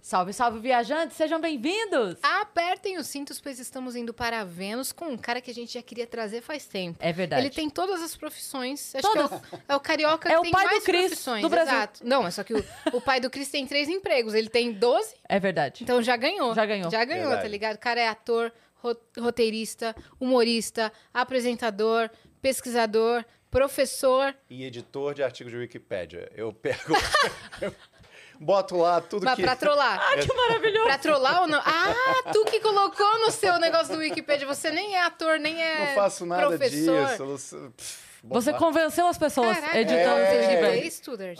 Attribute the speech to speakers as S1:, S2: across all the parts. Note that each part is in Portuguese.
S1: Salve, salve, viajantes! Sejam bem-vindos!
S2: Apertem os cintos, pois estamos indo para Vênus com um cara que a gente já queria trazer faz tempo.
S1: É verdade.
S2: Ele tem todas as profissões. Acho
S1: Todas.
S2: que é o, é o carioca
S1: É
S2: que
S1: o
S2: tem
S1: pai do
S2: mais
S1: Chris
S2: profissões.
S1: do Brasil.
S2: Exato. Não, é só que o, o pai do Cris tem três empregos. Ele tem 12,
S1: É verdade.
S2: então já ganhou.
S1: Já ganhou.
S2: Já ganhou,
S3: Verdade.
S2: tá ligado? O cara é ator, ro- roteirista, humorista, apresentador, pesquisador, professor.
S3: E editor de artigos de Wikipédia. Eu pego. boto lá tudo
S2: Mas
S3: que.
S2: pra trollar.
S3: tipo
S2: Ah, que maravilhoso. Pra trollar ou não? Ah, tu que colocou no seu negócio do Wikipedia. Você nem é ator, nem é
S3: Não faço nada
S2: professor.
S3: disso. não sei- Pff, botar.
S1: Você convenceu as pessoas
S2: Caraca,
S1: editando
S2: é.
S1: o seu
S2: É
S1: Wikipedia.
S2: student.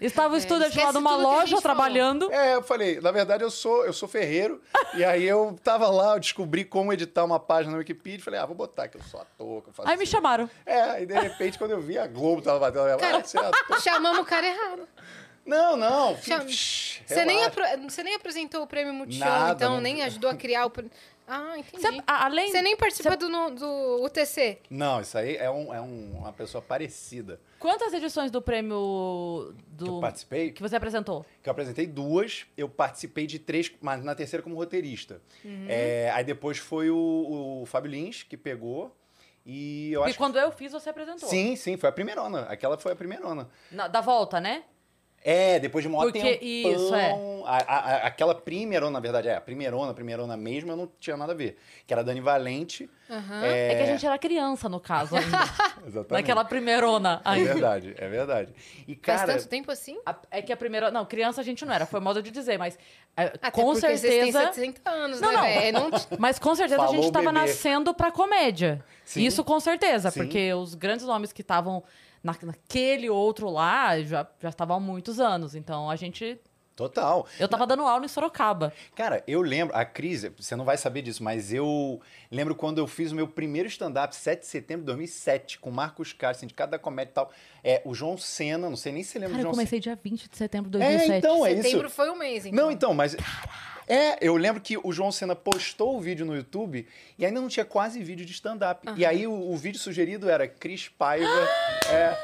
S1: Estava o
S2: velho.
S1: estudante lá
S2: Esquece
S1: de uma
S2: tudo que a
S1: loja
S2: gente falou.
S1: trabalhando.
S3: É, eu falei, na verdade eu sou, eu sou ferreiro, e aí eu tava lá, eu descobri como editar uma página no Wikipedia, falei, ah, vou botar que eu sou ator, que eu faço
S1: Aí me
S3: isso.
S1: chamaram.
S3: É, e de repente quando eu vi, a Globo tava batendo, eu falei, ah, você é ator.
S2: Chamamos o cara errado.
S3: Não, não, fi-
S2: Chama-
S3: shh,
S2: Você nem,
S3: relaxa.
S2: apro- você nem apresentou o prêmio Multishow,
S3: Nada,
S2: então
S3: não-
S2: nem ajudou a criar o. pre- Ah, entendi.
S1: Cê- a- além-
S2: Você nem participa do, no- do UTC.
S3: Não, isso aí é, um, é um- uma pessoa parecida.
S1: Quantas edições do prêmio do...
S3: Que eu participei?
S1: que você apresentou?
S3: que eu apresentei duas, eu participei de três, mas na terceira como roteirista.
S1: Uhum.
S3: É, aí depois foi o, o Fábio Lins que pegou. E eu
S1: Porque
S3: acho
S1: quando eu fiz, você
S3: que.
S1: apresentou.
S3: Sim, sim, foi a primeirona. Aquela foi a primeirona.
S1: Na- da volta, né?
S3: É, depois de uma
S1: Porque isso, é.
S3: aquela primeirona, na verdade, é, a primeirona, a primeirona mesmo, eu não tinha nada a ver. Que era a Dani Valente.
S2: Aham.
S1: É... que a gente era criança, no caso, ainda.
S3: Exatamente.
S1: Naquela primeirona
S3: É
S1: ainda.
S3: verdade, é verdade. E,
S2: Faz
S3: cara.
S2: tanto tempo assim?
S1: A- É que a primeira. Não, criança a gente não era, foi modo de dizer, mas é,
S2: Até
S1: com
S2: porque Vocês têm
S1: certeza.
S2: 60 anos,
S1: Não,
S2: né,
S1: não.
S2: velho? Não t-
S1: Mas com certeza a
S3: Falou
S1: gente
S3: o
S1: tava
S3: bebê.
S1: nascendo pra comédia.
S3: Sim.
S1: Isso com certeza,
S3: Sim.
S1: porque os grandes nomes que estavam na- naquele outro lá já, já estavam há muitos anos. Então a gente.
S3: Total.
S1: Eu tava dando aula em Sorocaba.
S3: Cara, eu lembro, a crise, você não vai saber disso, mas eu lembro quando eu fiz o meu primeiro stand-up, 7 de setembro de 2007, com o Marcos Castro, Sindicato da Comédia e tal. É, o João Senna, não sei nem se lembra
S1: Cara,
S3: do
S1: eu
S3: João
S1: comecei dia 20 de setembro de
S3: Senna.
S1: 2007.
S3: É, então, é
S2: Setembro
S3: isso.
S2: foi um mês, então.
S3: Não, então, mas. É, eu lembro que o João Senna postou o vídeo no YouTube e ainda não tinha quase vídeo de stand-up. E aí o, o vídeo sugerido era Cris Paiva. é,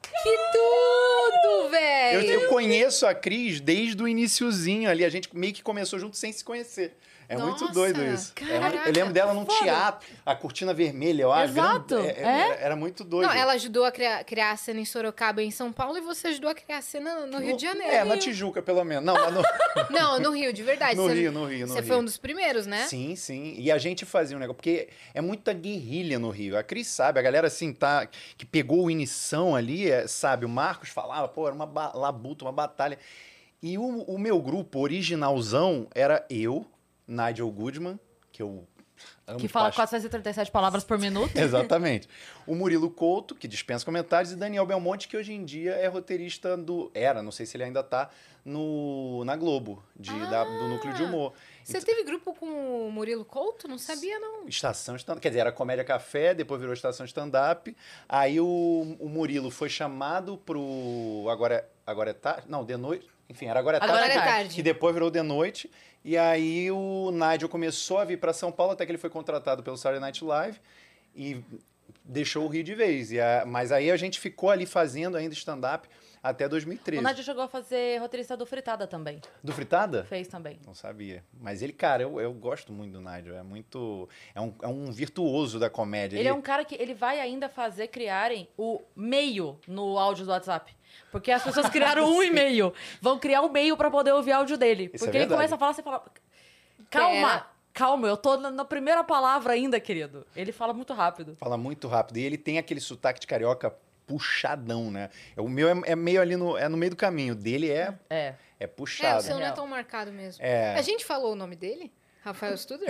S2: Que tudo,
S3: eu,
S2: velho!
S3: eu conheço a Cris desde o iniciozinho ali. A gente meio que começou junto sem se conhecer. É muito
S2: Nossa,
S3: doido isso. É muito-
S2: caraca,
S3: eu lembro dela num
S1: foda.
S3: teatro, a cortina vermelha, eu acho.
S1: Exato,
S3: grande-
S1: é.
S3: Era, era muito doido.
S2: Não, ela ajudou a criar, criar a cena em Sorocaba e em São Paulo e você ajudou a criar a cena no Rio de Janeiro.
S3: É, na Tijuca, pelo menos. Não, mas no,
S2: Não, no Rio, de verdade.
S3: no
S2: Você-
S3: Rio, no Rio, no
S2: Você
S3: Rio.
S2: foi um dos primeiros, né?
S3: Sim, sim. E a gente fazia um negócio, porque é muita guerrilha no Rio. A Cris sabe, a galera assim, tá, que pegou o inição ali, é, sabe? O Marcos falava, pô, era uma ba- labuta, uma batalha. E o, o meu grupo originalzão era eu, Nigel Goodman, que eu amo
S1: Que
S3: de
S1: fala
S3: paixão.
S1: 437 palavras por minuto.
S3: Exatamente. O Murilo Couto, que dispensa comentários, e Daniel Belmonte, que hoje em dia é roteirista do. Era, não sei se ele ainda tá, no, na Globo, de, da- do núcleo
S1: Ah!
S3: de humor.
S2: Você
S1: Então-
S2: teve grupo com o Murilo Couto? Não sabia, não.
S3: Estação stand Quer dizer, era Comédia Café, depois virou Estação Stand-Up. Aí o, o Murilo foi chamado pro. Agora, agora é tarde. Não, de noite. Enfim, era agora é tarde.
S1: Agora é
S2: tarde.
S3: Que depois virou de noite. E aí o Nigel começou a vir para São Paulo, até que ele foi contratado pelo Saturday Night Live e deixou o Rio de vez. E a- mas aí a gente ficou ali fazendo ainda stand-up até
S1: O
S3: 2013.
S1: Nádia chegou a fazer roteirista do Fritada também.
S3: Do Fritada?
S1: Fez também.
S3: Não sabia. Mas ele, cara, eu, eu gosto muito do Nigel. É muito. É um, é um virtuoso da comédia.
S1: Ele é um cara que ele vai ainda fazer criarem o meio no áudio do WhatsApp. Porque as pessoas criaram um e-mail. Vão criar um meio pra poder ouvir áudio dele.
S3: Isso é
S1: porque ele
S3: verdade.
S1: começa a falar, você fala. Calma,
S2: Pera."
S1: calma, eu tô na, na primeira palavra ainda, querido. Ele fala muito rápido.
S3: Fala muito rápido. E ele tem aquele sotaque de carioca puxadão, né? É, O meu é, é meio ali no, é no meio do caminho. O dele é,
S1: É.
S3: é
S2: É, o
S3: puxado.
S2: seu não é
S1: Real.
S2: tão marcado mesmo.
S3: É.
S2: A gente falou o nome dele? Rafael Studra?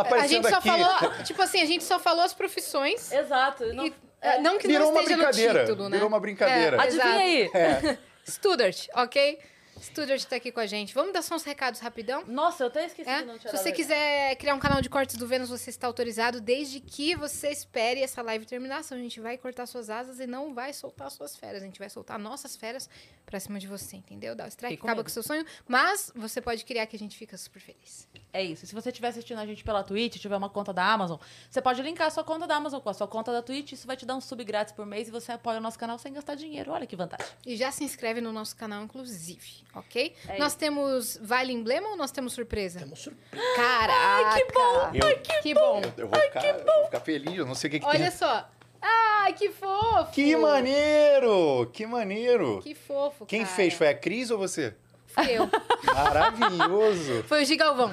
S2: a
S3: aparecendo
S2: gente só
S3: aqui.
S2: falou, tipo assim, a gente só falou as profissões.
S1: Exato. Não...
S2: E, é, não que
S3: Virou
S2: não
S3: uma
S2: esteja
S3: brincadeira,
S2: no título, né?
S3: virou uma brincadeira.
S2: É, exato.
S1: Adivinha aí.
S2: Studart, ok? Studart tá aqui com a gente. Vamos dar só uns recados rapidão?
S1: Nossa, eu até esqueci
S2: É?
S1: de não
S2: Se
S1: tirar
S2: você
S1: da-
S2: quiser criar um canal de cortes do Vênus, você está autorizado desde que você espere essa live terminar. Senão a gente vai cortar suas asas e não vai soltar suas férias. A gente vai soltar nossas férias pra cima de você, entendeu? Dá o strike,
S1: Fica com
S2: acaba
S1: medo.
S2: com o seu sonho. Mas você pode criar que a gente fica super feliz.
S1: É isso. E Se você estiver assistindo a gente pela Twitch, tiver uma conta da Amazon, você pode linkar a sua conta da Amazon com a sua conta da Twitch. Isso vai te dar um sub grátis por mês e você apoia o nosso canal sem gastar dinheiro. Olha que vantagem.
S2: E já se inscreve no nosso canal, inclusive, ok?
S1: É
S2: nós temos Vale Emblema ou nós temos surpresa?
S4: Temos surpresa.
S2: Caraca! que bom!
S3: Eu-
S2: que bom!
S3: Eu vou, ficar, eu vou ficar feliz, eu não sei o que, que
S2: Olha
S3: tem.
S2: só! Ai, que fofo!
S3: Que maneiro! Que maneiro!
S2: Que fofo,
S3: Quem
S2: cara.
S3: fez? Foi a Cris ou você?
S2: Fui eu.
S3: Maravilhoso!
S2: Foi o Gigalvão.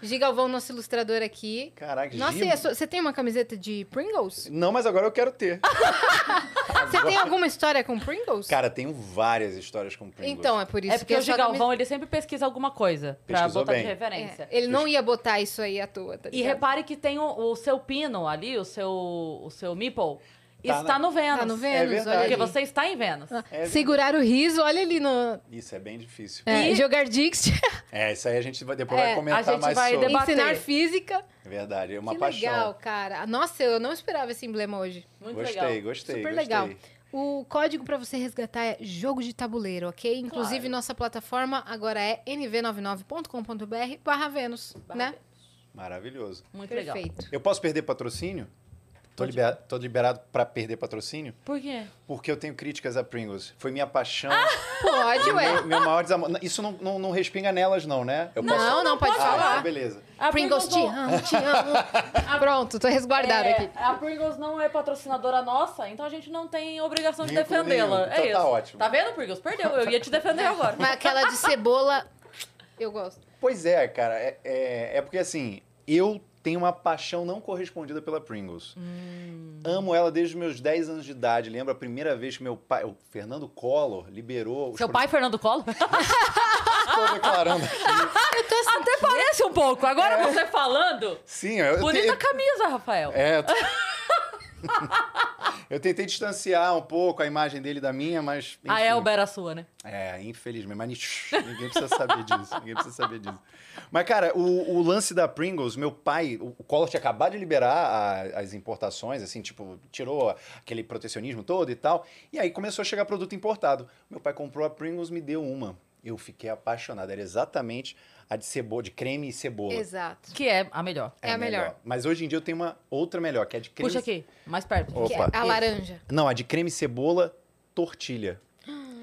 S2: Gigalvão, nosso ilustrador aqui.
S3: Caraca,
S2: Nossa,
S3: Gi-
S2: e a sua- você tem uma camiseta de Pringles?
S3: Não, mas agora eu quero ter.
S2: Você tem alguma história com Pringles?
S3: Cara, tenho várias histórias com Pringles.
S2: então, é por isso
S1: é porque o
S2: que a sua
S1: Gigalvão, ele sempre pesquisa alguma coisa pra
S3: Pesquisou
S1: botar de
S3: bem.
S1: referência.
S2: camisa- É, ele não ia botar isso aí à toa, tá
S1: E
S2: ligado?
S1: repare que tem o, o seu pino ali, o seu, o seu meeple,
S3: Tá
S1: está
S3: na-
S1: no Vênus.
S2: Tá no Vênus,
S3: verdade.
S2: olha Ah. ali.
S1: Porque você está em Vênus.
S3: É-
S2: Segurar o riso, olha ali no...
S3: Isso é bem difícil.
S2: é, jogar Dix,
S3: É, isso aí a gente vai, depois
S1: É,
S3: vai comentar
S1: a gente
S3: mais
S1: vai
S3: sobre.
S1: debater.
S2: ensinar física.
S3: É verdade, é uma
S2: que
S3: paixão.
S2: legal, cara. Nossa, eu não esperava esse emblema hoje.
S1: Muito
S3: gostei,
S1: legal.
S3: gostei.
S2: Super
S3: gostei.
S2: legal. O código pra você resgatar é jogo de tabuleiro, ok? Inclusive, nossa plataforma agora é nv99.com.br barra Vênus, né?
S3: Maravilhoso.
S1: Muito legal.
S2: Perfeito.
S3: Eu posso perder patrocínio? Tô,
S1: Pode.
S3: libera- tô liberado pra perder patrocínio?
S1: Por quê?
S3: Porque eu tenho críticas a Pringles. Foi minha paixão.
S2: Pode,
S3: Meu,
S2: Ah, ué.
S3: meu maior desamor. Isso não, não, não respinga nelas, não, né? Eu
S2: Não, não, pode
S3: ah,
S2: falar.
S3: então beleza.
S1: A
S2: Pringles, te
S1: não-
S2: amo, te amo. Pronto, tô resguardada
S1: é,
S2: aqui.
S1: A Pringles não é patrocinadora nossa, então a gente não tem obrigação de
S3: Vínculo
S1: defendê-la. É
S3: nenhum. Então
S1: isso.
S3: tá ótimo.
S1: Tá vendo, Pringles? Perdeu. Eu ia te defender agora.
S2: Mas aquela de cebola, eu gosto.
S3: Pois é, cara. É, é, é porque assim, eu tenho uma paixão não correspondida pela Pringles.
S2: Hum.
S3: Amo ela desde os meus 10 anos de idade. Lembro a primeira vez que meu pai, o Fernando Collor, liberou. os
S1: Seu pai, Fernando Collor?
S3: produtos- Tô declarando aqui.
S1: Até parece um pouco. Agora você falando.
S3: Sim, É. eu, eu, te-
S1: Bonita camisa, Rafael.
S3: É. eu te- Eu tentei distanciar um pouco a imagem dele da minha, mas.
S1: A
S3: enfim.
S1: Elba era sua, né?
S3: É, infelizmente, mas shh, ninguém precisa saber disso. Ninguém precisa saber disso. Mas, cara, o, o lance da Pringles, meu pai, o o Collor tinha acabado de liberar a- as importações, assim, tipo, tirou aquele protecionismo todo e tal. E aí começou a chegar produto importado. Meu pai comprou a Pringles, me deu uma. Eu fiquei apaixonado. Era exatamente a de cebola, de creme e cebola.
S2: Exato.
S1: Que é a melhor.
S2: É a melhor.
S3: Mas hoje em dia eu tenho uma outra melhor, que é de creme.
S1: Puxa aqui, mais perto.
S3: Opa.
S2: Que é a laranja.
S3: Não, a de creme cebola tortilha.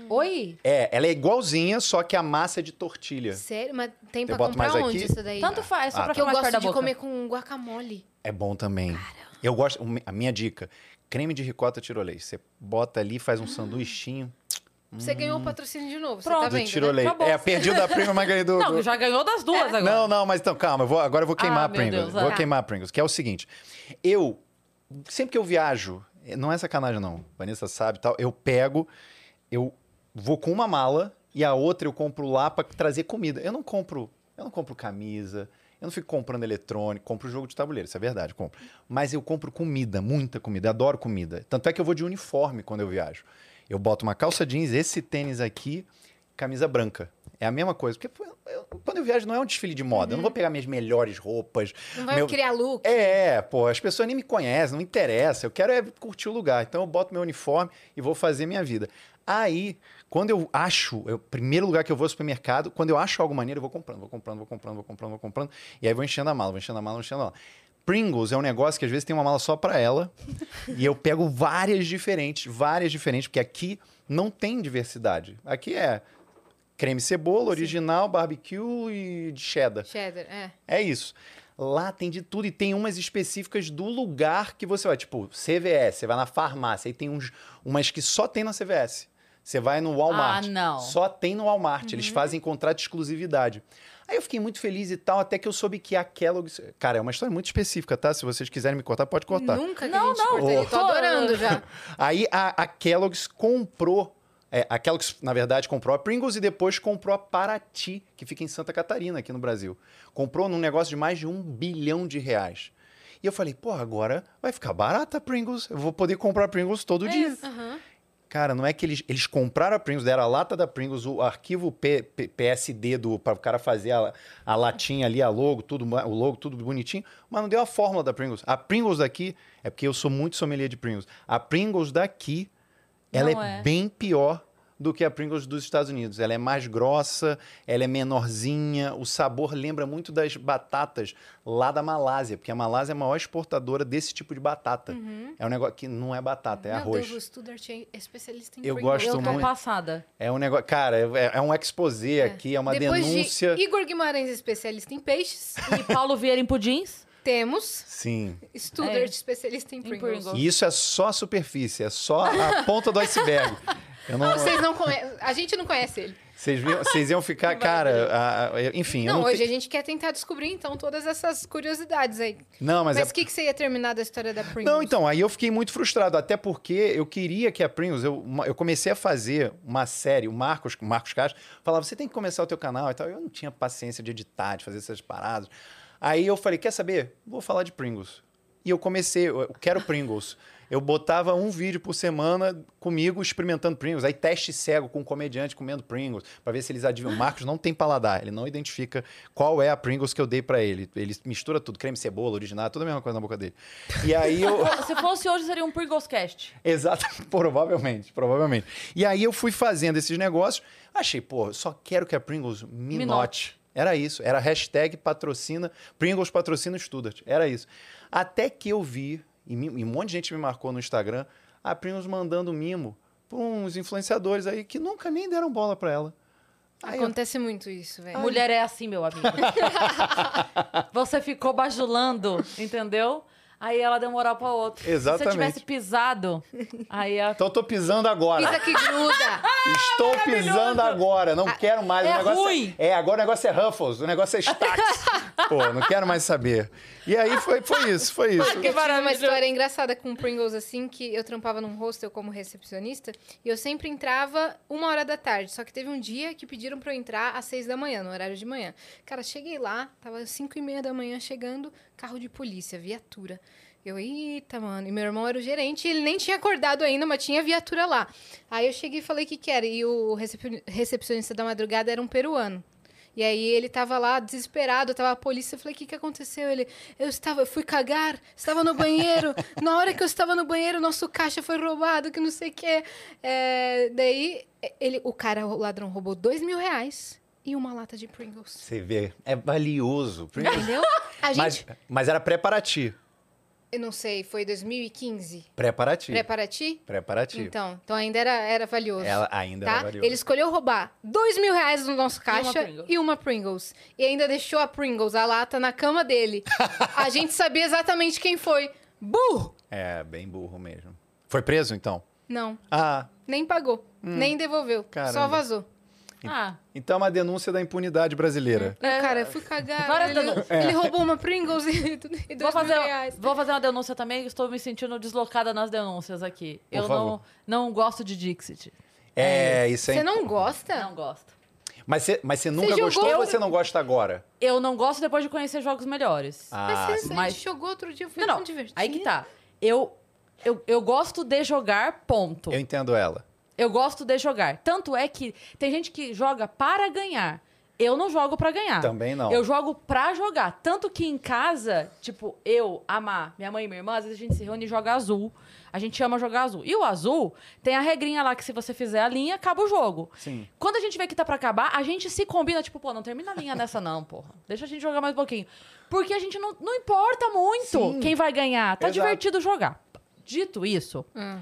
S1: Oi?
S3: É, ela é igualzinha, só que a massa é de tortilha.
S2: Sério? Mas tem
S3: Eu
S2: pra
S3: boto
S2: comprar
S3: mais
S2: onde
S3: aqui?
S2: isso daí?
S1: Tanto faz, só
S3: Ah,
S1: pra ficar
S2: Porque eu
S1: mais perto
S2: gosto
S1: da
S2: de
S1: boca.
S2: comer com guacamole.
S3: É bom também. Eu gosto, um- a minha dica, creme de ricota tirolês. Você bota ali, faz um
S1: Ah.
S3: sanduichinho
S2: Você
S3: Hum.
S2: ganhou o patrocínio de novo, você
S1: Pronto.
S2: tá
S3: do
S2: vendo,
S3: tirolês.
S1: né? Acabou.
S3: É, perdi o da prima, mas ganhei do...
S1: Não,
S3: do-
S1: já ganhou das
S2: É.
S1: duas agora.
S3: Não, não, mas então calma, eu vou- agora eu vou queimar
S1: Ah,
S3: a
S1: meu
S3: Pringles.
S1: Deus,
S3: vou
S1: ah.
S3: queimar a Pringles, que é o seguinte. Eu, sempre que eu viajo, não é sacanagem não, Vanessa sabe e tal, eu pego, eu vou com uma mala e a outra eu compro lá pra trazer comida. Eu não compro, eu não compro camisa, eu não fico comprando eletrônico, compro jogo de tabuleiro, isso é verdade, compro. Mas eu compro comida, muita comida, eu adoro comida. Tanto é que eu vou de uniforme quando eu viajo. Eu boto uma calça jeans, esse tênis aqui, camisa branca. É a mesma coisa, porque pô, eu- quando eu viajo não é um desfile de moda, eu não vou pegar minhas melhores roupas.
S2: Uhum. Não vai
S3: meu-
S2: criar look.
S3: é, pô, as pessoas nem me conhecem, não interessa. Eu quero é curtir o lugar. Então eu boto meu uniforme e vou fazer minha vida. Aí, quando eu acho, é o primeiro lugar que eu vou ao supermercado, quando eu acho algo maneiro, eu vou comprando, vou comprando, vou comprando, vou comprando, vou comprando. E aí vou enchendo a mala, vou enchendo a mala, vou enchendo a mala. Pringles é um negócio que às vezes tem uma mala só pra ela. e eu pego várias diferentes, várias diferentes, porque aqui não tem diversidade. Aqui é creme cebola, original, barbecue e de cheddar.
S2: Cheddar, é.
S3: É isso. Lá tem de tudo e tem umas específicas do lugar que você vai. Tipo, CVS, você vai na farmácia, aí tem uns, umas que só tem na CVS. Você vai no Walmart.
S1: Ah, não. Uhum.
S3: Só tem no Walmart. Eles fazem contrato de exclusividade. Aí eu fiquei muito feliz e tal, até que eu soube que a Kellogg's. Cara, é uma história muito específica, tá? Se vocês quiserem me cortar, pode cortar.
S2: Nunca que
S1: Não,
S2: a gente
S1: não,
S2: cortaria.
S1: oh.
S2: Tô adorando já.
S3: Aí a, a Kellogg's comprou É, a Kellogg's, na verdade, comprou a Pringles e depois comprou a Paraty, que fica em Santa Catarina, aqui no Brasil. Comprou num negócio de mais de um bilhão de reais. E eu falei, pô, agora vai ficar barata a Pringles. Eu vou poder comprar Pringles todo dia.
S2: Aham.
S3: Cara, não é que eles, eles compraram a Pringles, deram a lata da Pringles, o arquivo P- P- PSD do para o cara fazer a, a latinha ali, a logo, tudo, ma- o logo tudo bonitinho, mas não deu a fórmula da Pringles. A Pringles daqui é porque eu sou muito sommelier de Pringles. A Pringles daqui ela
S1: Não
S3: é,
S1: é.
S3: bem pior do que a Pringles dos Estados Unidos. Ela é mais grossa, ela é menorzinha, o sabor lembra muito das batatas lá da Malásia, porque a Malásia é a maior exportadora desse tipo de batata. É um negócio que não é batata, é
S2: Meu
S3: arroz.
S2: Deus, o Studart é especialista em
S3: Eu
S2: Pringles.
S3: gosto
S1: Eu tô
S3: muito.
S1: passada.
S3: É um negócio. Cara, é, é um exposé aqui, é uma
S2: Depois
S3: denúncia.
S2: de Igor Guimarães, especialista em peixes,
S1: E Paulo Vieira em pudins?
S2: temos
S3: Sim.
S2: Studart,
S1: É.
S2: especialista em Pringles.
S1: Pringles.
S3: E isso é só a superfície, é só a ponta do iceberg. Eu não-
S2: Ah, Vocês não conhecem. A gente não conhece ele.
S3: vocês, viam- vocês iam ficar, cara, a- a- enfim. eu
S2: não,
S3: não,
S2: hoje
S3: te-
S2: a gente quer tentar descobrir, então, todas essas curiosidades aí.
S3: não, mas,
S2: Mas
S3: é.
S2: o que, que você ia terminar da história da Pringles?
S3: Não, então, aí eu fiquei muito frustrado, até porque eu queria que a Pringles, eu, uma- eu comecei a fazer uma série, o Marcos, o Marcos Castro, falava, você tem que começar o teu canal e tal. Eu não tinha paciência de editar, de fazer essas paradas. Aí eu falei, quer saber? Vou falar de Pringles. E eu comecei, eu eu quero Pringles. Eu botava um vídeo por semana comigo experimentando Pringles. Aí teste cego com um comediante comendo Pringles, pra ver se eles adivinham. O Marcos não tem paladar, ele não identifica qual é a Pringles que eu dei pra ele. Ele mistura tudo, creme, cebola, original, tudo a mesma coisa na boca dele. E aí eu.
S1: Se fosse hoje, seria um Pringles Cast.
S3: Exatamente, provavelmente, provavelmente. E aí eu fui fazendo esses negócios, achei, pô, só quero que a Pringles me,
S1: Me
S3: note. Era isso, era hashtag patrocina, Pringles patrocina Studart, era isso. Até que eu vi, e, me- e um monte de gente me marcou no Instagram, a Pringles mandando mimo pra uns influenciadores aí que nunca nem deram bola pra ela. Aí eu-
S2: Acontece muito isso, velho.
S1: Mulher é assim, meu amigo. Você ficou bajulando, entendeu? Aí ela deu moral pra outro. Se
S3: Exatamente.
S1: você tivesse pisado, aí ela...
S3: Então eu tô pisando agora.
S2: Pisa que gruda. Ah,
S3: Estou pisando agora, não quero mais.
S1: é
S3: o negócio
S1: ruim.
S3: É, agora o negócio é Ruffles, o negócio é Stax. Pô, não quero mais saber. E aí foi, foi isso, foi isso.
S2: Eu tive uma
S1: maravilhoso.
S2: história engraçada com Pringles, assim, que eu trampava num hostel como recepcionista e eu sempre entrava uma hora da tarde. Só que teve um dia que pediram pra eu entrar às seis da manhã, no horário de manhã. Cara, cheguei lá, tava cinco e meia da manhã chegando, carro de polícia, viatura. Eu, eita, mano. E meu irmão era o gerente, ele nem tinha acordado ainda, mas tinha viatura lá. Aí eu cheguei e falei o que que era. E o recep- recepcionista da madrugada era um peruano. E aí ele tava lá desesperado, tava a polícia, eu falei, o que que aconteceu? Ele, eu estava, eu fui cagar, estava no banheiro, na hora que eu estava no banheiro, nosso caixa foi roubado, que não sei o quê. É, daí, ele, o cara, o ladrão, roubou dois mil reais e uma lata de Pringles.
S3: Você vê, é valioso. Primeiro-
S2: Entendeu? A gente,
S3: Mas, mas era pré-parati.
S2: eu não sei, foi 2015?
S3: Pré-parati.
S2: Pré-Paraty?
S3: Pré-parati.
S2: Então, então ainda era, era valioso.
S3: Tipo, Ela ainda
S2: tá?
S3: era valiosa.
S2: Ele escolheu roubar dois mil reais no nosso caixa
S1: Pringles.
S2: e uma Pringles. E ainda deixou a Pringles, a lata, na cama dele. a gente sabia exatamente quem foi. Burro!
S3: É, bem burro mesmo. Foi preso, então?
S2: Não,
S3: Ah,
S2: nem pagou, nem devolveu, só
S3: Hum. Caramba.
S2: vazou.
S1: Ah,
S3: então é uma denúncia da impunidade brasileira.
S2: E o cara, eu fui cagar.
S1: É, Várias
S2: Ele,
S1: denúncias.
S3: É.
S2: ele roubou uma Pringles e, tudo- e
S1: vou
S2: dois mil
S1: fazer, um-
S2: reais.
S1: vou fazer uma denúncia também, que estou me sentindo deslocada nas denúncias aqui.
S3: Por
S1: eu
S3: favor.
S1: Não, não gosto de Dixit.
S3: É, isso aí.
S2: Você não gosta?
S1: Não gosto.
S3: Mas você, mas você nunca
S2: jogou-
S3: gostou ou
S2: Eu-
S3: você não gosta agora?
S1: Eu não gosto depois de conhecer jogos melhores.
S3: Ah,
S2: Mas você, a
S1: mas-
S2: gente jogou outro dia, foi
S1: não,
S2: tão
S1: não.
S2: divertido.
S1: Aí que tá. Eu, eu, eu gosto de jogar, ponto.
S3: eu entendo ela.
S1: Eu gosto de jogar. Tanto é que tem gente que joga para ganhar. Eu não jogo pra ganhar.
S3: Também não.
S1: Eu jogo pra jogar. Tanto que em casa, tipo, eu, a Má, minha mãe e minha irmã, às vezes a gente se reúne e joga azul. A gente ama jogar azul. E o azul tem a regrinha lá que se você fizer a linha, acaba o jogo.
S3: Sim.
S1: Quando a gente vê que tá pra acabar, a gente se combina, tipo, pô, não termina a linha nessa não, porra. Deixa a gente jogar mais um pouquinho. Porque a gente não, não importa muito
S3: Sim.
S1: quem vai ganhar. Tá
S3: Exato.
S1: divertido jogar. Dito isso,
S2: Ah.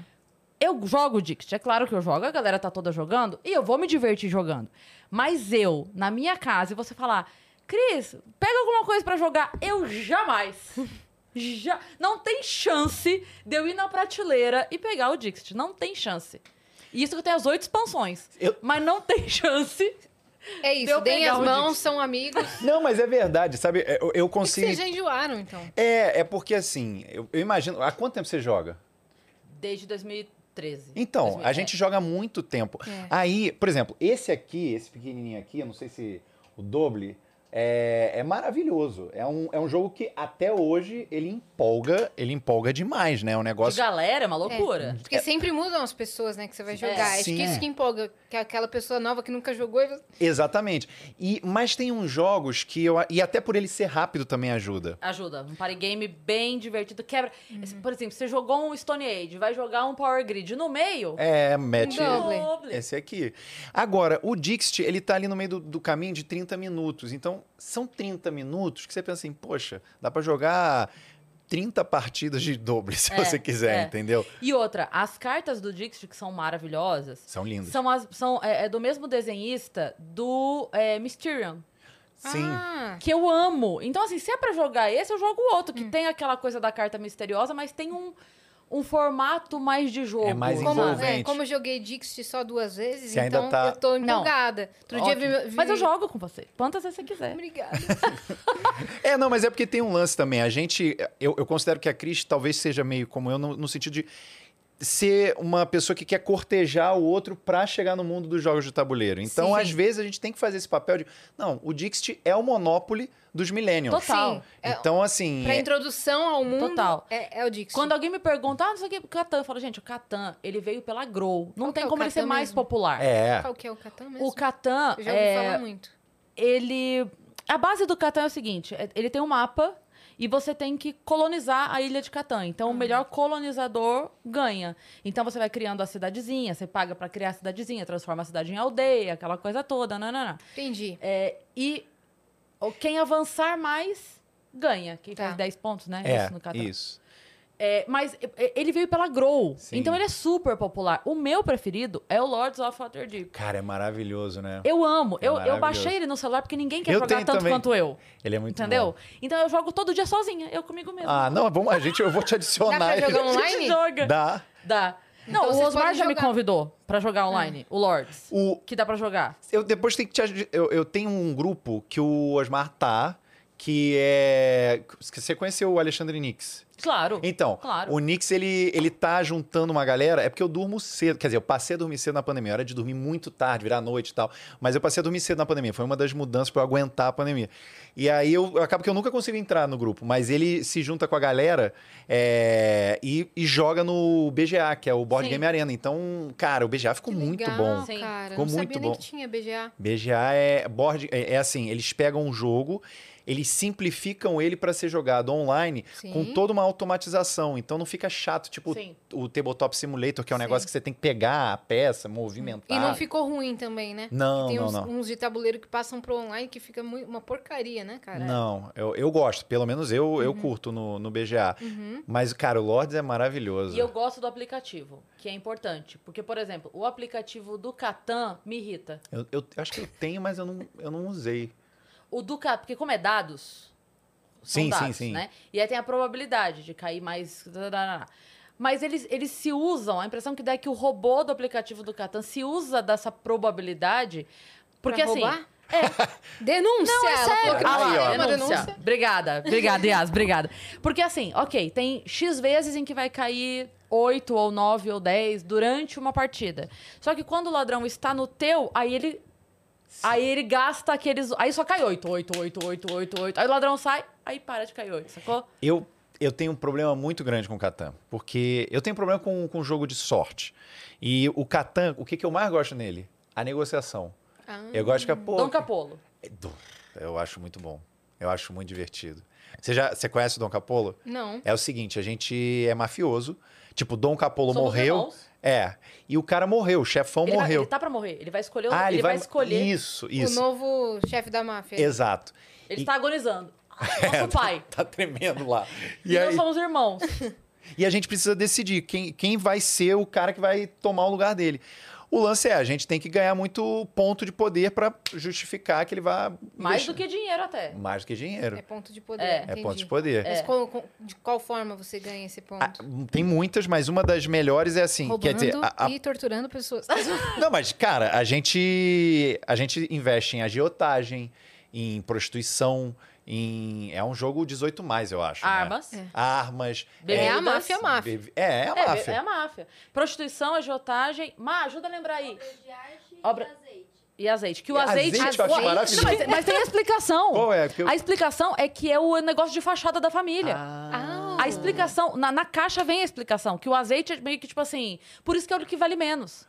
S1: eu jogo Dixit, é claro que eu jogo, a galera tá toda jogando e eu vou me divertir jogando. Mas eu, na minha casa, e você falar, Cris, pega alguma coisa pra jogar, eu jamais. Já, não tem chance de eu ir na prateleira e pegar o Dixit. Não tem chance. E isso que eu tenho as oito expansões.
S3: Eu-
S1: Mas não tem chance.
S2: É isso,
S1: Deu
S2: deem
S1: pegar
S2: as
S1: o
S2: mãos,
S1: Dixit.
S2: são amigos. É
S3: Não, mas é verdade, sabe? Eu, eu
S2: que
S3: consigo.
S2: Vocês já enjoaram, então.
S3: É, é porque assim, eu, eu imagino. Há quanto tempo você joga?
S1: Desde 2013. 2013.
S3: Então,
S1: 2000,
S3: a
S1: é.
S3: gente joga muito tempo.
S2: É.
S3: Aí, por exemplo, esse aqui, esse pequenininho aqui, eu não sei se o Doble, é, é maravilhoso. É um, é um jogo que até hoje ele empolga, ele empolga demais, né? É um
S1: De
S3: negócio.
S1: galera, é uma loucura.
S2: Porque sempre mudam as pessoas, né, que você vai
S1: É.
S2: jogar. Acho
S3: Sim.
S2: que isso que empolga, que é aquela pessoa nova que nunca jogou e você...
S3: Exatamente. E, mas tem uns jogos que eu. E até por ele ser rápido também ajuda.
S1: Ajuda. Um party game bem divertido. Quebra. Esse- Por exemplo, você jogou um Stone Age, vai jogar um Power Grid no meio.
S3: É, mete.
S2: Não. Double.
S1: Double.
S3: Esse aqui. Agora, o Dixit, ele tá ali no meio do, do caminho de 30 minutos. Então, são 30 minutos que você pensa assim, poxa, dá pra jogar 30 partidas de doble, se
S1: É,
S3: você quiser,
S1: é.
S3: entendeu?
S1: E outra, as cartas do Dixit, que são maravilhosas,
S3: São lindos.
S1: são, as, são é, é do mesmo desenhista do é, Mysterium,
S3: Sim.
S2: Ah,
S1: que eu amo. Então, assim, se é pra jogar esse, eu jogo o outro, que tem aquela coisa da carta misteriosa, mas tem um, um formato mais de jogo.
S3: É mais
S1: sabe?
S2: como,
S3: envolvente.
S2: é, como eu joguei Dixit só duas vezes,
S3: Você ainda
S2: então
S3: tá-
S2: eu
S1: Não.
S2: tô empolgada. Outro dia
S3: Ótimo.
S2: vi, vi...
S1: Mas eu jogo com você. Quantas vezes você quiser.
S2: Obrigada.
S3: É, não, mas é porque tem um lance também. A gente. Eu, eu considero que a Cris talvez seja meio como eu, no, no sentido de ser uma pessoa que quer cortejar o outro pra chegar no mundo dos jogos de tabuleiro. Então,
S1: Sim.
S3: às vezes, a gente tem que fazer esse papel de. Não, o Dixit é o Monopoly dos Millennials.
S1: Total.
S2: Sim, é-
S3: Então, assim.
S2: pra
S3: é-
S2: introdução ao mundo,
S1: Total.
S2: É, é o Dixit.
S1: Quando alguém me pergunta, ah, não sei o que, Catan, eu falo, gente, o Catan, ele veio pela Grow. Não
S2: Qual
S1: tem
S2: que é o
S1: como ele ser
S2: Catan
S1: mais
S2: mesmo?
S1: popular.
S3: É.
S2: Qual que é o Catan mesmo?
S1: O Catan,
S2: Eu já ouvi falar
S1: é,
S2: muito.
S1: ele... A base do Catan é o seguinte, é- ele tem um mapa e você tem que colonizar a ilha de Catan. Então, o
S2: Uhum.
S1: melhor colonizador ganha. Então, você vai criando a cidadezinha, você paga pra criar a cidadezinha, transforma a cidade em aldeia, aquela coisa toda, nananã.
S2: Entendi.
S1: É, e o- quem avançar mais ganha. Quem
S2: Tá.
S1: faz 10 pontos, né?
S3: É,
S1: no Catan.
S3: isso.
S1: É, mas e- e- ele veio pela Grow.
S3: Sim.
S1: Então ele é super popular. O meu preferido é o Lords of Waterdeep.
S3: Cara, é maravilhoso, né?
S1: Eu amo.
S3: É
S1: eu, eu
S3: maravilhoso.
S1: baixei ele no celular porque ninguém quer
S3: Eu
S1: jogar
S3: tenho
S1: tanto
S3: também.
S1: quanto eu.
S3: Ele é muito
S1: entendeu?
S3: bom.
S1: Então eu jogo todo dia sozinha, eu comigo mesma.
S3: Ah, não, vamos, a gente, eu vou te
S2: Dá
S3: adicionar.
S2: pra jogar
S1: A gente
S2: online?
S1: joga.
S3: Dá.
S1: Dá. Não,
S2: Então
S1: o
S2: vocês
S1: Osmar
S2: podem
S1: já me
S2: jogar. É.
S1: convidou pra jogar online, o Lords.
S3: O,
S1: Que dá pra jogar.
S3: Eu depois tenho que te aj- eu, eu tenho um grupo que o Osmar tá, que é. que Você conheceu o Alexandre Nix?
S1: Claro.
S3: Então,
S1: Claro.
S3: o Nix, ele, ele tá juntando uma galera. É porque eu durmo cedo. Quer dizer, eu passei a dormir cedo na pandemia. Eu Era de dormir muito tarde, virar noite e tal. Mas eu passei a dormir cedo na pandemia. Foi uma das mudanças pra eu aguentar a pandemia. E aí eu, eu acabo que eu nunca consigo entrar no grupo. Mas ele se junta com a galera é, e, e joga no BGA, que é o Board
S1: Sim.
S3: Game Arena. Então, cara, o BGA ficou
S2: Que
S3: muito
S2: legal,
S3: bom.
S1: Sim.
S2: Cara.
S3: Ficou
S2: Não
S3: muito
S2: sabia nem
S3: bom.
S2: que tinha BGA.
S3: BGA é board, é, é assim, eles pegam um jogo, eles simplificam ele para ser jogado online
S2: Sim.
S3: com toda uma automatização, então não fica chato, tipo
S1: Sim.
S3: o Tabletop Simulator, que é um
S2: Sim.
S3: negócio que você tem que pegar a peça, movimentar.
S2: E não ficou ruim também, né?
S3: Não,
S2: Tem
S3: não,
S2: uns,
S3: não.
S2: uns de tabuleiro que passam pro online que fica mui- uma porcaria, né, cara?
S3: Não, eu, eu gosto, pelo menos eu, eu curto no, no BGA.
S2: Uhum.
S3: Mas, cara, o Lords é maravilhoso.
S1: E eu gosto do aplicativo, que é importante. Porque, por exemplo, o aplicativo do Catan me irrita.
S3: Eu, eu acho que eu tenho, mas eu não, eu não usei.
S1: O do Cap, porque como é dados, são
S3: Sim, sim,
S1: dados,
S3: sim.
S1: né? E aí tem a probabilidade de cair mais... Mas eles, eles se usam, a impressão que dá é que o robô do aplicativo do Catan se usa dessa probabilidade, porque
S2: Pra
S1: assim...
S2: roubar?
S1: É,
S2: Denúncia!
S1: não, é
S2: ela
S1: sério.
S2: falou que
S3: Ah
S1: Ah
S2: não
S1: lá,
S3: Aí, ó.
S2: tem uma
S1: denúncia.
S2: denúncia.
S1: Obrigada, obrigada, Yas, obrigada. Porque assim, ok, tem X vezes em que vai cair 8 ou 9 ou 10 durante uma partida. Só que quando o ladrão está no teu, aí ele. Aí ele gasta aqueles. Aí só cai 8, 8, 8, 8, 8, 8. Aí o ladrão sai, aí para de cair 8, sacou?
S3: Eu, eu tenho um problema muito grande com o Catan, porque eu tenho problema com, com o jogo de sorte. E o Catan, o que, que eu mais gosto nele? A negociação.
S2: Ah,
S3: Eu gosto que a pô,
S1: Dom Capolo.
S3: é Dom- Eu acho muito bom. Eu acho muito divertido. Você já você conhece o Dom Capolo?
S2: não.
S3: É o seguinte, a gente é mafioso. Tipo, Dom Capolo
S1: Somos
S3: morreu.
S1: irmãos.
S3: É. E o cara morreu, o chefão
S1: Ele, vai,
S3: morreu. Ah,
S1: ele tá pra morrer. Ele vai escolher. o- ele, vai, escolher.
S3: Isso,
S2: O
S3: isso.
S2: novo chefe da máfia.
S3: Exato.
S1: Ele
S3: E-
S1: está agonizando. Nosso pai.
S3: Tá tremendo lá.
S1: E, nós somos irmãos.
S3: E a gente precisa decidir quem, quem vai ser o cara que vai tomar o lugar dele. O lance é, a gente tem que ganhar muito ponto de poder pra justificar que ele vá.
S1: Mais
S3: deixar-
S1: do que dinheiro até.
S3: Mais do que dinheiro.
S2: É ponto de poder.
S1: É.
S3: É,
S2: entendi.
S3: ponto de poder.
S2: Mas qual- com- de qual forma você ganha esse ponto?
S3: Ah, tem muitas, mas uma das melhores é assim.
S2: Roubando
S3: quer dizer, a- a-
S2: e torturando pessoas.
S3: não, mas cara, a gente a gente investe em agiotagem, em prostituição, em. É um jogo 18, eu acho. né?
S1: Armas.
S3: Armas.
S2: É a
S1: Bebidas.
S2: máfia, a máfia.
S3: Bebe- É, é a
S1: É,
S3: máfia.
S1: é a máfia. Prostituição, agiotagem. Má, ajuda a lembrar aí.
S4: de arte
S1: Obra-
S4: e azeite.
S1: E azeite. Que o
S3: É,
S1: azeite.
S3: azeite eu acho
S1: o-
S3: maravilhoso.
S1: Não, mas, mas tem a explicação.
S3: Qual é? Porque eu-
S1: A explicação é que é o negócio de fachada da família.
S2: Ah.
S1: A explicação, na, na caixa vem a explicação, que o azeite é meio que tipo assim. Por isso que é o que vale menos.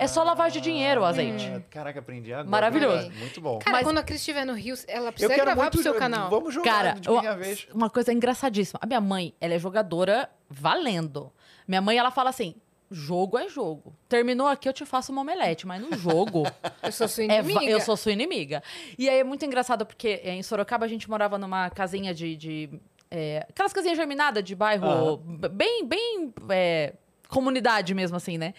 S1: É só lavagem de dinheiro o azeite.
S3: Ah, Caraca, aprendi agora.
S1: Maravilhoso.
S3: Muito bom.
S2: Cara,
S1: Mas-
S2: quando a Cris estiver no Rio, ela precisa gravar pro seu canal.
S3: Vamos jogar
S1: Cara,
S3: de
S1: eu-
S3: minha vez.
S1: uma coisa engraçadíssima. A minha mãe, ela é jogadora valendo. Minha mãe, ela fala assim: jogo é jogo. Terminou aqui, eu te faço uma omelete, mas no jogo.
S2: Eu sou sua
S1: É, va-
S2: inimiga.
S1: eu sou sua inimiga. E aí é muito engraçado porque é, em Sorocaba a gente morava numa casinha de. de, é, aquelas casinhas germinadas de bairro. b- Bem, bem. é, comunidade mesmo, assim, né?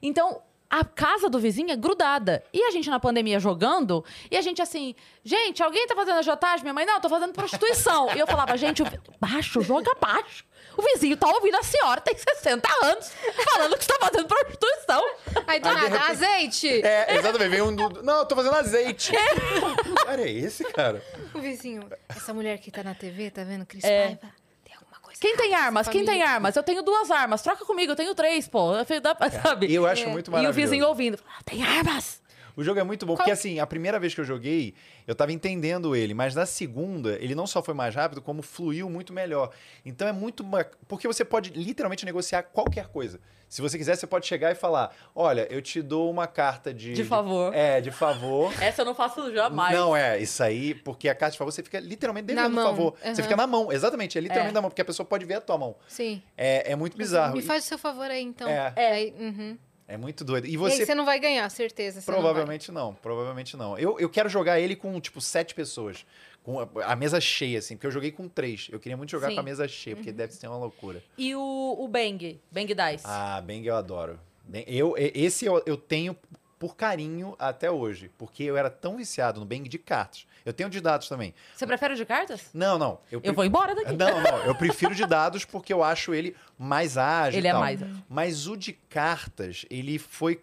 S1: Então. A casa do vizinho é grudada. E a gente na pandemia jogando, e a gente assim, gente, alguém tá fazendo agiotagem? Minha mãe, não, eu tô fazendo prostituição. e eu falava, gente, o vi- baixo, joga baixo. O vizinho tá ouvindo a senhora, tem 60 anos, falando que está fazendo prostituição.
S2: Aí do nada, azeite!
S3: É, exatamente. Vem um do... Não, eu tô fazendo azeite. cara, é esse, cara?
S2: O vizinho, essa mulher que tá na TV, tá vendo? Cris
S1: É.
S2: Paiva, tem alguma coisa
S1: Quem tem
S2: errada
S1: armas?
S2: nessa
S1: Quem tem
S2: família.
S1: armas? Eu tenho duas armas. Troca comigo, eu tenho três, pô. Eu falei, dá
S3: É,
S1: pra- Sabe?
S3: Eu acho
S1: É. E
S3: muito
S1: o
S3: maravilhoso.
S1: vizinho ouvindo. "Ah, tem armas!
S3: O jogo é muito bom, porque assim, a primeira vez que eu joguei, eu tava entendendo ele, mas na segunda, ele não só foi mais rápido, como fluiu muito melhor. Então é muito. ba- Porque você pode literalmente negociar qualquer coisa. Se você quiser, você pode chegar e falar: olha, eu te dou uma carta de.
S1: De favor.
S3: É, de favor.
S1: Essa eu não faço jamais.
S3: Não, é, isso aí, porque a carta de favor você fica literalmente
S2: Na
S3: devendo um
S2: mão,
S3: favor. Você
S2: aham.
S3: fica na mão, exatamente, é literalmente
S1: É.
S3: na mão, porque a pessoa pode ver a tua mão.
S2: Sim.
S3: É, é muito bizarro.
S2: Me faz o seu favor aí, então.
S3: É.
S2: Aí, uhum.
S3: É muito doido. E
S2: E aí
S3: você
S2: você não vai ganhar, certeza. você não vai.
S3: Provavelmente não, provavelmente não. Eu, eu quero jogar ele com, tipo, sete pessoas. Com a, a mesa cheia, assim, porque eu joguei com três. Eu queria muito jogar
S1: Sim.
S3: com a mesa cheia,
S2: Uhum.
S3: porque deve ser uma loucura.
S1: E o, o Bang, Bang Dice.
S3: Ah, Bang eu adoro. Bang- eu, e- esse eu, eu tenho por carinho até hoje, porque eu era tão viciado no Bang de cartas. Eu tenho de dados também.
S1: Você prefere o de cartas?
S3: Não, não. Eu,
S1: Eu
S3: pre-
S1: vou embora daqui.
S3: Não, não. Eu prefiro de dados porque eu acho ele mais ágil.
S1: Ele
S3: e
S1: é
S3: tal.
S1: mais.
S3: Mas o de cartas, ele foi.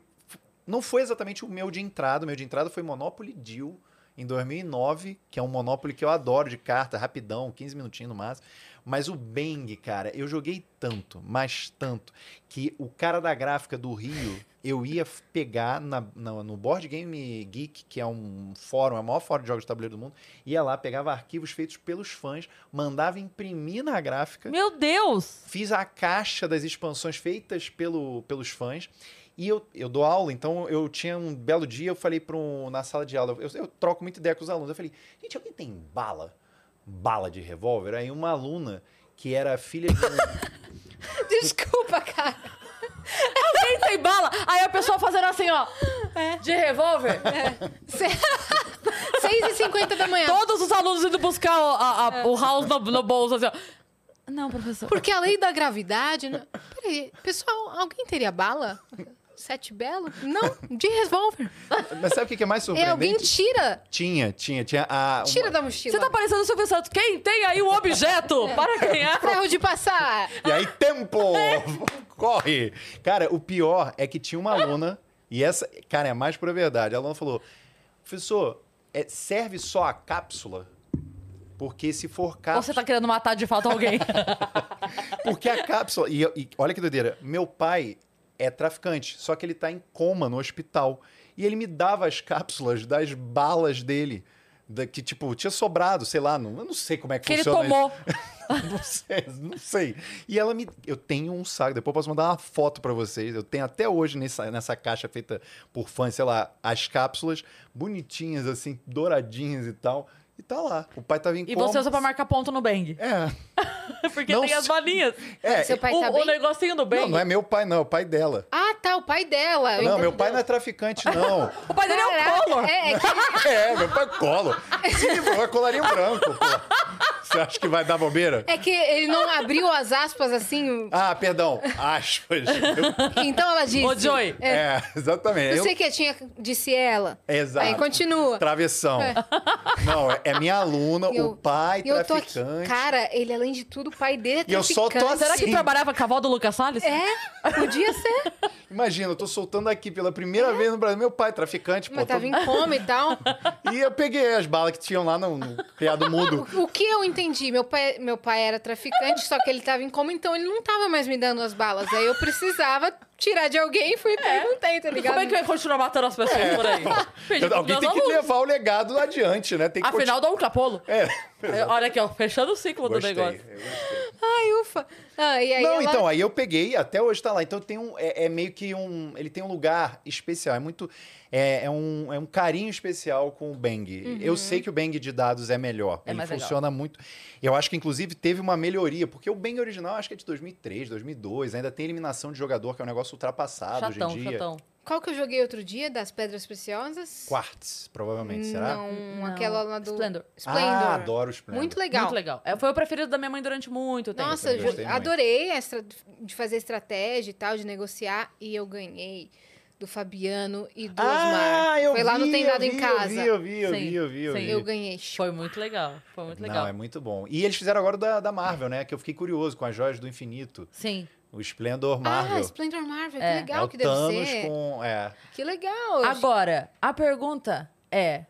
S3: Não foi exatamente o meu de entrada. O meu de entrada foi Monopoly Deal em 2009, que é um Monopoly que eu adoro de carta, rapidão, 15 minutinhos no máximo. Mas o Bang, cara, eu joguei tanto, mas tanto, que o cara da gráfica do Rio, eu ia f- pegar na- na- no Board Game Geek, que é um fórum, é o maior fórum de jogos de tabuleiro do mundo, ia lá, pegava arquivos feitos pelos fãs, mandava imprimir na gráfica
S1: Meu Deus!
S3: fiz a caixa das expansões feitas pelo, pelos fãs. E eu, eu dou aula, então eu tinha um belo dia, eu falei para um, na sala de aula, eu, eu troco muita ideia com os alunos. Eu falei, gente, alguém tem bala? Bala de revólver? Aí uma aluna que era filha de um.
S2: Desculpa, cara.
S1: Quem tem bala? Aí a pessoa fazendo assim, ó. De revólver.
S2: 6h50 da manhã.
S1: Todos os alunos indo buscar o, a- a- o house no, no bolso, assim, ó. Não, professor.
S2: Porque a lei da gravidade. né? Peraí, pessoal, alguém teria bala? Sete belo? Não, de revólver.
S3: Mas sabe o que que é mais
S2: É, alguém
S3: surpreendente?
S2: tira.
S3: Tinha, tinha, tinha. A, uma-
S2: Tira da mochila.
S1: Você tá parecendo o Silvio Santos. Quem tem aí um objeto para é. ganhar?
S2: Ferro de passar.
S3: E aí, tempo! Corre! Cara, o pior é que tinha uma aluna, e essa, cara, é a mais pura verdade. A aluna falou: professor, é, serve só a cápsula? Porque se for
S1: Ou
S3: cápsula.
S1: você tá querendo matar de fato alguém?
S3: Porque a cápsula. E, eu- e olha que doideira. Meu pai é traficante, só que ele tá em coma no hospital. E ele me dava as cápsulas das balas dele. da- que, tipo, tinha sobrado, sei lá, não, eu não sei como é que,
S1: que ele
S3: funciona. isso.
S1: tomou.
S3: não sei, não sei. E ela me. Eu tenho um saco, depois eu posso mandar uma foto pra vocês. Eu tenho até hoje nessa, nessa caixa feita por fãs, sei lá, as cápsulas bonitinhas, assim, douradinhas e tal. E tá lá. O pai tava em
S1: E
S3: coma.
S1: você usa pra marcar ponto no Bang.
S3: É.
S1: Porque
S3: Não
S1: tem as
S3: sei.
S1: balinhas.
S3: É,
S2: Seu pai
S1: o,
S2: tá
S1: o
S2: bem?
S1: negocinho do Bang.
S3: não, não é meu pai, não, é o pai dela.
S2: Ah, tá, o pai dela. Eu
S3: não,
S2: entendi.
S3: meu pai não é traficante, não.
S1: O pai dele é o
S2: Caraca,
S1: Collor.
S2: É, é que
S3: é, meu pai é colo. Se ele for, é colarinho branco, pô. Você acha que vai dar bobeira?
S2: É que ele não abriu as aspas assim.
S3: Ah, perdão, aspas.
S2: Então ela disse.
S1: Ô, Joy.
S3: É, exatamente.
S2: Não
S3: Eu-
S2: sei o que tinha, disse ela.
S3: Exato.
S2: Aí continua. É.
S3: Travessão. Não, é, é minha aluna,
S2: Eu-
S3: o pai,
S2: E eu tô aqui.
S3: traficante.
S2: Cara, ele, além de tudo, o pai dele é
S3: E eu só tô assim.
S2: traficante.
S1: Será que
S3: Sim.
S1: trabalhava com a avó do Lucas Salles?
S2: É, podia ser.
S3: Imagina, eu tô soltando aqui pela primeira vez no Brasil. Meu pai, é traficante, pô.
S2: É. Mas tá
S3: tô-
S2: tava em coma e tal.
S3: E eu peguei as balas que tinham lá no, no criado mudo.
S2: O que eu entendi? Meu pai, meu pai era traficante, só que ele tava em coma, então ele não tava mais me dando as balas. Aí eu precisava tirar de alguém e fui e perguntei, tá
S1: E
S2: ligado?
S1: como é que eu ia continuar matando as pessoas por aí? Perdi
S3: É. Eu-
S1: tudo
S3: Alguém
S1: meus
S3: tem que
S1: alunos.
S3: levar o legado adiante, né? Tem que
S1: Afinal, dá um capolo.
S3: continuar. É,
S1: É, Olha aqui, ó, fechando o ciclo
S3: gostei.
S1: do negócio.
S3: eu gostei.
S2: Ai, ufa. Ah, e aí
S3: Não,
S2: ela-
S3: então, aí eu peguei, até hoje tá lá. Então tem um. É, é meio que um. Ele tem um lugar especial. É muito. É, é um, é um carinho especial com o Bang.
S2: Uhum.
S3: Eu sei que o Bang de dados é melhor.
S1: É
S3: ele
S1: mais legal.
S3: funciona muito. Eu acho que, inclusive, teve uma melhoria, porque o Bang original acho que é de 2003, 2002. Ainda tem eliminação de jogador, que é um negócio ultrapassado
S1: Chatão,
S3: hoje em dia.
S1: chatão.
S2: Qual que eu joguei outro dia das Pedras Preciosas?
S3: Quartz, provavelmente, será?
S2: Não,
S1: Não,
S2: aquela lá do.
S1: Splendor.
S3: Ah,
S2: Splendor.
S3: adoro os planos.
S2: Muito legal.
S1: Muito legal. É, foi o preferido da minha mãe durante muito tempo.
S2: Nossa,
S3: também
S2: Ju,
S3: gostei muito.
S2: adorei a estra- de fazer estratégia e tal, de negociar. E eu ganhei do Fabiano e do Osmar.
S3: Ah, eu
S2: Foi
S3: vi,
S2: lá no Tem
S3: eu
S2: Dado em
S3: vi,
S2: Casa.
S3: Eu vi, eu
S1: Sim,
S3: vi, eu vi, eu
S1: sim.
S3: vi.
S2: Eu ganhei.
S1: Foi muito legal. Foi muito legal.
S3: Não, é muito bom. E eles fizeram agora o da, da Marvel, né? Que eu fiquei curioso com as joias do infinito.
S1: Sim.
S3: O Splendor
S2: Ah,
S3: Marvel.
S2: Splendor Marvel,
S1: É.
S2: que legal
S3: é o
S2: que deve
S3: Thanos
S2: ser.
S3: com. É.
S2: Que legal.
S1: Agora, a pergunta é: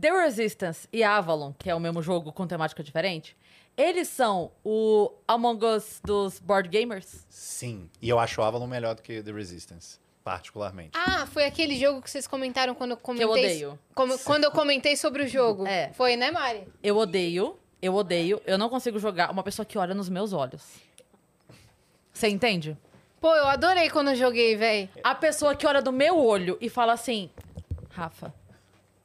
S1: The Resistance e Avalon, que é o mesmo jogo com temática diferente, eles são o Among Us dos board gamers?
S3: Sim. E eu acho o Avalon melhor do que The Resistance, particularmente.
S2: Ah, foi aquele jogo que vocês comentaram quando eu comentei.
S1: odeio.
S2: como- quando eu comentei sobre o jogo.
S1: É.
S2: Foi, né, Mari?
S1: Eu odeio, eu odeio, eu não consigo jogar uma pessoa que olha nos meus olhos. Você entende?
S2: Pô, eu adorei quando eu joguei, véi.
S1: A pessoa que olha do meu olho e fala assim: Rafa,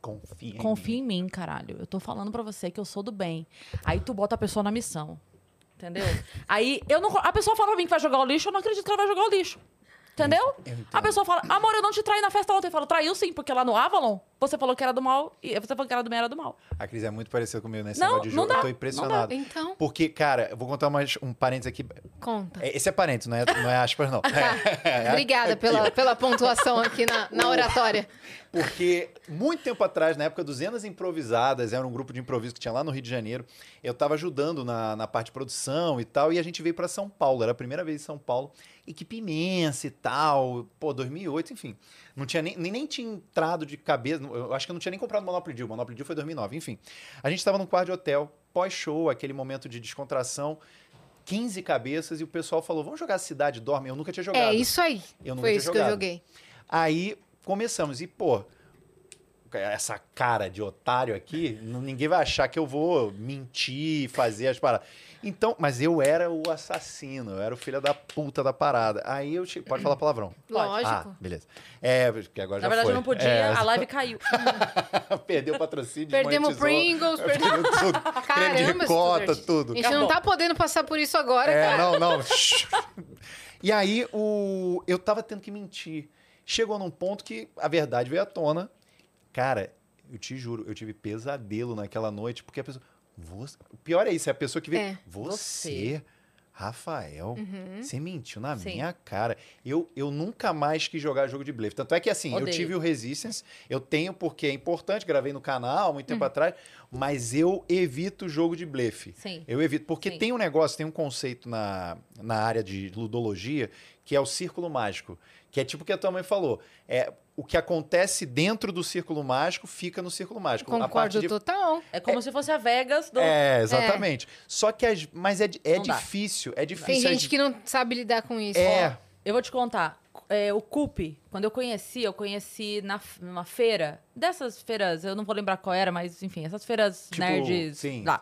S3: Confia. em
S1: confia em mim, caralho. Eu tô falando pra você que eu sou do bem. Aí tu bota a pessoa na missão. Entendeu? Aí eu não. A pessoa fala pra mim que vai jogar o lixo, eu não acredito que ela vai jogar o lixo. Entendeu?
S3: Eu entendo.
S1: A pessoa fala, amor, eu não te traí na festa ontem. Eu falo, traiu sim, porque lá no Avalon, você falou que era do mal, e você falou que era do bem, era do mal.
S3: mim. A Cris é muito parecida comigo nesse
S1: Não,
S3: negócio de
S1: não
S3: jogo.
S1: dá,
S3: eu tô impressionado.
S2: Então,
S3: Porque, cara, eu vou contar mais um parênteses aqui.
S2: conta. Tá.
S3: É, Esse é parênteses, não é, não é aspas, não.
S2: Obrigada pela, pela pontuação aqui na,
S3: Uh.
S2: na oratória.
S3: Porque muito tempo atrás, na época dos Zenas Improvisadas, era um grupo de improviso que tinha lá no Rio de Janeiro. Eu tava ajudando na, na parte de produção e tal, e a gente veio para São Paulo. Era a primeira vez em São Paulo. Equipe imensa e tal. Pô, 2008, enfim. Não tinha nem, nem, nem tinha entrado de cabeça. Eu acho que eu não tinha nem comprado Monopoly Deal. Monopoly Deal foi 2009, enfim. A gente tava num quarto de hotel, pós-show, aquele momento de descontração. 15 cabeças e o pessoal falou: vamos jogar Cidade Dorme? Eu nunca tinha jogado.
S2: É isso aí.
S3: Eu nunca
S2: Foi
S3: tinha
S2: isso que eu
S3: jogado.
S2: joguei.
S3: Aí começamos. E, pô, essa cara de otário aqui, n- ninguém vai achar que eu vou mentir, fazer as paradas. Então, mas eu era o assassino, eu era o filho da puta da parada. Aí eu cheguei. Pode falar palavrão. Ah,
S2: Lógico.
S3: beleza. É, porque agora
S1: na
S3: já
S1: verdade,
S3: foi.
S1: eu não podia,
S3: É,
S1: a live caiu.
S3: perdeu o patrocínio,
S2: Perdemos
S3: desmonetizou,
S2: Pringles, perdemos.
S3: perdeu tudo. Creme
S2: Caramba,
S3: É de cota,
S2: Stuart.
S3: tudo.
S2: A gente não
S1: Acabou.
S2: tá podendo passar por isso agora,
S3: É,
S2: cara.
S3: não, não. e aí o eu tava tendo que mentir. Chegou num ponto que a verdade veio à tona. Cara, eu te juro, eu tive pesadelo naquela noite, porque a pessoa. "Você-" O pior é isso, é a pessoa que vê.
S2: É,
S3: você, Rafael, você mentiu na
S1: Sim.
S3: minha cara. Eu, eu nunca mais quis jogar jogo de blefe. Tanto é que assim, eu
S1: Odeio.
S3: tive o Resistance, eu tenho porque é importante, gravei no canal muito tempo atrás, mas eu evito jogo de blefe.
S1: Sim.
S3: Eu evito, porque
S1: Sim.
S3: tem um negócio, tem um conceito na, na área de ludologia que é o círculo mágico. Que é tipo o que a tua mãe falou. É, o que acontece dentro do círculo mágico fica no círculo mágico. a parte
S2: Concordo
S3: de...
S2: total.
S1: É como se fosse a Vegas do.
S3: É, exatamente. Só que as, mas é, di- é
S1: Não dá.
S3: difícil, é
S2: Tem
S3: difícil.
S2: gente que não sabe lidar com isso.
S3: é,
S1: Eu vou te contar. é, o Coupe, quando eu conheci, eu conheci na, f- numa feira. Dessas feiras, eu não vou lembrar qual era, mas enfim, essas feiras
S3: Tipo,
S1: nerds
S3: sim.
S1: lá.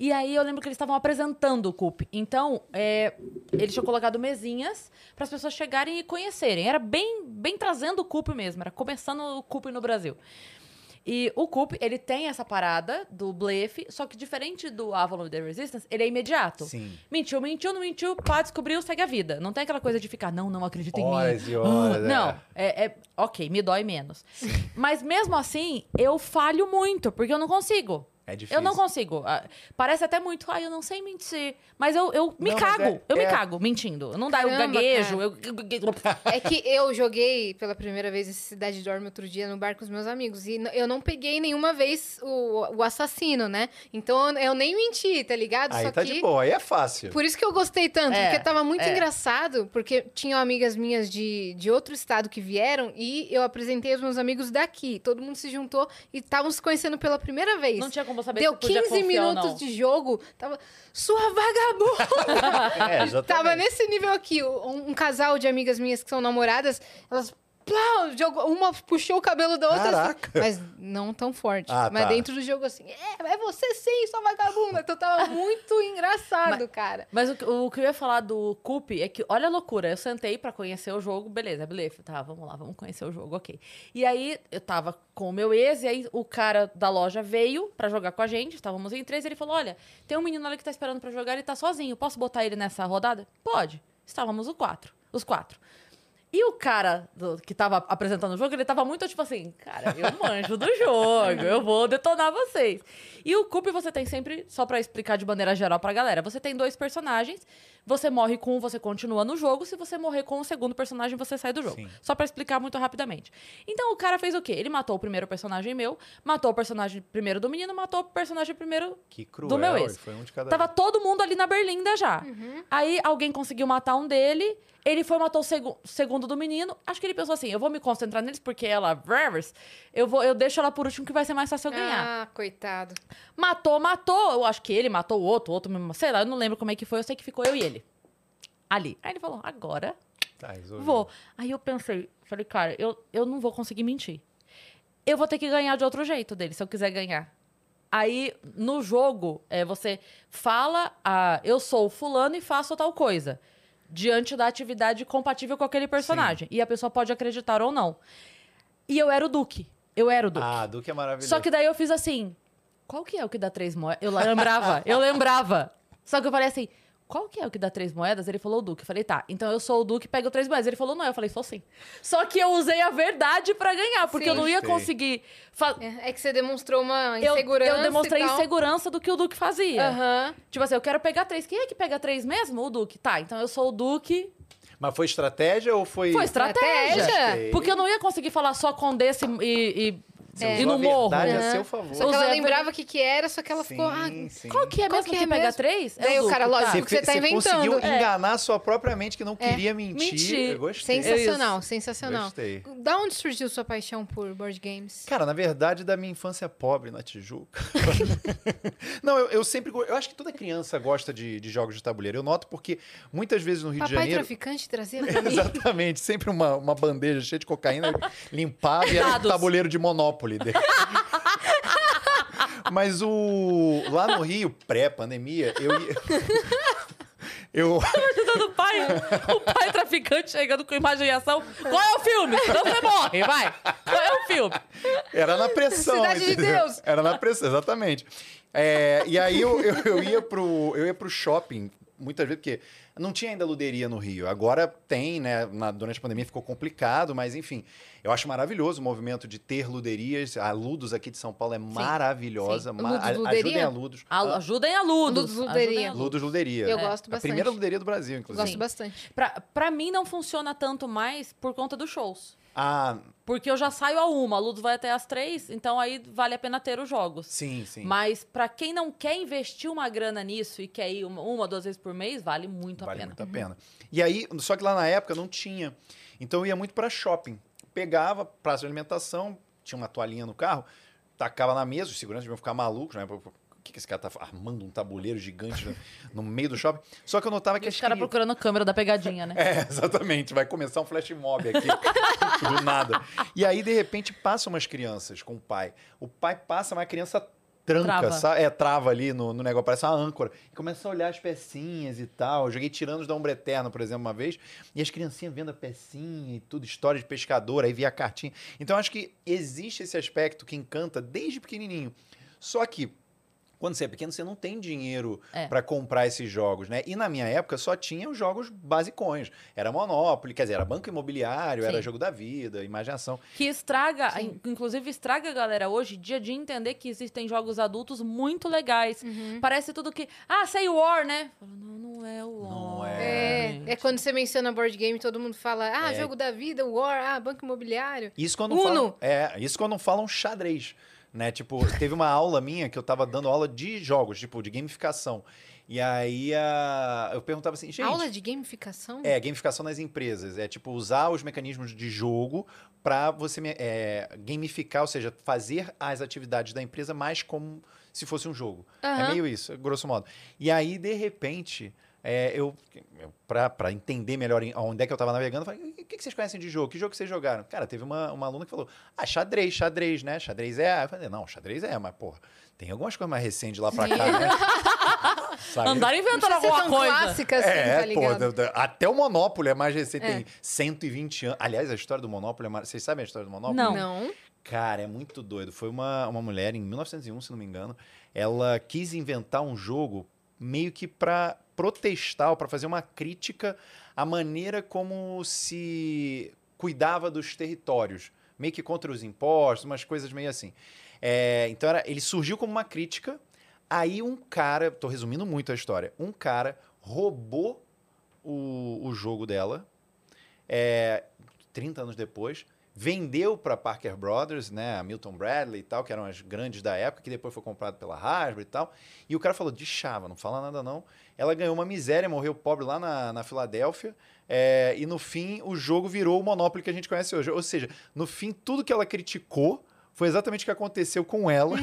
S1: E aí eu lembro que eles estavam apresentando o Coupe. Então, é, eles tinham colocado mesinhas para as pessoas chegarem e conhecerem. Era bem, bem trazendo o Coupe mesmo, era começando o Coupe no Brasil. E o Coupe, ele tem essa parada do blefe, só que diferente do Avalon e The Resistance, ele é imediato.
S3: Sim.
S1: Mentiu, mentiu, não mentiu, pá, descobriu, segue a vida. Não tem aquela coisa de ficar, não, não acredito em
S3: Horas
S1: mim.
S3: e horas,
S1: Ah,
S3: é.
S1: Não, é, é- ok, me dói menos. Mas mesmo assim, eu falho muito, porque eu não consigo.
S3: é, É difícil.
S1: Eu não consigo. Ah, Parece até muito, ai, eu não sei mentir. Mas eu, eu me
S3: Não, mas
S1: cago.
S3: é-
S1: eu me
S3: é-
S1: cago mentindo. Não dá, eu
S2: Caramba,
S1: gaguejo.
S2: cara.
S1: Eu...
S2: É que eu joguei pela primeira vez esse Cidade Dorme outro dia no bar com os meus amigos. E n- eu não peguei nenhuma vez o, o assassino, né? Então eu eu nem menti, tá ligado?
S3: Aí
S2: Só
S3: tá
S2: que.
S3: de boa, aí é fácil.
S2: Por isso que eu gostei tanto,
S1: É,
S2: porque tava muito
S1: é.
S2: engraçado, porque tinham amigas minhas de, de outro estado que vieram e eu apresentei os meus amigos daqui. Todo mundo se juntou e estavam se conhecendo pela primeira vez.
S1: Não tinha como eu saber
S2: Deu
S1: se podia
S2: 15
S1: confiar ou não.
S2: minutos de jogo, tava. Sua vagabunda!
S3: É, exatamente.
S2: Tava nesse nível aqui. Um, um casal de amigas minhas que são namoradas, elas. Plá, jogou- uma puxou o cabelo da outra. assim,
S3: Caraca.
S2: mas não tão forte.
S3: Ah,
S2: mas
S3: tá.
S2: dentro do jogo, assim, é, é você sim, sua vagabunda. Então tava muito engraçado, cara.
S1: Mas o, que- o que eu ia falar do Coop é que, olha a loucura, eu sentei pra conhecer o jogo, beleza, beleza, tá, vamos lá, vamos conhecer o jogo, ok. E aí, eu tava com o meu ex, e aí o cara da loja veio pra jogar com a gente, estávamos em três, e ele falou, olha, tem um menino ali que tá esperando pra jogar, ele tá sozinho, posso botar ele nessa rodada? Pode. Estávamos os quatro, os quatro. E o cara do- que tava apresentando o jogo, ele tava muito tipo assim, cara, eu manjo do jogo, eu vou detonar vocês. E o Coop você tem sempre, só pra explicar de maneira geral pra galera, você tem dois personagens, você morre com um, você continua no jogo, se você morrer com o segundo personagem, você sai do jogo.
S3: Sim.
S1: Só pra explicar muito rapidamente. Então o cara fez o quê? Ele matou o primeiro personagem meu, matou o personagem primeiro do menino, matou o personagem primeiro
S3: Que cruel.
S1: do meu ex.
S3: e Foi um de cada
S1: Tava
S3: vez.
S1: todo mundo ali na berlinda já. Aí alguém conseguiu matar um dele. Ele foi matou o segu- segundo do menino. Acho que ele pensou assim: eu vou me concentrar neles porque ela. Rivers, eu, vou, eu deixo ela por último que vai ser mais fácil eu ganhar.
S2: Ah, coitado.
S1: Matou, matou. Eu acho que ele matou o outro, o outro mesmo. Sei lá, eu não lembro como é que foi. Eu sei que ficou eu e ele. Ali. Aí ele falou: agora
S3: Tá, resolvido.
S1: Vou. Aí eu pensei, falei, cara, eu, eu não vou conseguir mentir. Eu vou ter que ganhar de outro jeito dele, se eu quiser ganhar. Aí, no jogo, é, você fala, ah, eu sou o fulano e faço tal coisa. Diante da atividade compatível com aquele personagem. E a pessoa pode acreditar ou não. E eu era o Duque. Eu era o Duque.
S3: Ah, Duque é maravilhoso.
S1: Só que daí eu fiz assim: qual que é o que dá três moedas? Eu lembrava, eu lembrava. Só que eu falei assim: qual que é o que dá três moedas? Ele falou o Duque. Eu falei, tá, então eu sou o Duque, pega três moedas. Ele falou, não. Eu falei, sou sim. Só que eu usei a verdade pra ganhar, porque
S2: Sim.
S1: eu não ia
S3: Gostei.
S1: conseguir. fa-
S2: É, é que você demonstrou uma
S1: Eu,
S2: insegurança.
S1: eu demonstrei
S2: e tal.
S1: insegurança do que o Duque fazia.
S2: Aham.
S1: Tipo assim, eu quero pegar três. Quem é que pega três mesmo? O Duque. Tá, então eu sou o Duque.
S3: Mas foi estratégia ou foi.
S1: Foi estratégia.
S3: Gostei.
S1: Porque eu não ia conseguir falar só com desse e, e,
S3: Você
S1: e
S2: É.
S3: usou
S1: no
S3: a
S1: morro.
S3: verdade
S2: Aham.
S3: a seu favor.
S2: Só
S1: Usei a
S2: que ela
S1: verdade-
S2: lembrava o que, que era, só que ela ficou. Ah,
S3: Sim, sim.
S1: Qual que é
S2: Qual
S1: mesmo que,
S2: que é
S1: pega
S2: mesmo?
S1: três? É
S2: Daí o
S1: Duque,
S2: cara,
S1: tá.
S2: lógico,
S3: Você,
S2: que você
S3: fe-
S2: tá inventando.
S3: conseguiu
S1: É.
S3: enganar a sua própria mente que não queria mentir.
S1: Mentir.
S3: Eu gostei.
S2: sensacional, sensacional.
S3: Gostei.
S2: Da onde surgiu sua paixão por board games?
S3: Cara, na verdade, da minha infância pobre na Tijuca. não, eu, eu sempre. go- Eu acho que toda criança gosta de, de jogos de tabuleiro. Eu noto porque muitas vezes no Rio de
S2: Papai
S3: Janeiro.
S2: traficante trazia pra mim.
S3: Exatamente, sempre uma, uma bandeja cheia de cocaína eu limpava e era um
S1: Dados.
S3: tabuleiro de Monopoly. dele. Mas o lá no Rio, pré-pandemia, eu ia- eu
S1: do pai, o pai traficante chegando com imagem e ação. Qual é o filme? Senão você morre, vai. Qual é o filme?
S3: Era na pressão.
S2: Cidade de
S3: entendeu?
S2: Deus.
S3: Era na pressão, exatamente. É, e aí eu, eu, eu ia pro, eu ia pro shopping muitas vezes, porque não tinha ainda luderia no Rio. Agora tem, né? Na, durante a pandemia ficou complicado, mas enfim. Eu acho maravilhoso o movimento de ter luderias. A Ludos aqui de São Paulo é maravilhosa.
S2: sim.
S3: ma-
S2: Ludos,
S3: a- ajudem
S2: luderia?
S3: a Ludos.
S1: A- ajudem a Ludos.
S2: Ludos, luderia.
S1: ajudem a Ludos.
S3: Ludos Luderia. É
S2: Eu gosto
S3: A
S2: bastante.
S3: primeira luderia do Brasil, inclusive.
S2: Gosto bastante.
S1: Pra, pra mim não funciona tanto mais por conta dos shows.
S3: Ah,
S1: Porque eu já saio a uma, a Ludos vai até às três, então aí vale a pena ter os jogos.
S3: sim, sim.
S1: Mas pra quem não quer investir uma grana nisso e quer ir uma, uma, duas vezes por mês, vale muito
S3: vale
S1: a pena.
S3: muito a pena. E aí, só que lá na época não tinha. Então eu ia muito pra shopping. Pegava praça de alimentação, tinha uma toalhinha no carro, tacava na mesa, os seguranças iam ficar malucos, né? O que, que esse cara tá armando um tabuleiro gigante no, no meio do shopping? Só que eu notava que
S1: E os
S3: as
S1: caras
S3: crianças-
S1: procurando a câmera da pegadinha, né?
S3: é, exatamente. Vai começar um flash mob aqui. do nada. E aí, de repente, passam umas crianças com o pai. O pai passa, mas a criança tranca,
S1: Trava.
S3: sa- é, trava ali no, no negócio, parece uma âncora. E começa a olhar as pecinhas e tal. Eu joguei Tiranos da Ombra Eterna, por exemplo, uma vez. E as criancinhas vendo a pecinha e tudo, história de pescador, aí via a cartinha. Então, acho que existe esse aspecto que encanta desde pequenininho. Só que quando você é pequeno, você não tem dinheiro
S1: É.
S3: pra comprar esses jogos, né? E na minha época só tinha os jogos basicões. Era Monopoly, quer dizer, era Banco Imobiliário, era
S1: Sim.
S3: Jogo da Vida, Imaginação.
S1: Que estraga, in- inclusive estraga a galera hoje em dia de entender que existem jogos adultos muito legais.
S2: Uhum.
S1: Parece tudo que. Ah, sei War, né? Fala, Não, não é o War.
S3: Não
S2: É,
S1: gente."
S2: é quando você menciona board game, todo mundo fala,
S3: É.
S2: ah, jogo da vida, war, ah, banco imobiliário.
S3: Isso quando
S2: Uno.
S3: falam, é, isso quando falam xadrez, né? Tipo, teve uma aula minha que eu tava dando aula de jogos, tipo, de gamificação. E aí a- eu perguntava assim, gente,
S2: Aula de gamificação?
S3: é, gamificação nas empresas, é tipo usar os mecanismos de jogo pra você me- é, gamificar, ou seja, fazer as atividades da empresa mais como se fosse um jogo. É
S2: Aham.
S3: meio isso, grosso modo. E aí, de repente, é, eu, eu- pra, pra entender melhor em- onde é que eu tava navegando, eu falei, o que, que vocês conhecem de jogo? Que jogo que vocês jogaram? Cara, teve uma, uma aluna que falou, ah, xadrez, xadrez, né? Xadrez é... Eu falei, não, xadrez é, mas, porra, tem algumas coisas mais recentes lá pra cá, né? Sabe?
S1: Andaram
S2: Não
S1: inventando
S2: precisa ser
S1: alguma
S2: tão
S1: tá coisa.
S2: clássica assim, tá
S3: É, pô,
S2: ligado?
S3: da- da- até o Monopoly é mais recente, tem 120 anos. Aliás, a história do Monopoly é mar... Vocês sabem a história do Monopoly?
S1: Não.
S2: Não.
S3: Cara, é muito doido. Foi uma, uma mulher, em 1901, se não me engano, ela quis inventar um jogo meio que pra protestar ou pra fazer uma crítica à maneira como se cuidava dos territórios. Meio que contra os impostos, umas coisas meio assim. É, então, era- ele surgiu como uma crítica. Aí um cara, tô resumindo muito a história, um cara roubou o, o jogo dela, é, 30 anos depois, vendeu para Parker Brothers, né, a Milton Bradley e tal, que eram as grandes da época, que depois foi comprado pela Hasbro e tal. E o cara falou, de chava, não fala nada não. Ela ganhou uma miséria, morreu pobre lá na, na Filadélfia, é, e no fim o jogo virou o Monopoly que a gente conhece hoje. Ou seja, no fim tudo que ela criticou foi exatamente o que aconteceu com ela.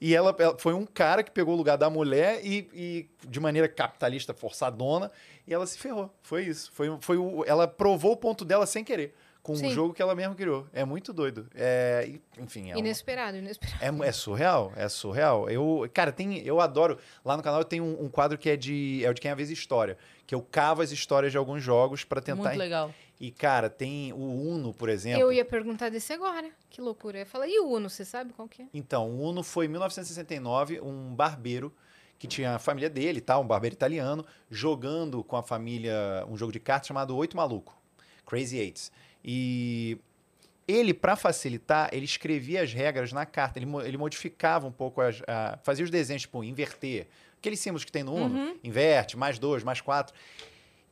S3: E ela, ela- foi um cara que pegou o lugar da mulher e, e, de maneira capitalista forçadona, e ela se ferrou. Foi isso. Foi, um- foi o, ela provou o ponto dela sem querer. Com um
S2: Sim.
S3: jogo que ela mesma criou. É muito doido. É, e, enfim, é, uma-
S2: Inesperado, inesperado.
S3: é, mu- é surreal, é surreal. Eu, cara, tem, eu adoro. Lá no canal eu tenho um, um quadro que é de é o de quem a vez história, que eu cavo as histórias de alguns jogos pra tentar.
S1: Muito legal.
S3: E cara, tem o Uno, por exemplo.
S2: Eu ia perguntar desse agora. Que loucura. Eu falei, e o Uno, você sabe qual que é?
S3: Então, o Uno foi em 1969, um barbeiro que tinha a família dele, e tal, um barbeiro italiano, jogando com a família um jogo de cartas chamado Oito Maluco, Crazy Eights. E ele, para facilitar, ele escrevia as regras na carta, ele, mo- ele modificava um pouco, as, a- fazia os desenhos, tipo, inverter, aqueles símbolos que tem no Uno, inverte, mais dois, mais quatro.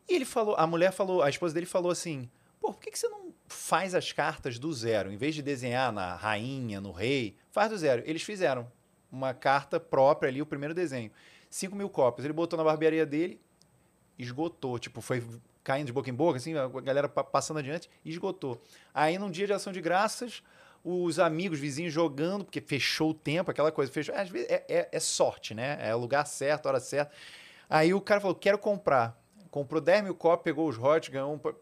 S3: E ele falou, a mulher falou, a esposa dele falou assim, pô, por que, que você não faz as cartas do zero? Em vez de desenhar na rainha, no rei, faz do zero. Eles fizeram uma carta própria ali, o primeiro desenho. 5 mil cópias. Ele botou na barbearia dele, esgotou. Tipo, foi caindo de boca em boca, assim, a galera pa- passando adiante, e esgotou. Aí, num dia de ação de graças, os amigos, vizinhos jogando, porque fechou o tempo, aquela coisa. Fechou. Às vezes é, é- é sorte, né? É lugar certo, hora certa. Aí o cara falou, quero comprar. Comprou 10 mil cópias, pegou os hot, ganhou um... po-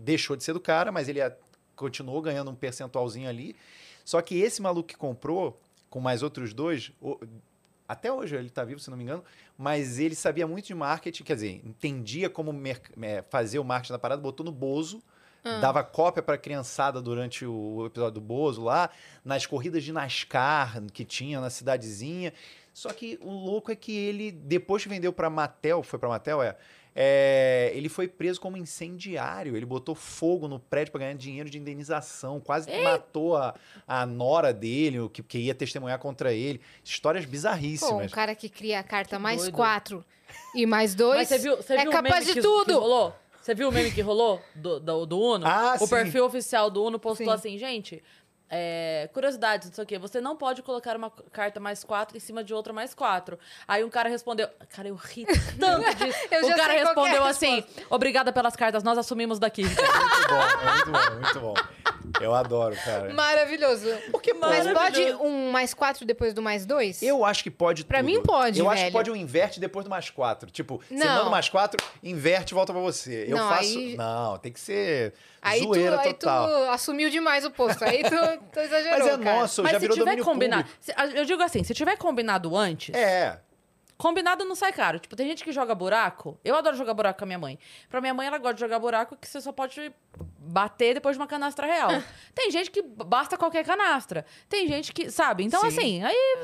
S3: Deixou de ser do cara, mas ele a- continuou ganhando um percentualzinho ali. Só que esse maluco que comprou, com mais outros dois, o- até hoje ele tá vivo, se não me engano, mas ele sabia muito de marketing, quer dizer, entendia como merc- é, fazer o marketing da parada, botou no Bozo,
S2: Ah.
S3: dava cópia pra criançada durante o episódio do Bozo lá, nas corridas de NASCAR que tinha na cidadezinha. Só que o louco é que ele, depois que vendeu pra Mattel, foi pra Mattel, é, é, ele foi preso como incendiário. Ele botou fogo no prédio pra ganhar dinheiro de indenização. Quase matou a, a nora dele, o que, que ia testemunhar contra ele. Histórias
S2: Pô, um
S3: bizarríssimas.
S2: cara que cria a carta mais
S1: doido.
S2: quatro e mais dois.
S1: Mas você viu, você
S2: é
S1: viu o
S2: capaz
S1: meme
S2: de
S1: que, que
S2: tudo.
S1: rolou? Você viu o meme que rolou do, do, do Uno?
S3: Ah,
S1: o
S3: sim.
S1: perfil oficial do Uno postou
S2: Sim.
S1: assim, gente. É, curiosidade, não sei o quê. Você não pode colocar uma carta mais quatro em cima de outra mais quatro. Aí um cara respondeu. Cara, eu ri tanto disso.
S2: Eu
S1: o
S2: já
S1: cara
S2: sei qual que é
S1: respondeu
S2: a
S1: assim: Obrigada pelas cartas, nós assumimos daqui.
S3: É muito bom, é muito bom, é muito bom. Eu adoro, cara.
S2: Maravilhoso.
S3: Porque
S2: Mas
S1: Maravilhoso.
S2: pode um mais quatro depois do mais dois?
S3: Eu acho que pode
S2: Pra
S3: tudo.
S2: mim pode,
S3: Eu acho que
S2: velho.
S3: pode um inverte depois do mais quatro. Tipo, você
S2: Não.
S3: manda o mais quatro, inverte e volta pra você. Eu
S2: Não,
S3: faço...
S2: aí-
S3: Não, tem que ser
S2: Aí tu,
S3: zoeira
S2: aí tu
S3: total.
S2: assumiu demais o posto. Aí tu, tu exagerou.
S3: Mas é
S2: cara.
S3: nosso, já
S1: Mas se
S3: virou
S1: tiver
S3: domínio
S1: combinado.
S3: público.
S1: se- eu digo assim: se tiver combinado antes,
S3: É,
S1: Combinado não sai caro. Tipo, tem gente que joga buraco. Eu adoro jogar buraco com a minha mãe. Pra minha mãe, ela gosta de jogar buraco que você só pode bater depois de uma canastra real. tem gente que basta qualquer canastra. Tem gente que, sabe? Então,
S3: Sim.
S1: assim, aí.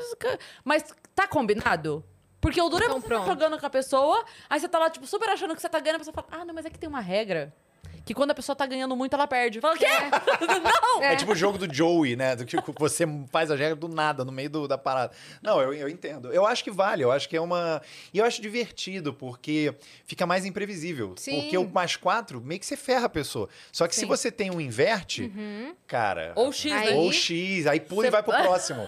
S1: Mas Tá combinado? Porque o duro é
S2: Então,
S1: você tá
S2: pronto.
S1: jogando com a pessoa, aí você tá lá, tipo, super achando que você tá ganhando, a pessoa fala, ah, não, mas é que tem uma regra. Que quando a pessoa tá ganhando muito, ela perde. Fala, o quê? não!
S3: É tipo o jogo do Joey, né? Do que você faz a regra do nada, no meio do- da parada. Não, eu, eu entendo. Eu acho que vale, eu acho que é uma. E eu acho divertido, porque fica mais imprevisível.
S2: Sim.
S3: Porque o mais quatro meio que você ferra a pessoa. Só que se
S1: Sim.
S3: você tem um inverte, cara.
S1: Ou X, né?
S2: Uhum. Aí-
S3: Ou X, aí pula
S1: Cê-
S3: e vai pro próximo.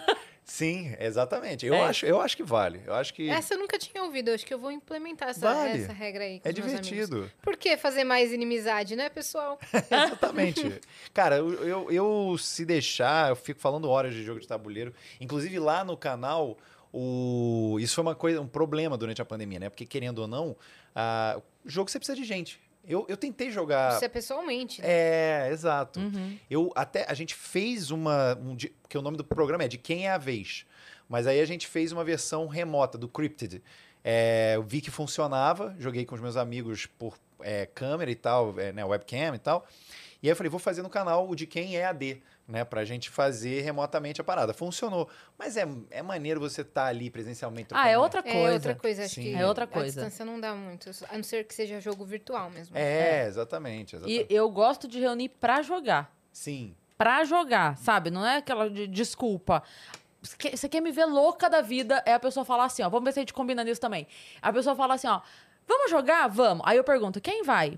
S3: Sim, exatamente. Eu,
S1: É.
S3: acho, eu acho que vale. Eu acho que é
S2: Essa eu nunca tinha ouvido. Eu acho que eu vou implementar essa,
S3: Vale.
S2: essa regra aí. Com
S3: é
S2: os meus amigos.
S3: divertido.
S2: Por que fazer mais inimizade, né, pessoal?
S3: Exatamente. Cara, eu, eu, eu, se deixar, eu fico falando horas de jogo de tabuleiro. Inclusive lá no canal, o... isso foi uma coisa, um problema durante a pandemia, né? Porque querendo ou não, ah, jogo você precisa de gente. Eu, eu tentei jogar.
S2: Isso é pessoalmente. né?
S3: É, exato.
S1: Uhum.
S3: Eu até a gente fez uma um di- porque o nome do programa é de quem é a vez. Mas aí a gente fez uma versão remota do Cryptid. É, eu vi que funcionava, joguei com os meus amigos por é, câmera e tal, é, né, webcam e tal. E aí eu falei, vou fazer no canal o de quem é a D, né? Pra gente fazer remotamente a parada. Funcionou. Mas é, é maneiro você estar ali presencialmente.
S1: Ah, é
S3: trocando
S1: outra coisa.
S2: É outra coisa, acho
S3: Sim.
S2: que
S3: É
S1: outra
S2: a
S1: coisa.
S2: distância não dá muito, a não ser que seja jogo virtual mesmo.
S3: É, exatamente.
S1: E
S3: exatamente.
S1: eu gosto de reunir pra jogar.
S3: Sim.
S1: Pra jogar, sabe? Não é aquela de desculpa. Você quer- Você quer me ver louca da vida? É a pessoa falar assim, ó. Vamos ver se a gente combina nisso também. A pessoa fala assim, ó. Vamos jogar? Vamos. Aí eu pergunto, quem vai?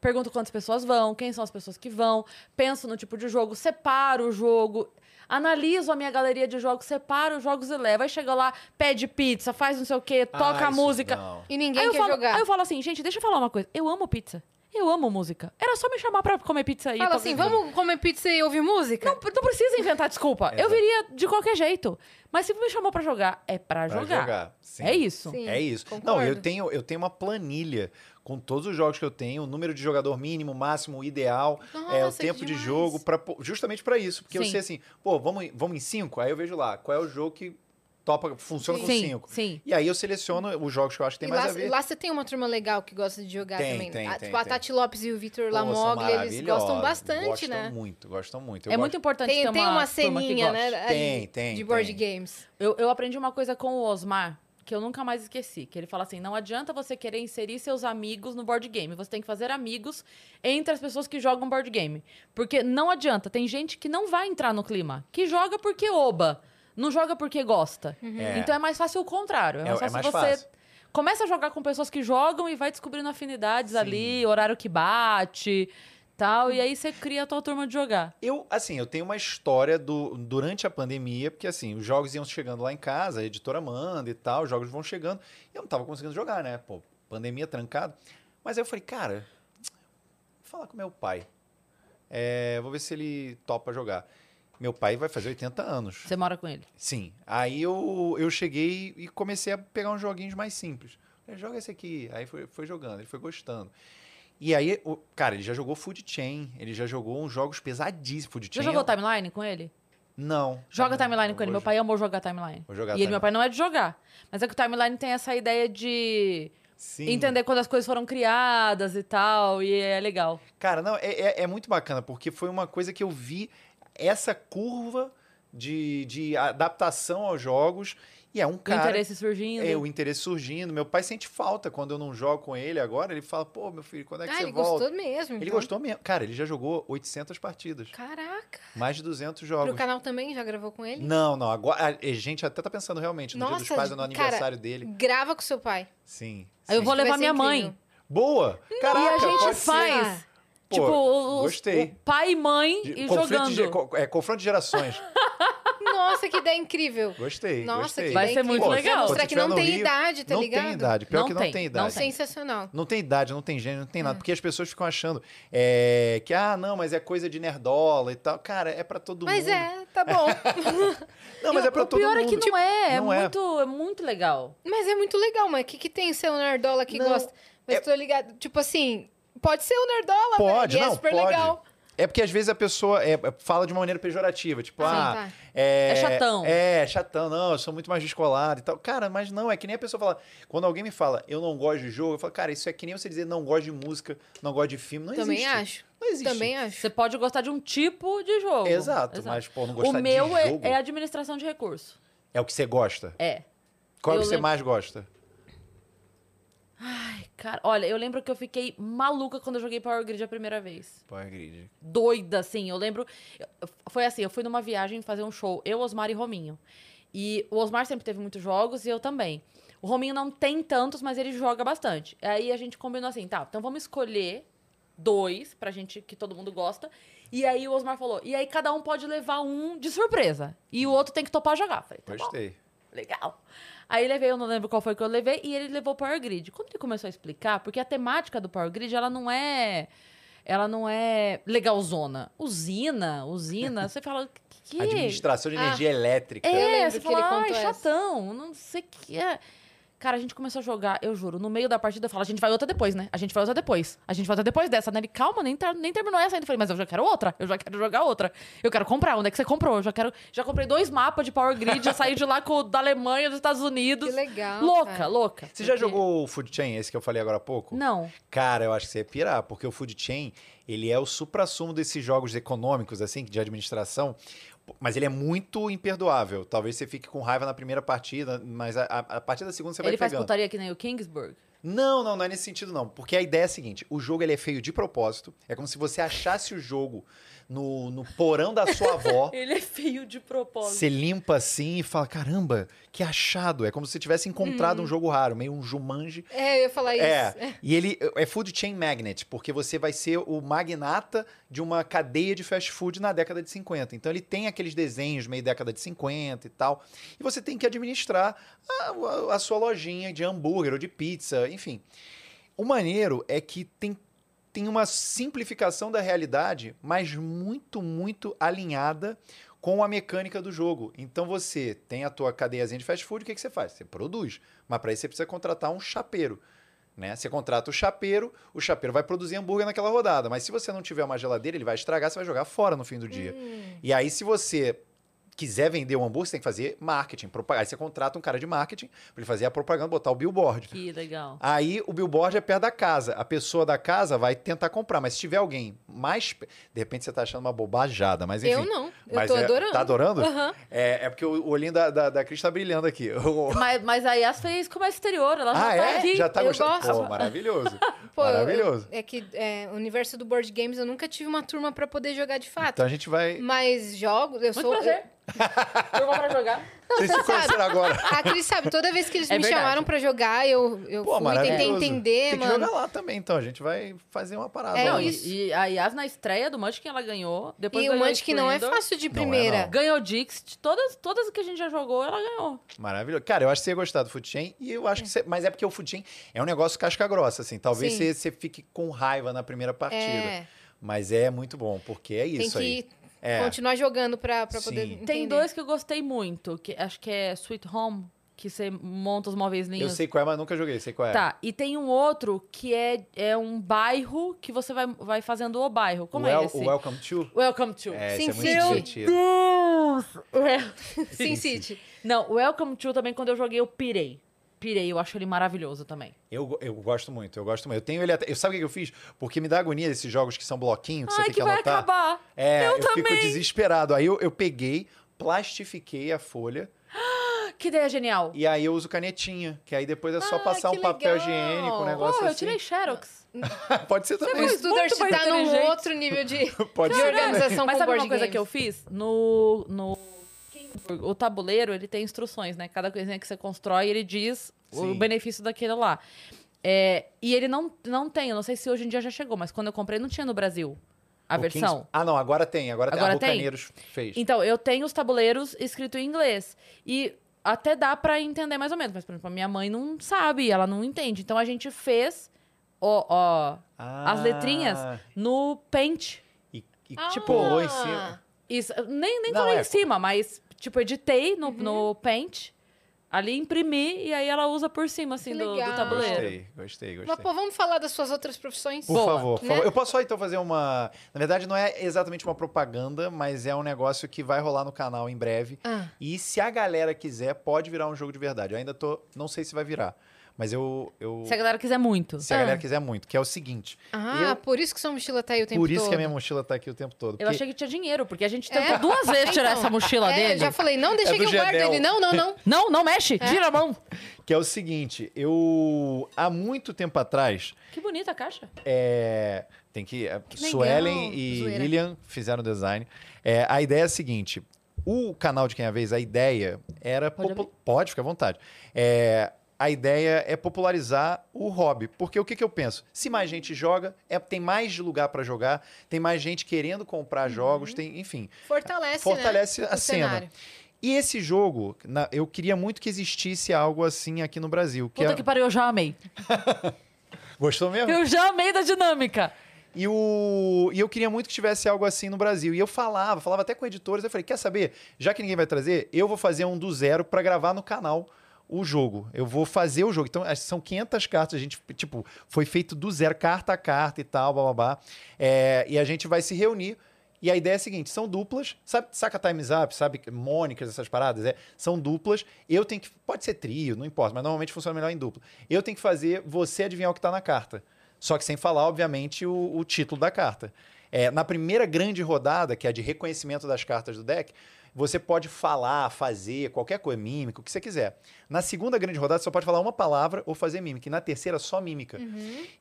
S1: Pergunto quantas pessoas vão, quem são as pessoas que vão. Penso no tipo de jogo, separo o jogo. Analiso a minha galeria de jogos, separo os jogos e levo. Aí chega lá, pede pizza, faz não sei o quê, toca
S3: Ah,
S1: a
S3: isso
S1: música.
S3: não.
S2: E ninguém
S1: aí eu
S2: quer
S1: falo,
S2: jogar.
S1: Aí eu falo assim, gente, deixa eu falar uma coisa. Eu amo pizza. Eu amo música. Era só me chamar pra comer pizza aí.
S2: Fala assim, vamos comer pizza e ouvir música?
S1: Não, não precisa inventar desculpa. eu
S3: Exato.
S1: viria de qualquer jeito. Mas se me chamou pra jogar, é pra,
S3: Pra
S1: jogar.
S3: Sim.
S1: É isso.
S2: Sim,
S3: É isso. Não, eu
S2: concordo.
S3: tenho, eu tenho uma planilha com todos os jogos que eu tenho, o número de jogador mínimo, máximo, ideal, é, o
S2: Nossa, que
S3: tempo de
S2: demais.
S3: jogo, pra, pô- justamente pra isso. Porque eu
S1: Sim.
S3: sei assim, pô, vamos, em- vamos em cinco? Aí eu vejo lá qual é o jogo que topa, funciona com
S1: sim,
S3: cinco.
S1: sim.
S3: E aí eu seleciono os jogos que eu acho que tem
S2: e
S3: mais
S2: lá,
S3: a ver.
S2: lá você tem uma turma legal que gosta de jogar
S3: Tem,
S2: também.
S3: tem,
S2: a,
S3: tem,
S2: tipo, a
S3: tem.
S2: Tati Lopes e o Vitor
S3: Pô, são
S2: Lamoglia, eles gostam
S3: maravilhosos,
S2: bastante,
S3: gostam
S2: né?
S3: muito, gostam muito. Eu
S1: É
S3: gosto-
S1: muito importante
S2: Tem,
S1: ter
S2: tem uma,
S1: turma que
S2: ceninha,
S1: gosta.
S2: né?
S3: Tem,
S2: ali,
S3: tem,
S2: De board
S3: tem.
S2: games.
S1: Eu, eu aprendi uma coisa com o Osmar, que eu nunca mais esqueci. Que ele fala assim, não adianta você querer inserir seus amigos no board game. Você tem que fazer amigos entre as pessoas que jogam board game. Porque não adianta. Tem gente que não vai entrar no clima. Que joga porque oba. Não joga porque gosta.
S3: É.
S1: Então é mais fácil o contrário. É
S3: É-
S1: mais
S3: é
S1: fácil
S3: mais
S1: você...
S3: fácil.
S1: Começa a jogar com pessoas que jogam e vai descobrindo afinidades
S3: Sim. Uhum.
S1: ali, horário que bate, tal. E aí você cria a tua turma de jogar.
S3: Eu, assim, eu tenho uma história do, durante a pandemia, porque assim, os jogos iam chegando lá em casa, a editora manda e tal, os jogos vão chegando. E eu não tava conseguindo jogar, né? Pô, pandemia trancado. Mas aí eu falei, cara, vou falar com meu pai. É, vou ver se ele topa jogar. Meu pai vai fazer 80 anos.
S1: Você mora com ele.
S3: Sim. Aí eu, eu cheguei e comecei a pegar uns joguinhos mais simples. Falei, Joga esse aqui. Aí foi, foi jogando, ele foi gostando. E aí, o, cara, ele já jogou Food Chain, ele já jogou uns jogos pesadíssimos. Food
S1: Já
S3: Chain.
S1: jogou
S3: eu-
S1: timeline com ele?
S3: Não.
S1: Joga timeline
S3: Não
S1: com ele.
S3: Tá então vou
S1: Meu pai amou jogar timeline.
S3: Vou jogar
S1: e ele,
S3: timeline.
S1: meu pai não é de jogar. Mas é que o timeline tem essa ideia de
S3: jo- Sim.
S1: entender quando as coisas foram criadas e tal. E é legal.
S3: Cara, não, é, é, é muito bacana, porque foi uma coisa que eu vi essa curva de, de adaptação aos jogos. E é um
S1: o
S3: cara.
S1: interesse surgindo.
S3: É, o interesse surgindo. Meu pai sente falta quando eu não jogo com ele agora. Ele fala, pô, meu filho, quando é que
S2: ah,
S3: você
S2: ele
S3: volta?
S2: gostou mesmo.
S3: Ele
S1: Uhum.
S2: então.
S3: gostou mesmo. Cara, ele já jogou 800 partidas.
S2: Caraca.
S3: Mais de 200
S2: Pro
S3: jogos.
S2: canal também já gravou com ele?
S3: Não, não. Agora, a gente até tá pensando realmente no Dia
S2: Nossa,
S3: dos Pais ou no
S2: cara.
S3: aniversário dele.
S2: Grava com seu pai.
S3: Sim.
S1: Aí eu
S3: sim.
S1: vou
S2: Vai
S1: levar
S2: ser
S1: minha mãe.
S2: incrível.
S3: Boa!
S1: E
S3: Caraca,
S1: a gente
S3: pode ser.
S1: faz.
S3: Pô,
S1: tipo, os-
S3: gostei.
S1: o pai e mãe
S3: De-
S1: e
S3: conflito de ge-
S1: jogando.
S3: co- é, confronto de gerações.
S2: Nossa, que ideia incrível.
S3: Gostei,
S2: Nossa,
S3: gostei.
S2: que
S1: Vai
S2: ideia
S1: ser muito
S2: incrível. Pra
S1: legal.
S2: mostrar
S3: Quando
S2: que
S3: tiver
S2: não
S3: no
S2: tem
S3: Rio,
S2: idade, tá
S3: não
S2: ligado?
S3: tem idade. Pior
S1: Não
S3: que não
S1: tem,
S3: tem,
S1: não
S3: idade.
S1: tem. É.
S2: Sensacional.
S3: Não tem idade, não tem gênero, não tem nada. Porque as pessoas ficam achando é, que, ah, não, mas é coisa de nerdola e tal. Cara, é pra todo
S2: Mas
S3: mundo.
S2: é, tá bom.
S3: Não, mas
S1: E
S3: é pra
S1: o
S3: todo
S1: pior
S3: mundo.
S1: é que não é. É,
S3: não é.
S1: Muito, é muito legal.
S2: Mas é muito legal, mas o que, que tem seu nerdola que
S3: Não,
S2: gosta? Mas
S3: é-
S2: tô ligado. Tipo assim, pode ser o nerdola,
S3: Pode,
S2: velho. e
S3: não,
S2: é super
S3: pode.
S2: legal.
S3: É porque às vezes a pessoa é, fala de uma maneira pejorativa, tipo,
S2: Ah,
S3: ah,
S2: tá.
S3: é,
S1: É chatão.
S3: É, chatão, não, eu sou muito mais descolado e tal. Cara, mas não, é que nem a pessoa fala. Quando alguém me fala, eu não gosto de jogo, eu falo, cara, isso é que nem você dizer não gosto de música, não gosto de filme. Não
S2: Também
S3: existe.
S2: acho.
S3: Não existe. é
S2: Também acho.
S1: Você pode gostar de um tipo de jogo.
S3: Exato, mas, pô, não gostar
S1: O meu
S3: de
S1: é-
S3: jogo
S1: é
S3: é...
S1: administração de recurso.
S3: o que você gosta.
S1: É.
S3: Qual
S1: Eu
S3: que você
S1: lembro-
S3: mais gosta?
S1: Ai, cara, olha, eu lembro que eu fiquei maluca quando eu joguei Power Grid a primeira vez.
S3: Power é Grid.
S1: Doida, assim. Eu lembro. eu- Foi assim, eu fui numa viagem fazer um show, eu, Osmar e Rominho. E o Osmar sempre teve muitos jogos e eu também. O Rominho não tem tantos, mas ele joga bastante. Aí a gente combinou assim, tá, então vamos escolher dois pra gente que todo mundo gosta. E aí o Osmar falou, e aí cada um pode levar um de surpresa. E o outro tem que topar jogar. Falei, tá bom.
S3: Gostei.
S1: Legal. Aí levei, eu não lembro qual foi que eu levei, e ele levou o Power Grid. Quando ele começou a explicar, porque a temática do Power Grid, ela não é. Ela não é legalzona. Usina, usina, você fala. Que? é que-
S3: Administração de
S2: Ah.
S3: energia elétrica.
S2: Eu
S1: É,
S2: lembro
S1: você
S2: que ele
S1: fala, ai,
S2: contou essa."
S1: chatão, não sei o que é. Cara, a gente começou a jogar, eu juro, no meio da partida eu falo, a gente vai outra depois, né? A gente vai outra depois. A gente vai outra depois dessa, né? Ele, calma, nem, tá- nem terminou essa ainda. Eu falei, mas eu já quero outra, eu já quero jogar outra. Eu quero comprar, onde é que você comprou? Eu já quero. Já comprei dois mapas de Power Grid, já saí de lá com o da Alemanha, dos Estados Unidos.
S2: Que legal,
S1: Louca,
S2: cara.
S1: louca.
S3: Você já
S1: Porque-
S3: jogou o Food Chain, esse que eu falei agora há pouco?
S1: Não.
S3: Cara, eu acho que você ia pirar, porque o Food Chain, ele é o supra-sumo desses jogos econômicos, assim, de administração, mas ele é muito imperdoável. Talvez você fique com raiva na primeira partida, mas a, a- a partir da segunda você
S1: Ele
S3: vai
S1: faz
S3: pegando.
S1: putaria que nem o Kingsburg.
S3: Não, não, não é nesse sentido, não. Porque a ideia é a seguinte: o jogo ele é feio de propósito. É como se você achasse o jogo no, no porão da sua avó.
S1: Ele é feio de propósito.
S3: Você limpa assim e fala: caramba, que achado! É como se você tivesse
S1: Uhum.
S3: encontrado um jogo raro, meio um Jumanji.
S2: É, eu ia falar isso.
S3: É, e ele é food chain magnet, porque você vai ser o magnata de uma cadeia de fast food na década de 50. Então ele tem aqueles desenhos meio década de 50 e tal. E você tem que administrar a, a- a sua lojinha de hambúrguer ou de pizza, enfim. O maneiro é que tem, tem uma simplificação da realidade, mas muito, muito alinhada com a mecânica do jogo. Então você tem a tua cadeiazinha de fast food, o que, que você faz? Você produz. Mas para isso você precisa contratar um chapeiro. Né? Você contrata o chapeiro, o chapeiro vai produzir hambúrguer naquela rodada. Mas se você não tiver uma geladeira, ele vai estragar, você vai jogar fora no fim do dia. E aí, se você quiser vender o hambúrguer, você tem que fazer marketing. propa- Aí você contrata um cara de marketing para ele fazer a propaganda, botar o billboard.
S1: Que legal.
S3: Aí o billboard é perto da casa. A pessoa da casa vai tentar comprar. Mas se tiver alguém mais. pe- De repente você tá achando uma bobajada, mas enfim.
S2: eu não. Eu
S3: Mas
S2: tô
S3: é-
S2: adorando.
S3: Tá adorando?
S2: Aham.
S3: É, é porque o olhinho da, da, da Cris tá brilhando aqui.
S1: Mas, mas a Yas fez comércio exterior, ela já
S3: ah,
S1: tá
S3: é?
S1: aqui.
S3: Já tá
S2: eu
S3: gostando? Pô,
S2: gosto.
S3: maravilhoso.
S2: Pô, eu-
S3: maravilhoso.
S2: é que é, o universo do board games eu nunca tive uma turma pra poder jogar de fato.
S3: Então a gente vai.
S2: Mas jogo, eu
S1: Muito
S2: sou. eu-
S1: prazer. Eu vou pra jogar.
S3: Vocês se conheceram agora.
S2: A Cris sabe, toda vez que eles
S1: É
S2: me
S1: verdade.
S2: chamaram pra jogar, eu, eu
S3: Pô,
S2: fui,
S3: maravilhoso.
S2: tentei entender,
S3: Tem que
S2: mano.
S3: jogar lá também, então. A gente vai fazer uma parada.
S2: É
S3: lá.
S1: Não,
S2: isso.
S1: e, e a Yas na estreia do Munchkin ela ganhou. Depois
S2: E o
S1: ganhou
S2: Munchkin não é
S1: Splendor,
S2: fácil de
S3: Não é,
S2: primeira.
S3: não.
S1: Ganhou Dix, de todas, todas que a gente já jogou, ela ganhou.
S3: Maravilhoso. Cara, eu acho que você ia gostar do Food Chain. E eu acho que você... Mas é porque o Food Chain é um negócio casca grossa, assim. Talvez
S2: Sim.
S3: você, você fique com raiva na primeira partida.
S2: É,
S3: Mas é muito bom, porque é
S2: tem
S3: isso aí.
S2: que
S3: É.
S2: continuar jogando pra, pra poder.
S3: Sim.
S2: Entender.
S1: Tem dois que eu gostei muito, que acho que é Sweet Home, que você monta os móveis
S3: Eu
S1: linhos.
S3: sei qual é, mas nunca joguei. Sei qual é.
S1: Tá, e tem um outro que é, é um bairro que você vai, vai fazendo o bairro. Como
S3: Wel-
S1: é esse?
S3: O Welcome to...
S1: Welcome to.
S3: É,
S2: Sim,
S3: esse é
S2: sim. Meu
S3: muito divertido.
S1: Wel-
S2: Sim, City.
S1: Não, Welcome to também, quando eu joguei, eu pirei. Pirei, eu acho ele maravilhoso também.
S3: Eu, go- eu gosto muito, eu gosto muito. Eu tenho ele até... Eu, sabe o que eu fiz? Porque me dá agonia esses jogos que são bloquinhos, que você
S1: Ai,
S3: tem
S1: que vai
S3: anotar.
S1: acabar.
S3: É, eu, fico
S1: também.
S3: desesperado. Aí eu, eu peguei, plastifiquei a folha
S1: Que ideia genial.
S3: E aí eu uso canetinha, que aí depois é só
S2: Ah,
S3: passar
S2: que
S3: um papel
S2: legal.
S3: higiênico, um
S2: Pô,
S1: Pô,
S3: negócio
S1: eu
S3: assim.
S1: tirei Xerox.
S3: Pode ser
S2: O
S3: também.
S1: Mas
S2: Studart
S1: muito mais
S2: tá num
S1: inteligente.
S2: outro nível de,
S3: Pode
S2: de
S3: ser também.
S2: organização
S1: Mas
S2: com
S1: sabe
S2: board
S1: uma coisa
S2: games.
S1: que eu fiz? No, no Kingsburg, o tabuleiro, ele tem instruções, né? Cada coisinha que você constrói, ele diz o
S3: Sim.
S1: benefício daquele lá. É, e ele não, não tem, eu não sei se hoje em dia já chegou, mas quando eu comprei não tinha no Brasil a
S3: O
S1: versão.
S3: Kings- Ah, não, agora tem. Agora,
S1: Agora
S3: tem.
S1: tem?
S3: A Bucaneiros fez.
S1: Então, eu tenho os tabuleiros escrito em inglês. E até dá pra entender mais ou menos. Mas, por exemplo, a minha mãe não sabe, ela não entende. Então, a gente fez ó, ó,
S3: Ah,
S1: as letrinhas no Paint.
S3: E, e
S2: Ah.
S3: tipo, rolou em cima.
S1: Isso, nem nem
S3: Não,
S1: falei
S3: é.
S1: em cima, mas, tipo, editei no, no Paint, ali imprimi, e aí ela usa por cima, assim,
S2: Que
S1: do, do
S2: legal.
S1: tabuleiro.
S3: Gostei, gostei,
S2: Mas,
S3: gostei.
S2: pô, vamos falar das suas outras profissões?
S3: Por
S1: Boa,
S3: favor, por
S2: né?
S3: favor. Eu posso só então fazer uma. Na verdade, não é exatamente uma propaganda, mas é um negócio que vai rolar no canal em breve.
S2: Ah,
S3: E se a galera quiser, pode virar um jogo de verdade. Eu ainda tô. Não sei se vai virar. Mas eu. eu
S1: Se a galera quiser muito.
S3: se a galera quiser muito, que é o seguinte.
S2: Ah,
S3: Eu-
S2: por isso que sua mochila tá aí o tempo
S3: Por isso
S2: todo.
S3: que a minha mochila tá aqui o tempo todo.
S1: Eu
S3: porque-
S1: achei que tinha dinheiro, porque a gente tentou duas vezes tirar
S2: Então,
S1: essa mochila
S2: é,
S1: dele.
S2: já falei, não deixa
S3: tá É
S2: que
S3: do
S2: eu guardo
S3: Gedel.
S2: ele. Não, não, não.
S1: Não, não mexe, tira a mão.
S3: Que é o seguinte, eu há muito tempo atrás,
S1: Que bonita a caixa.
S3: é, tem que, é,
S2: legal,
S3: Suelen e
S2: zoeira.
S3: Lilian fizeram o design. É, a ideia é a seguinte: o canal de quem é a vez, a ideia era
S1: Pode
S3: popu- pode fica à vontade. É, a ideia é popularizar o hobby, porque o que, que eu penso? Se mais gente joga, é, tem mais lugar para jogar, tem mais gente querendo comprar jogos, tem, enfim.
S2: Fortalece,
S3: Fortalece
S2: né,
S3: a
S2: o
S3: cena.
S2: cenário.
S3: E esse jogo, na- eu queria muito que existisse algo assim aqui no Brasil. Que
S1: Puta
S3: é-
S1: que pariu, eu já amei.
S3: Gostou mesmo?
S1: Eu já amei da dinâmica.
S3: E, o... e eu queria muito que tivesse algo assim no Brasil. E eu falava, falava até com editores. Eu falei, quer saber? Já que ninguém vai trazer, eu vou fazer um do zero pra gravar no canal o jogo. Eu vou fazer o jogo. Então, as- são 500 cartas. A gente, tipo, foi feito do zero, carta a carta e tal, bababá. É... E a gente vai se reunir. E a ideia é a seguinte, são duplas, sabe, saca Time's Up, sabe, Mônicas, essas paradas, é, são duplas, eu tenho que, pode ser trio, não importa, mas normalmente funciona melhor em dupla. Eu tenho que fazer você adivinhar o que tá na carta. Só que sem falar, obviamente, o, o título da carta. É, na primeira grande rodada, que é a de reconhecimento das cartas do deck, você pode falar, fazer, qualquer coisa, mímica, o que você quiser. Na segunda grande rodada, você só pode falar uma palavra ou fazer mímica. E na terceira, só mímica.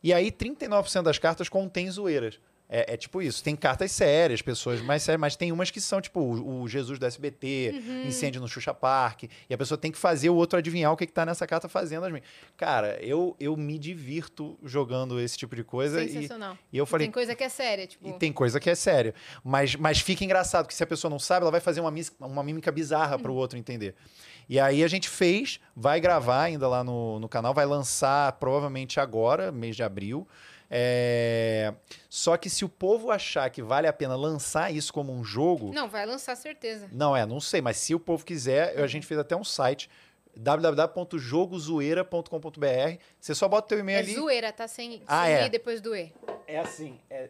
S3: E aí, 39% das cartas contém zoeiras. É, é tipo isso. Tem cartas sérias, pessoas mais sérias, mas tem umas que são, tipo, o, o Jesus do SBT, incêndio no Xuxa Park. E a pessoa tem que fazer o outro adivinhar o que, que tá nessa carta fazendo. as mi- Cara, eu, eu me divirto jogando esse tipo de coisa. E,
S2: Sensacional.
S3: e eu falei,
S2: Tem coisa que é séria,
S3: e
S2: tipo...
S3: tem coisa que é séria. Mas, mas fica engraçado, porque se a pessoa não sabe, ela vai fazer uma, mis- uma mímica bizarra
S2: Uhum.
S3: para o outro entender. E aí a gente fez, vai gravar ainda lá no, no canal, vai lançar provavelmente agora, mês de abril. É, Só que se o povo achar que vale a pena lançar isso como um jogo.
S2: Não, vai lançar certeza.
S3: Não, é, não sei, mas se o povo quiser, eu- a
S2: Uhum.
S3: gente fez até um site www.jogozoeira.com.br. Você só bota o teu e-mail
S2: É
S3: ali.
S2: zoeira, tá? Sem,
S3: Ah,
S2: sem
S3: é.
S2: i depois do e.
S3: É assim, é-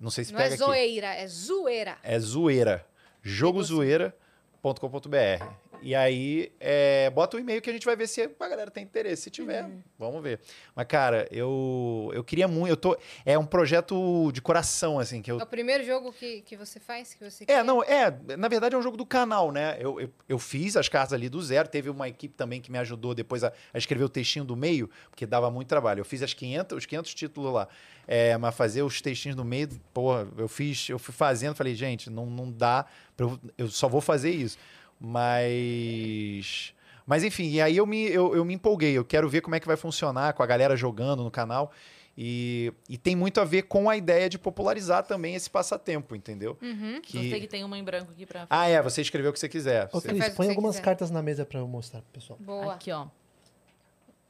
S3: não sei se
S2: Não é
S3: pega aqui.
S2: zoeira, é zoeira.
S3: É zoeira. Jogozoeira.com.br. E aí, é, bota o e-mail que a gente vai ver se a galera tem interesse. Se tiver, vamos ver. Mas, cara, eu, eu queria muito. Eu tô, é um projeto de coração, assim, que eu
S2: É o primeiro jogo que, que você faz, que você
S3: é,
S2: quer?
S3: não, é. Na verdade é um jogo do canal, né? Eu, eu, eu fiz as cartas ali do zero. Teve uma equipe também que me ajudou depois a, a escrever o textinho do meio, porque dava muito trabalho. Eu fiz as 500, os 500 títulos lá. É, mas fazer os textinhos do meio, porra, eu fiz, eu fui fazendo, falei, gente, não, não dá. pra eu, eu só vou fazer isso. Mas. Mas enfim, e aí eu me, eu, eu me empolguei. Eu quero ver como é que vai funcionar com a galera jogando no canal. E, e tem muito a ver com a ideia de popularizar também esse passatempo, entendeu?
S2: Uhum.
S1: Gostei Hum? que
S3: Que...
S1: tem uma em branco aqui pra...
S3: Ah, é, você escreveu o que você quiser.
S4: Ô,
S2: faz o
S3: Você-
S4: Cris,
S2: que
S4: põe
S2: você
S4: algumas
S2: quiser.
S4: cartas na mesa pra eu mostrar pro pessoal.
S2: Boa.
S1: Aqui, ó.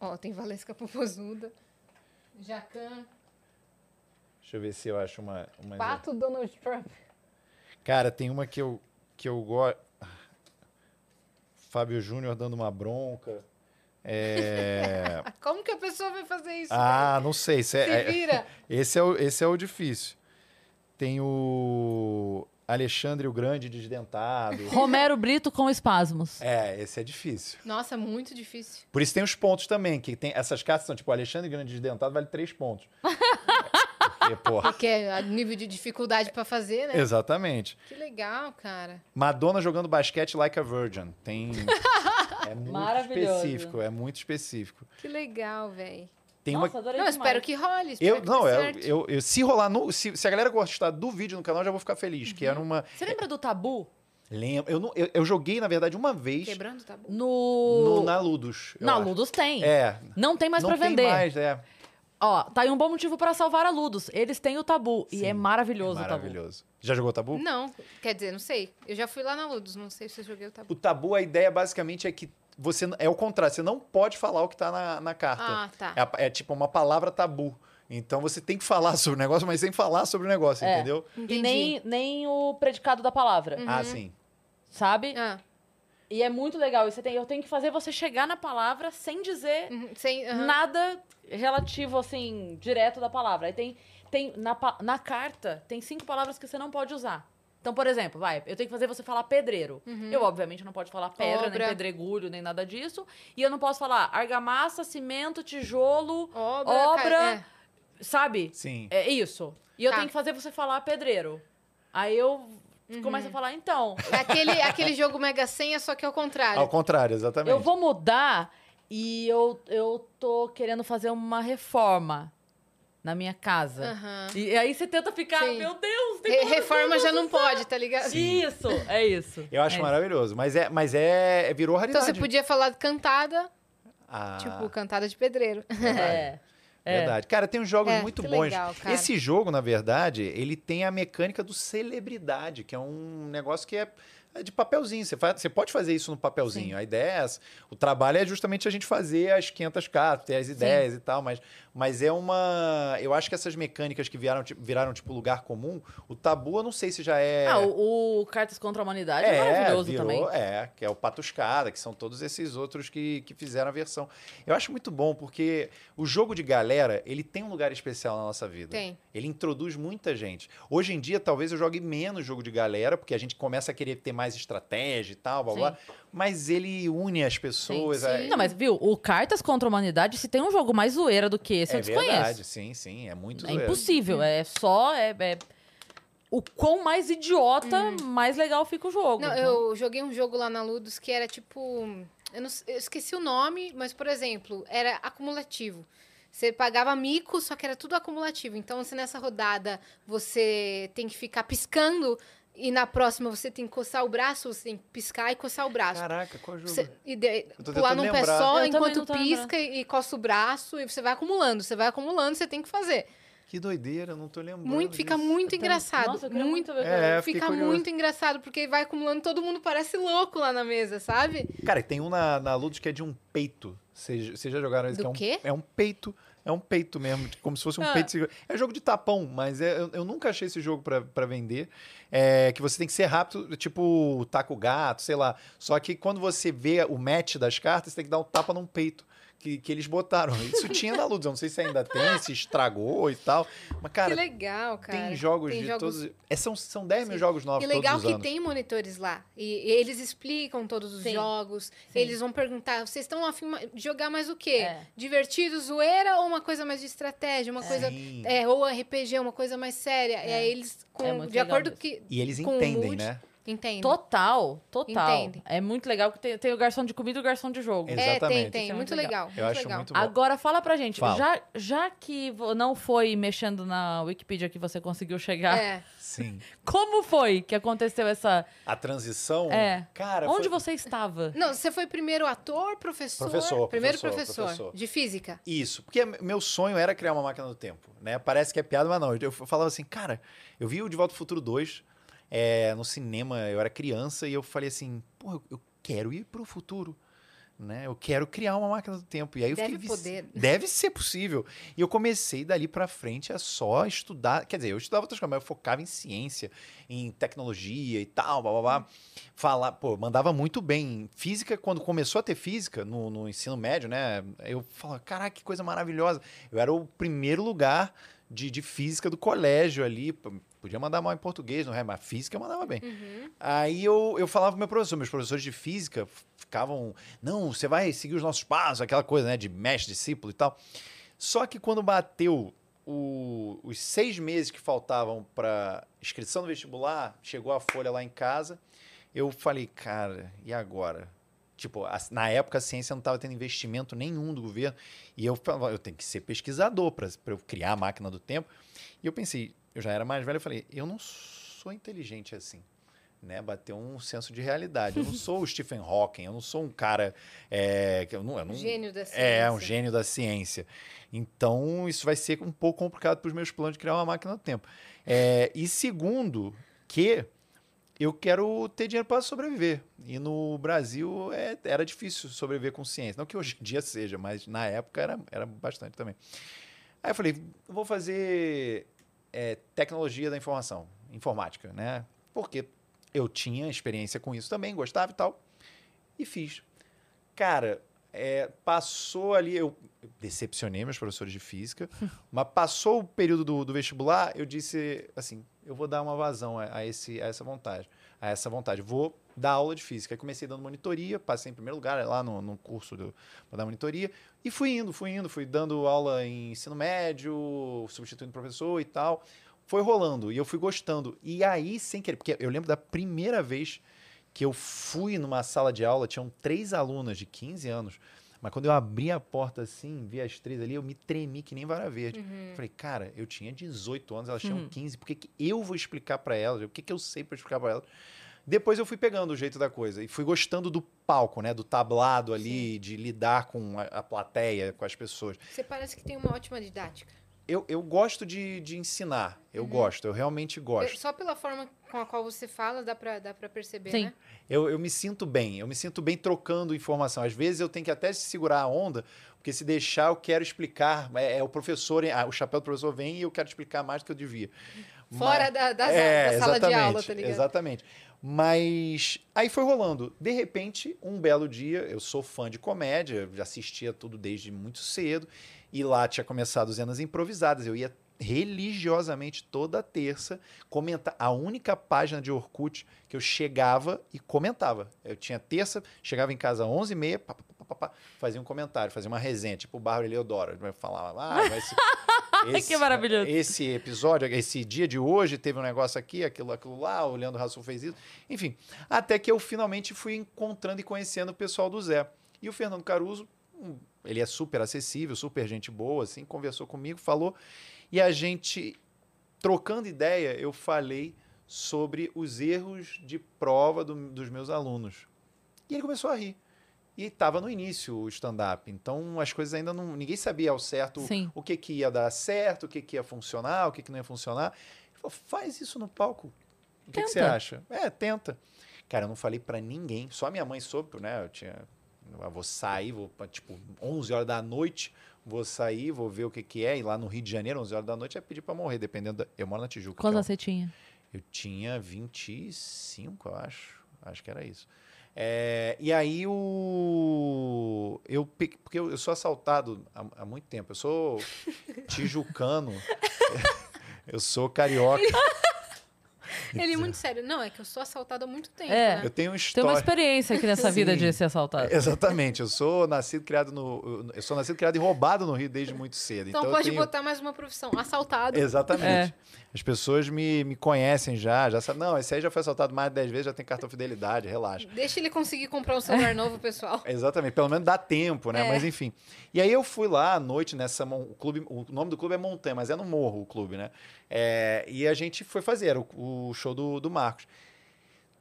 S2: Ó, tem Valesca Popozuda, Jacan,
S3: Deixa eu ver se eu acho uma. uma-
S2: Pato Donald Trump.
S3: Cara, tem uma que eu, que eu gosto. Fábio Júnior dando uma bronca. É...
S2: Ah, Como que a pessoa vai fazer isso?
S3: ah, não sei. Isso
S2: Se
S3: é- é-
S2: vira.
S3: esse, é o, esse é o difícil. Tem o Alexandre o Grande desdentado.
S1: Romero Brito com espasmos.
S3: É, esse é difícil.
S2: Nossa, muito difícil.
S3: Por isso tem os pontos também, que tem essas cartas são tipo Alexandre o Grande desdentado vale três pontos. Porque, porra.
S2: Porque é o nível de dificuldade pra fazer, né?
S3: Exatamente.
S2: Que legal, cara.
S3: Madonna jogando basquete like a virgin. Tem. É muito
S1: Maravilhoso.
S3: específico, é muito específico.
S2: Que legal, velho.
S3: Tem
S1: Nossa,
S3: uma.
S1: adorei
S2: Não, eu
S1: é demais.
S2: espero que role. espero
S3: Eu,
S2: que
S3: não,
S2: dê
S3: eu,
S2: certo.
S3: eu, eu- se rolar no. Se, se a galera gostar do vídeo no canal, eu já vou ficar feliz. Que era uma.
S1: Você lembra do Tabu?
S3: Lembra, eu, não, eu, eu joguei, na verdade, uma vez
S2: Quebrando, tá bom.
S1: No...
S3: no, na Ludus. eu
S1: Na
S3: acho.
S1: Ludus tem.
S3: É.
S1: Não tem mais
S3: não
S1: pra
S3: tem
S1: vender.
S3: mais, é.
S1: Ó, tá aí um bom motivo pra salvar a Ludus. Eles têm o Tabu. E é maravilhoso,
S3: é maravilhoso. Já jogou tabu?
S2: Não, quer dizer, não sei. Eu já fui lá na Ludus, não sei se eu joguei o tabu.
S3: O tabu, a ideia basicamente é que você. É o contrário, você não pode falar o que tá na, na carta.
S2: Ah, tá.
S3: É, a- é tipo uma palavra tabu. Então você tem que falar sobre o negócio, mas sem falar sobre o negócio,
S1: É. Uhum.
S3: entendeu?
S1: o Tabu.
S2: Entendi. Hum.
S1: E nem, nem o predicado da palavra,
S3: Ah, sim.
S1: sabe?
S2: Ah,
S1: E é muito legal. E você tem, eu tenho que fazer você chegar na palavra sem dizer
S2: uhum, sem, aham.
S1: nada relativo, assim, direto da palavra. Aí tem. tem na, pa- na carta, tem cinco palavras que você não pode usar. Então, por exemplo, vai, eu tenho que fazer você falar pedreiro. Eu, obviamente, não posso falar pedra,
S2: Uhum. Obra.
S1: nem pedregulho, nem nada disso. E eu não posso falar argamassa, cimento, tijolo,
S2: Obra,
S1: Obra.
S2: ca- é.
S1: sabe?
S3: Sim.
S1: É isso. E eu
S2: Tá.
S1: tenho que fazer você falar pedreiro. Aí eu
S2: Uhum.
S1: começo a falar, então,
S2: Aquele, aquele jogo Mega Senha, só que ao contrário.
S3: Ao contrário, exatamente.
S1: eu vou mudar e eu, eu tô querendo fazer uma reforma na minha casa.
S2: Aham.
S1: E aí você tenta ficar,
S2: Sim. É
S1: meu Deus, tem
S2: Re-
S1: como eu
S2: Reforma já não pode, tá
S1: fazer
S2: ligado?
S1: Isso, é isso.
S3: Eu acho
S1: é.
S3: maravilhoso. Mas é, mas é, é- virou
S2: Então
S3: raridade.
S2: você podia falar cantada,
S3: Ah,
S2: tipo, cantada de pedreiro.
S1: É. É.
S3: Verdade. Cara, tem uns jogos
S2: É,
S3: muito
S2: que
S3: bons.
S2: legal, cara.
S3: Esse jogo, na verdade, ele tem a mecânica do celebridade, que é um negócio que é é de papelzinho. Você, faz- você pode fazer isso no papelzinho. A ideia é essa. O trabalho é justamente a gente fazer as 500 cartas, ter as ideias e tal, mas, mas é uma... Eu acho que essas mecânicas que vieram, tipo- viraram, tipo, lugar comum, o tabu, eu não sei se já é...
S1: Ah, o, o Cartas contra a Humanidade é, maravilhoso
S3: virou,
S1: também.
S3: É, que é o Patuscada, que são todos esses outros que, que fizeram a versão. Eu acho muito bom, porque o jogo de galera, ele tem um lugar especial na nossa vida.
S2: Tem.
S3: Ele introduz muita gente. Hoje em dia, talvez eu jogue menos jogo de galera, porque a gente começa a querer ter mais estratégia e tal, blá,
S1: Sim.
S3: blá. Mas ele une as pessoas.
S2: Sim, sim.
S3: é-
S1: Não, mas viu, o Cartas contra a Humanidade, se tem um jogo mais zoeira do que esse,
S3: é
S1: eu desconheço.
S3: verdade, sim, sim. É muito
S1: É
S3: zoeiro.
S1: impossível, é só... É, é- O quão mais idiota, mais legal fica o jogo.
S2: Uhum. Não,
S1: Então,
S2: eu joguei um jogo lá na Ludus que era tipo. Eu, não s- eu esqueci o nome, mas, por exemplo, era acumulativo. Você pagava mico, só que era tudo acumulativo. Então, se nessa rodada você tem que ficar piscando e na próxima você tem que coçar o braço, você tem que piscar e coçar o braço.
S3: Caraca, qual jogo?
S2: Você, e de-
S3: Eu tô
S2: pular
S3: tentando
S2: num pé
S3: lembrar.
S2: só
S1: Eu também não
S2: enquanto
S1: tô lembrando.
S2: pisca e, e coça o braço e você vai acumulando, você vai acumulando, você tem que fazer.
S3: Que doideira, não tô lembrando.
S2: Muito, fica
S3: disso.
S2: muito engraçado.
S1: Nossa, eu queria
S2: muito
S1: muito ver.
S3: É, eu fiquei
S2: Fica
S3: curioso.
S2: muito engraçado, porque vai acumulando, todo mundo parece louco lá na mesa, sabe?
S3: Cara, e tem um na, na Ludus que é de um peito. Vocês vocês já jogaram esse?
S2: Do
S3: que é um,
S2: quê?
S3: É um peito. É um peito mesmo, tipo, como se fosse um
S1: Ah.
S3: peito. de cigarro. É jogo de tapão, mas é- eu, eu nunca achei esse jogo pra- pra vender. É, que você tem que ser rápido, tipo, taca o gato, sei lá. Só que quando você vê o match das cartas, você tem que dar um tapa num peito que, que eles botaram. Isso tinha na Ludus, eu não sei se ainda tem, se estragou e tal. Mas,
S2: que
S3: cara,
S2: legal, cara.
S3: tem jogos
S2: Tem
S3: de
S2: jogos-
S3: todos. é, são, são 10 mil jogos novos
S2: E legal
S3: todos os
S2: que
S3: anos.
S2: tem monitores lá. E, e eles explicam todos os
S1: Sim.
S2: jogos.
S1: Sim.
S2: Eles vão perguntar: vocês estão afim ma- de jogar mais o quê?
S1: É.
S2: Divertido, zoeira ou uma coisa mais de estratégia? Uma coisa.
S3: Sim.
S2: É, ou RPG, uma coisa mais séria. E aí eles, com-
S1: É muito
S2: de
S1: legal
S2: acordo
S1: mesmo.
S2: que.
S3: E eles
S2: com o
S3: entendem,
S2: mood-
S3: né?
S2: Entendem.
S1: Total, total.
S2: Entende.
S1: É muito legal que tem, tem o garçom de comida e o garçom de jogo.
S3: Exato.
S2: É, tem,
S3: Exatamente.
S2: tem.
S1: Isso é
S2: muito,
S1: muito
S2: legal.
S3: Eu acho
S2: legal.
S3: muito bom.
S1: Agora fala pra gente,
S3: Fala.
S1: Já, já que vo- não foi mexendo na Wikipedia que você conseguiu chegar,
S2: É.
S3: Sim.
S1: como foi que aconteceu essa.
S3: A transição?
S1: É.
S3: Cara,
S1: Onde
S3: foi-
S1: você estava?
S2: Não, você foi primeiro ator, professor?
S3: Professor,
S2: Primeiro
S3: professor, professor.
S2: De física.
S3: Isso, porque é meu sonho era criar uma máquina do tempo, né? Parece que é piada, mas não. Eu falava assim, cara, eu vi o De Volta ao Futuro 2 é, no cinema, eu era criança, e eu falei assim, porra, eu quero ir pro futuro, né? Eu quero criar uma máquina do tempo. E aí eu
S2: Deve
S3: fiquei, vici-
S2: poder.
S3: Deve ser possível. E eu comecei dali pra frente a só estudar. Quer dizer, eu estudava outras coisas, mas eu focava em ciência, em tecnologia e tal, blá blá blá. Falar, pô, mandava muito bem. Física, quando começou a ter física no, no ensino médio, né? Eu falava, caraca, que coisa maravilhosa. Eu era o primeiro lugar de, de física do colégio ali. P- Podia mandar mal em português, não é? Mas física eu mandava bem. Aí eu, eu falava pro meu professor, meus professores de física ficavam, não, você vai seguir os nossos passos, aquela coisa, né, de mestre, discípulo e tal. Só que quando bateu o- os seis meses que faltavam para inscrição do vestibular, chegou a folha lá em casa, eu falei, cara, e agora? Tipo, a- na época a ciência não estava tendo investimento nenhum do governo. E eu falava, eu tenho que ser pesquisador para eu criar a máquina do tempo. E eu pensei, eu já era mais velho, eu falei, eu não sou inteligente assim. Né, bateu um senso de realidade. Eu não sou o Stephen Hawking, eu não sou um cara. é, que eu não, eu não-
S2: Gênio da ciência.
S3: é, um gênio da ciência. Então, isso vai ser um pouco complicado para os meus planos de criar uma máquina do tempo. É, e segundo, que eu quero ter dinheiro para sobreviver. E no Brasil é- era difícil sobreviver com ciência. Não que hoje em dia seja, mas na época era, era bastante também. Aí eu falei, eu vou fazer é, tecnologia da informação, informática, né? Porque eu tinha experiência com isso também, gostava e tal. E fiz. Cara, é, passou ali, eu decepcionei meus professores de física, mas passou o período do, do vestibular, eu disse assim, eu vou dar uma vazão a, a esse, a essa vontade, a essa vontade, vou dar aula de física. Aí comecei dando monitoria, passei em primeiro lugar lá no, no curso do, pra dar monitoria, e fui indo, fui indo, fui dando aula em ensino médio, substituindo professor e tal. Foi rolando, e eu fui gostando. E aí, sem querer, porque eu lembro da primeira vez que eu fui numa sala de aula, tinham três alunas de 15 anos, mas quando eu abri a porta assim, vi as três ali, eu me tremi que nem vara verde. Falei, cara, eu tinha 18 anos, elas tinham 15, por que, que eu vou explicar pra elas? O que, que eu sei pra explicar pra elas? Depois eu fui pegando o jeito da coisa e fui gostando do palco, né? Do tablado ali, de lidar com a- a plateia, com as pessoas
S2: Você parece que tem uma ótima didática.
S3: eu, eu gosto de, de ensinar. Eu gosto, eu realmente gosto.
S2: Só pela forma com a qual você fala, dá pra, dá pra perceber,
S1: Sim.
S2: né?
S3: Eu, eu me sinto bem, eu me sinto bem trocando informação. Às vezes eu tenho que até segurar a onda, porque se deixar eu quero explicar. É, é o professor, ah, o chapéu do professor vem e eu quero explicar mais do que eu devia.
S2: Fora
S3: Mas-
S2: da, das-
S3: É,
S2: da sala de aula,
S3: exatamente,
S2: tá ligado?
S3: Exatamente. Mas aí foi rolando. De repente, um belo dia, eu sou fã de comédia, já assistia tudo desde muito cedo, e lá tinha começado os Zenas Improvisadas. Eu ia religiosamente toda terça comentar a única página de Orkut que eu chegava e comentava. Eu tinha terça, chegava em casa às 11h30, pá, pá, pá, pá, pá, fazia um comentário, fazia uma resenha, tipo o Bárbara Eleodoro. Eu Falava, ah, vai se...
S1: Que maravilhoso.
S3: Esse episódio, esse dia de hoje, teve um negócio aqui, aquilo, aquilo lá, o Leandro Rassul fez isso. Enfim, até que eu finalmente fui encontrando e conhecendo o pessoal do Zé. E o Fernando Caruso, hum, ele é super acessível, super gente boa, assim, conversou comigo, falou. E a gente, trocando ideia, eu falei sobre os erros de prova do- dos meus alunos. E ele começou a rir. E estava no início o stand-up, então as coisas ainda não. Ninguém sabia ao certo
S1: Sim.
S3: o que, que ia dar certo, o que, que ia funcionar, o que, que não ia funcionar. Ele falou, faz isso no palco. O que, que você
S1: Tenta.
S3: acha? É, tenta. Cara, eu não falei pra ninguém, só minha mãe soube, né? Eu tinha. Eu vou sair, vou, pra, tipo, 11 horas da noite, vou sair, vou ver o que, que é. E lá no Rio de Janeiro, 11 horas da noite, é pedir pra morrer, dependendo. Da... Eu moro na Tijuca. que é um-
S1: Quantas você tinha?
S3: eu tinha 25, eu acho. Acho que era isso. É, e aí o. Eu, pe- porque eu, eu sou assaltado há, há muito tempo. Eu sou tijucano. eu sou carioca.
S2: Ele é muito sério. Não, é que eu sou assaltada há muito tempo,
S1: É.
S2: né?
S3: Eu tenho
S1: Tem
S3: história.
S1: uma experiência aqui nessa vida
S3: Sim.
S1: de ser assaltado.
S3: Exatamente. Eu sou nascido, criado no. Eu sou nascido, criado e roubado no Rio desde muito cedo.
S2: Então,
S3: Então, eu
S2: pode
S3: tenho-
S2: botar mais uma profissão. Assaltado.
S3: Exatamente. As pessoas me, me conhecem já, já sabem. Não, esse aí já foi assaltado mais de 10 vezes, já tem cartão fidelidade, relaxa.
S2: Deixa ele conseguir comprar um celular novo, pessoal.
S3: Exatamente, pelo menos dá tempo, né? Mas enfim. E aí eu fui lá à noite nessa mon- o clube, o nome do clube é Montanha, mas é no morro o clube, né? É, e a gente foi fazer era o, o show do, do Marcos.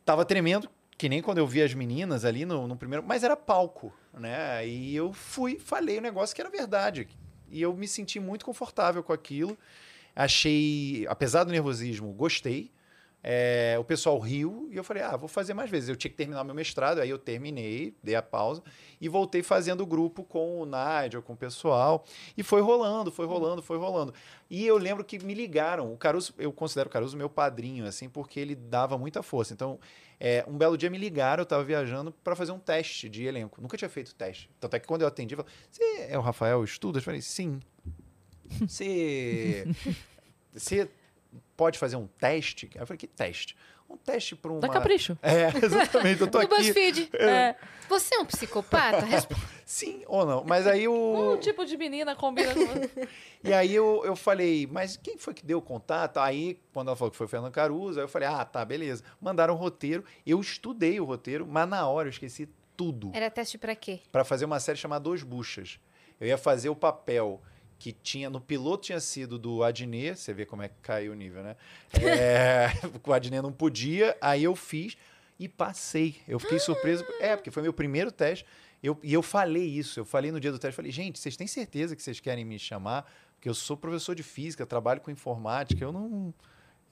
S3: Tava tremendo, que nem quando eu vi as meninas ali no, no primeiro, mas era palco, né? E eu fui, falei o negócio que era verdade. E eu me senti muito confortável com aquilo. Achei, apesar do nervosismo, gostei. É, o pessoal riu e eu falei, ah, vou fazer mais vezes. Eu tinha que terminar meu mestrado, aí eu terminei, dei a pausa e voltei fazendo o grupo com o Nigel, com o pessoal. E foi rolando, foi rolando, foi rolando. E eu lembro que me ligaram. O Caruso, eu considero o Caruso meu padrinho, assim, porque ele dava muita força. Então, é, um belo dia me ligaram, eu tava viajando para fazer um teste de elenco. Nunca tinha feito teste. Tanto é que quando eu atendi, falaram, você é o Rafael Estudas? Eu falei, sim. Você. Você pode fazer um teste? Aí eu falei, que teste? Um teste para uma.
S1: Dá capricho.
S3: É, exatamente. Eu tô
S2: No
S3: aqui.
S2: BuzzFeed.
S1: É.
S2: Você é um psicopata? Responde.
S3: Sim ou não? Mas aí o.
S1: Um tipo de menina combina com você.
S3: E aí eu, eu falei, mas quem foi que deu o contato? Aí, quando ela falou que foi o Fernando Caruso, aí eu falei, ah, tá, beleza. Mandaram o roteiro. Eu estudei o roteiro, mas na hora eu esqueci tudo.
S2: Era teste pra quê?
S3: Pra fazer uma série chamada Dois Buchas. Eu ia fazer o papel que tinha no piloto tinha sido do Adnet, você vê como é que caiu o nível, né? É, o Adnet não podia, aí eu fiz e passei. Eu fiquei surpreso, é, porque foi meu primeiro teste. Eu, e eu falei isso, eu falei no dia do teste, falei, gente, vocês têm certeza que vocês querem me chamar? Porque eu sou professor de física, trabalho com informática, eu não,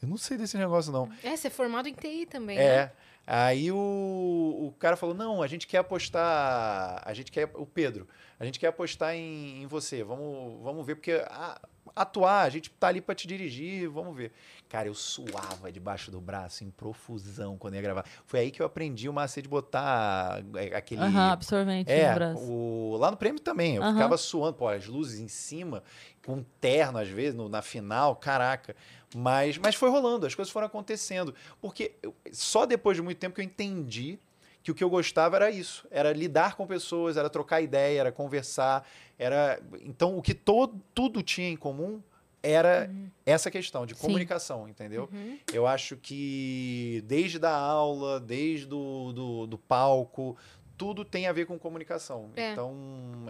S3: eu não sei desse negócio não.
S2: É, você é formado em TI também, né?
S3: É. Aí o, o cara falou: não, a gente quer apostar. A gente quer. O Pedro, a gente quer apostar em, em você. Vamos, vamos ver, porque a, atuar, a gente tá ali pra te dirigir, vamos ver. Cara, eu suava debaixo do braço em profusão quando ia gravar. Foi aí que eu aprendi o macete de botar é, aquele
S1: Aham, absorvente no
S3: é,
S1: braço.
S3: o- lá no prêmio também. Eu
S1: Aham.
S3: ficava suando, pô, as luzes em cima, com um terno às vezes, no- na final, caraca. Mas, mas foi rolando, as coisas foram acontecendo. Porque eu- só depois de muito tempo que eu entendi que o que eu gostava era isso. Era lidar com pessoas, era trocar ideia, era conversar. era Então, o que todo, tudo tinha em comum era essa questão de
S1: Uhum. Sim.
S3: comunicação, entendeu?
S2: Uhum.
S3: Eu acho que desde a aula, desde o do, do palco, tudo tem a ver com comunicação.
S2: É.
S3: Então,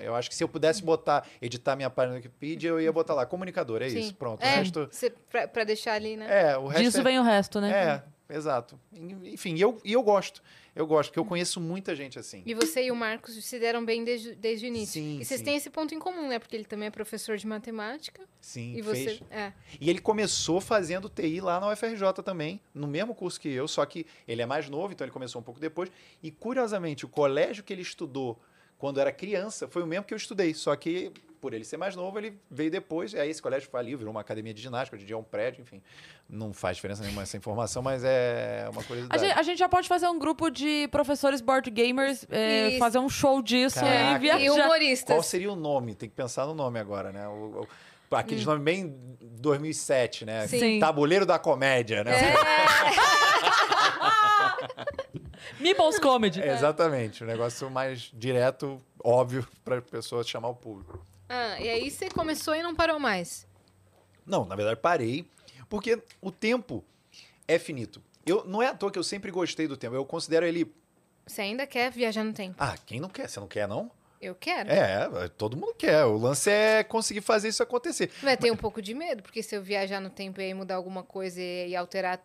S3: eu acho que se eu pudesse botar, editar minha página no Wikipedia, eu ia botar lá, comunicador, é
S2: Sim.
S3: isso. Pronto. O
S2: É,
S3: resto.
S2: cê- pra, pra deixar ali, né?
S3: É, o resto.
S1: Disso
S3: é,
S1: vem o resto, né?
S3: é, exato. Enfim, e eu, e eu gosto. Eu gosto, porque eu conheço muita gente assim.
S2: E você e o Marcos se deram bem desde, desde o início.
S3: Sim,
S2: e vocês
S3: sim.
S2: têm esse ponto em comum, né? Porque ele também é professor de matemática.
S3: Sim,
S2: E
S3: fez.
S2: você. É.
S3: E ele começou fazendo TI lá na UFRJ também, no mesmo curso que eu, só que ele é mais novo, então ele começou um pouco depois. E curiosamente, o colégio que ele estudou quando era criança foi o mesmo que eu estudei, só que por ele ser mais novo, ele veio depois, e aí esse colégio faliu, virou uma academia de ginástica, hoje em dia é um prédio, enfim. Não faz diferença nenhuma essa informação, mas é uma
S1: A
S3: curiosidade.
S1: gente, a gente já pode fazer um grupo de professores board gamers, é,
S2: Isso.
S1: fazer um show disso
S3: Caraca.
S1: e viajar.
S2: E humoristas.
S3: Qual seria o nome? Tem que pensar no nome agora, né? O, o- aqueles nomes bem 2007, né?
S1: Hum. Sim. É.
S3: Tabuleiro da Comédia, né?
S1: Meeples Comedy.
S3: É, exatamente, o negócio mais direto, óbvio, para pessoa chamar o público.
S2: Ah, e aí você começou e não parou mais.
S3: Não, na verdade parei, porque o tempo é finito. Eu, não é à toa que eu sempre gostei do tempo, eu considero ele...
S2: Você ainda quer viajar no tempo?
S3: Ah, quem não quer? Você não quer, não?
S2: Eu quero.
S3: É, todo mundo quer, o lance é conseguir fazer isso acontecer.
S2: Vai ter um pouco de medo, porque se eu viajar no tempo e aí mudar alguma coisa e e alterar.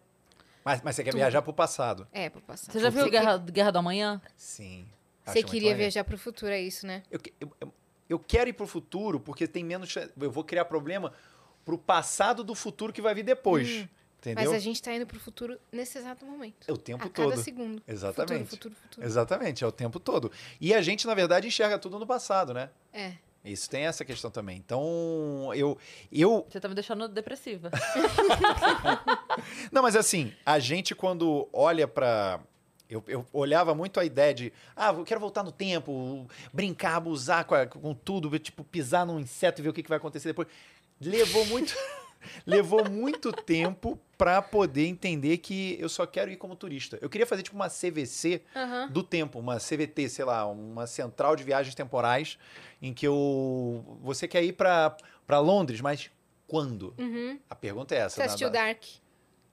S3: Mas, mas você quer
S2: Tudo.
S3: viajar pro passado.
S2: É, pra passar.
S1: Você já viu Guerra, Guerra do Amanhã?
S3: Sim. Acho
S2: Você
S3: muito
S2: queria
S3: maneiro.
S2: viajar pro futuro, é isso, né?
S3: Eu, que- eu- eu- eu quero ir pro futuro porque tem menos... chan- Eu vou criar problema pro passado do futuro que vai vir depois, entendeu?
S2: Hum. Mas a gente tá indo pro futuro nesse exato momento.
S3: O tempo
S2: a
S3: todo.
S2: cada segundo.
S3: Exatamente.
S2: Futuro, futuro, futuro.
S3: Exatamente, é o tempo todo. E a gente, na verdade, enxerga tudo no passado, né?
S2: É.
S3: Isso tem essa questão também. Então, eu. eu
S1: Você tá me deixando depressiva.
S3: Não, mas assim, a gente quando olha pra. Eu, eu olhava muito a ideia de, ah, eu quero voltar no tempo, brincar, abusar com, a- com tudo, tipo, pisar num inseto e ver o que, que vai acontecer depois. Levou muito. levou muito tempo pra poder entender que eu só quero ir como turista. Eu queria fazer, tipo, uma CVC
S2: Aham.
S3: do tempo, uma CVT, sei lá, uma central de viagens temporais, em que eu. Você quer ir pra pra Londres, mas quando?
S2: Uhum.
S3: A pergunta é essa.
S2: Você
S3: né?
S2: assistiu
S3: Da-
S2: Dark?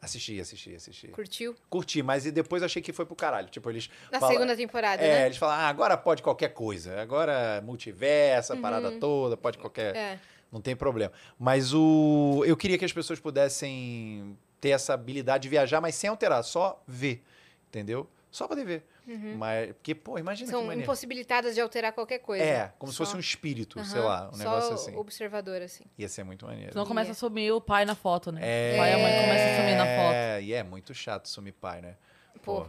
S3: Assisti, assisti, assisti.
S2: Curtiu?
S3: Curti, mas e depois achei que foi pro caralho. Tipo, eles.
S2: Na
S3: falam-
S2: segunda temporada,
S3: É,
S2: né?
S3: eles falam, ah, agora pode qualquer coisa. Agora multiverso, a parada toda, pode qualquer.
S2: Uhum. É.
S3: Não tem problema. Mas o. Eu queria que as pessoas pudessem ter essa habilidade de viajar, mas sem alterar, só ver. Entendeu? Só poder ver. Mas. Porque, pô, imagina que
S2: Uhum. São
S3: maneiro.
S2: impossibilitadas de alterar qualquer coisa.
S3: É, como se
S2: Só-
S3: fosse um espírito,
S2: Aham.
S3: sei lá,
S2: Só
S3: um negócio assim.
S2: observador, assim.
S3: Ia ser muito maneiro.
S1: Senão começa a sumir o pai na foto, né?
S3: É.
S1: O pai e a mãe começam a sumir na foto.
S3: É, e é muito chato sumir pai, né?
S2: Pô.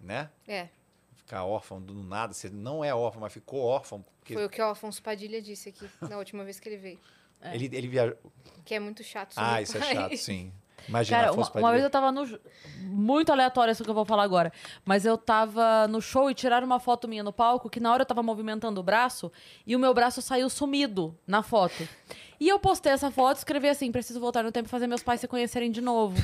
S3: Né?
S2: É,
S3: Ficar órfão do nada, você não é órfão, mas ficou órfão. Porque
S2: foi o que o Afonso Padilha disse aqui na última vez que ele veio.
S1: É.
S3: ele, ele viajou.
S2: Que é muito chato. sobre
S3: Ah,
S2: o
S3: isso é
S2: pai.
S3: chato, sim. Imagina
S1: Cara, uma,
S3: Afonso
S1: uma vez
S3: Padilha.
S1: eu tava no. Muito aleatório isso que eu vou falar agora. Mas eu tava no show e tiraram uma foto minha no palco que na hora eu tava movimentando o braço e o meu braço saiu sumido na foto. E eu postei essa foto e escrevi assim: preciso voltar no tempo e fazer meus pais se conhecerem de novo.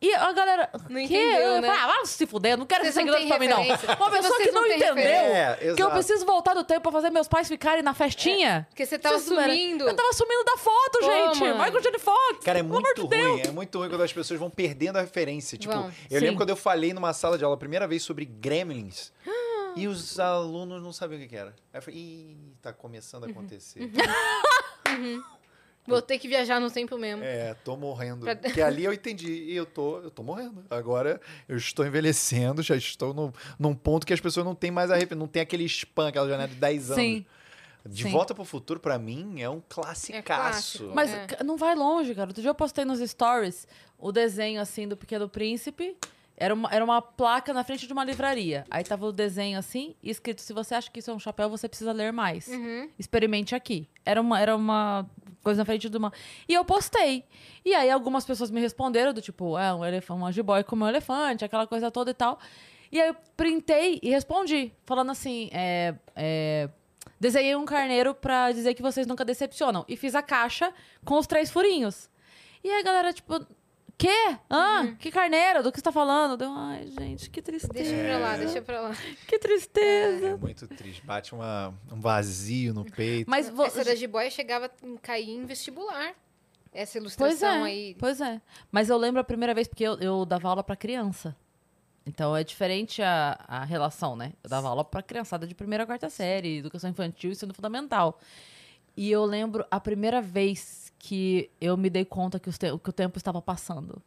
S1: E a galera.
S2: Não
S1: "Quê?"
S2: entendeu,
S1: Eu
S2: né?
S1: falei, ah, vá se fuder, não quero ser
S2: Vocês não
S1: seguidor pra mim,
S2: têm
S1: não.
S2: referência.
S1: Uma pessoa
S2: Vocês
S1: que não,
S2: não têm
S1: entendeu
S3: referência. É,
S1: que eu
S3: exato.
S1: preciso voltar no tempo pra fazer meus pais ficarem na festinha.
S2: Porque você tava
S1: Vocês não eram-
S2: sumindo.
S1: Eu tava sumindo da foto,
S2: Pô,
S1: gente.
S2: mano.
S1: Michael J. Fox.
S3: Cara, é
S1: pelo amor
S3: muito
S1: de
S3: ruim.
S1: Deus.
S3: É muito ruim quando as pessoas vão perdendo a referência. Tipo,
S2: Vão.
S3: eu
S1: Sim.
S3: lembro quando eu falei numa sala de aula a primeira vez sobre gremlins. E os alunos não sabiam o que que era. Aí eu falei, ih, tá começando
S1: Uhum.
S3: a acontecer.
S2: Vou ter que viajar no tempo mesmo.
S3: É, tô morrendo.
S2: Pra-
S3: Porque ali eu entendi. E eu tô, eu tô morrendo. Agora eu estou envelhecendo, já estou no, num ponto que as pessoas não têm mais arrependimento, não tem aquele spam, aquela janela de 10 anos.
S1: Sim.
S3: De
S1: sim.
S3: volta pro futuro, pra mim, é um classicaço.
S2: clássico.
S1: Mas
S2: É.
S1: ca- não vai longe, cara. Outro dia eu postei nos stories o desenho, assim, do Pequeno Príncipe. Era uma, era uma placa na frente de uma livraria. Aí tava o desenho, assim, e escrito, se você acha que isso é um chapéu, você precisa ler mais.
S2: Uhum.
S1: Experimente aqui. Era uma, era uma coisas na frente do uma. E eu postei. E aí algumas pessoas me responderam do tipo, ah, um elefante, um jiboia comeu um elefante, aquela coisa toda e tal. E aí eu printei e respondi, falando assim, é, é, desenhei um carneiro pra dizer que vocês nunca decepcionam. E fiz a caixa com os três furinhos. E aí a galera, tipo, quê? Ah, que carneiro? Do que você tá falando? Deu, ai, gente, que
S2: Uhum. Deixa
S1: tristeza.
S2: pra lá, deixa pra lá.
S1: Que tristeza.
S3: É muito triste. Bate uma- um vazio no peito.
S1: Mas
S2: Essa
S1: você
S2: da jiboia chegava a cair em vestibular. Essa
S1: Pois
S2: ilustração
S1: é,
S2: aí.
S1: pois é. Mas eu lembro a primeira vez, porque eu, eu dava aula pra criança. Então é diferente a, a relação, né? Eu dava aula pra criançada de primeira a quarta série, educação infantil e ensino fundamental. E eu lembro a primeira vez que eu me dei conta que, os te- que o tempo estava passando.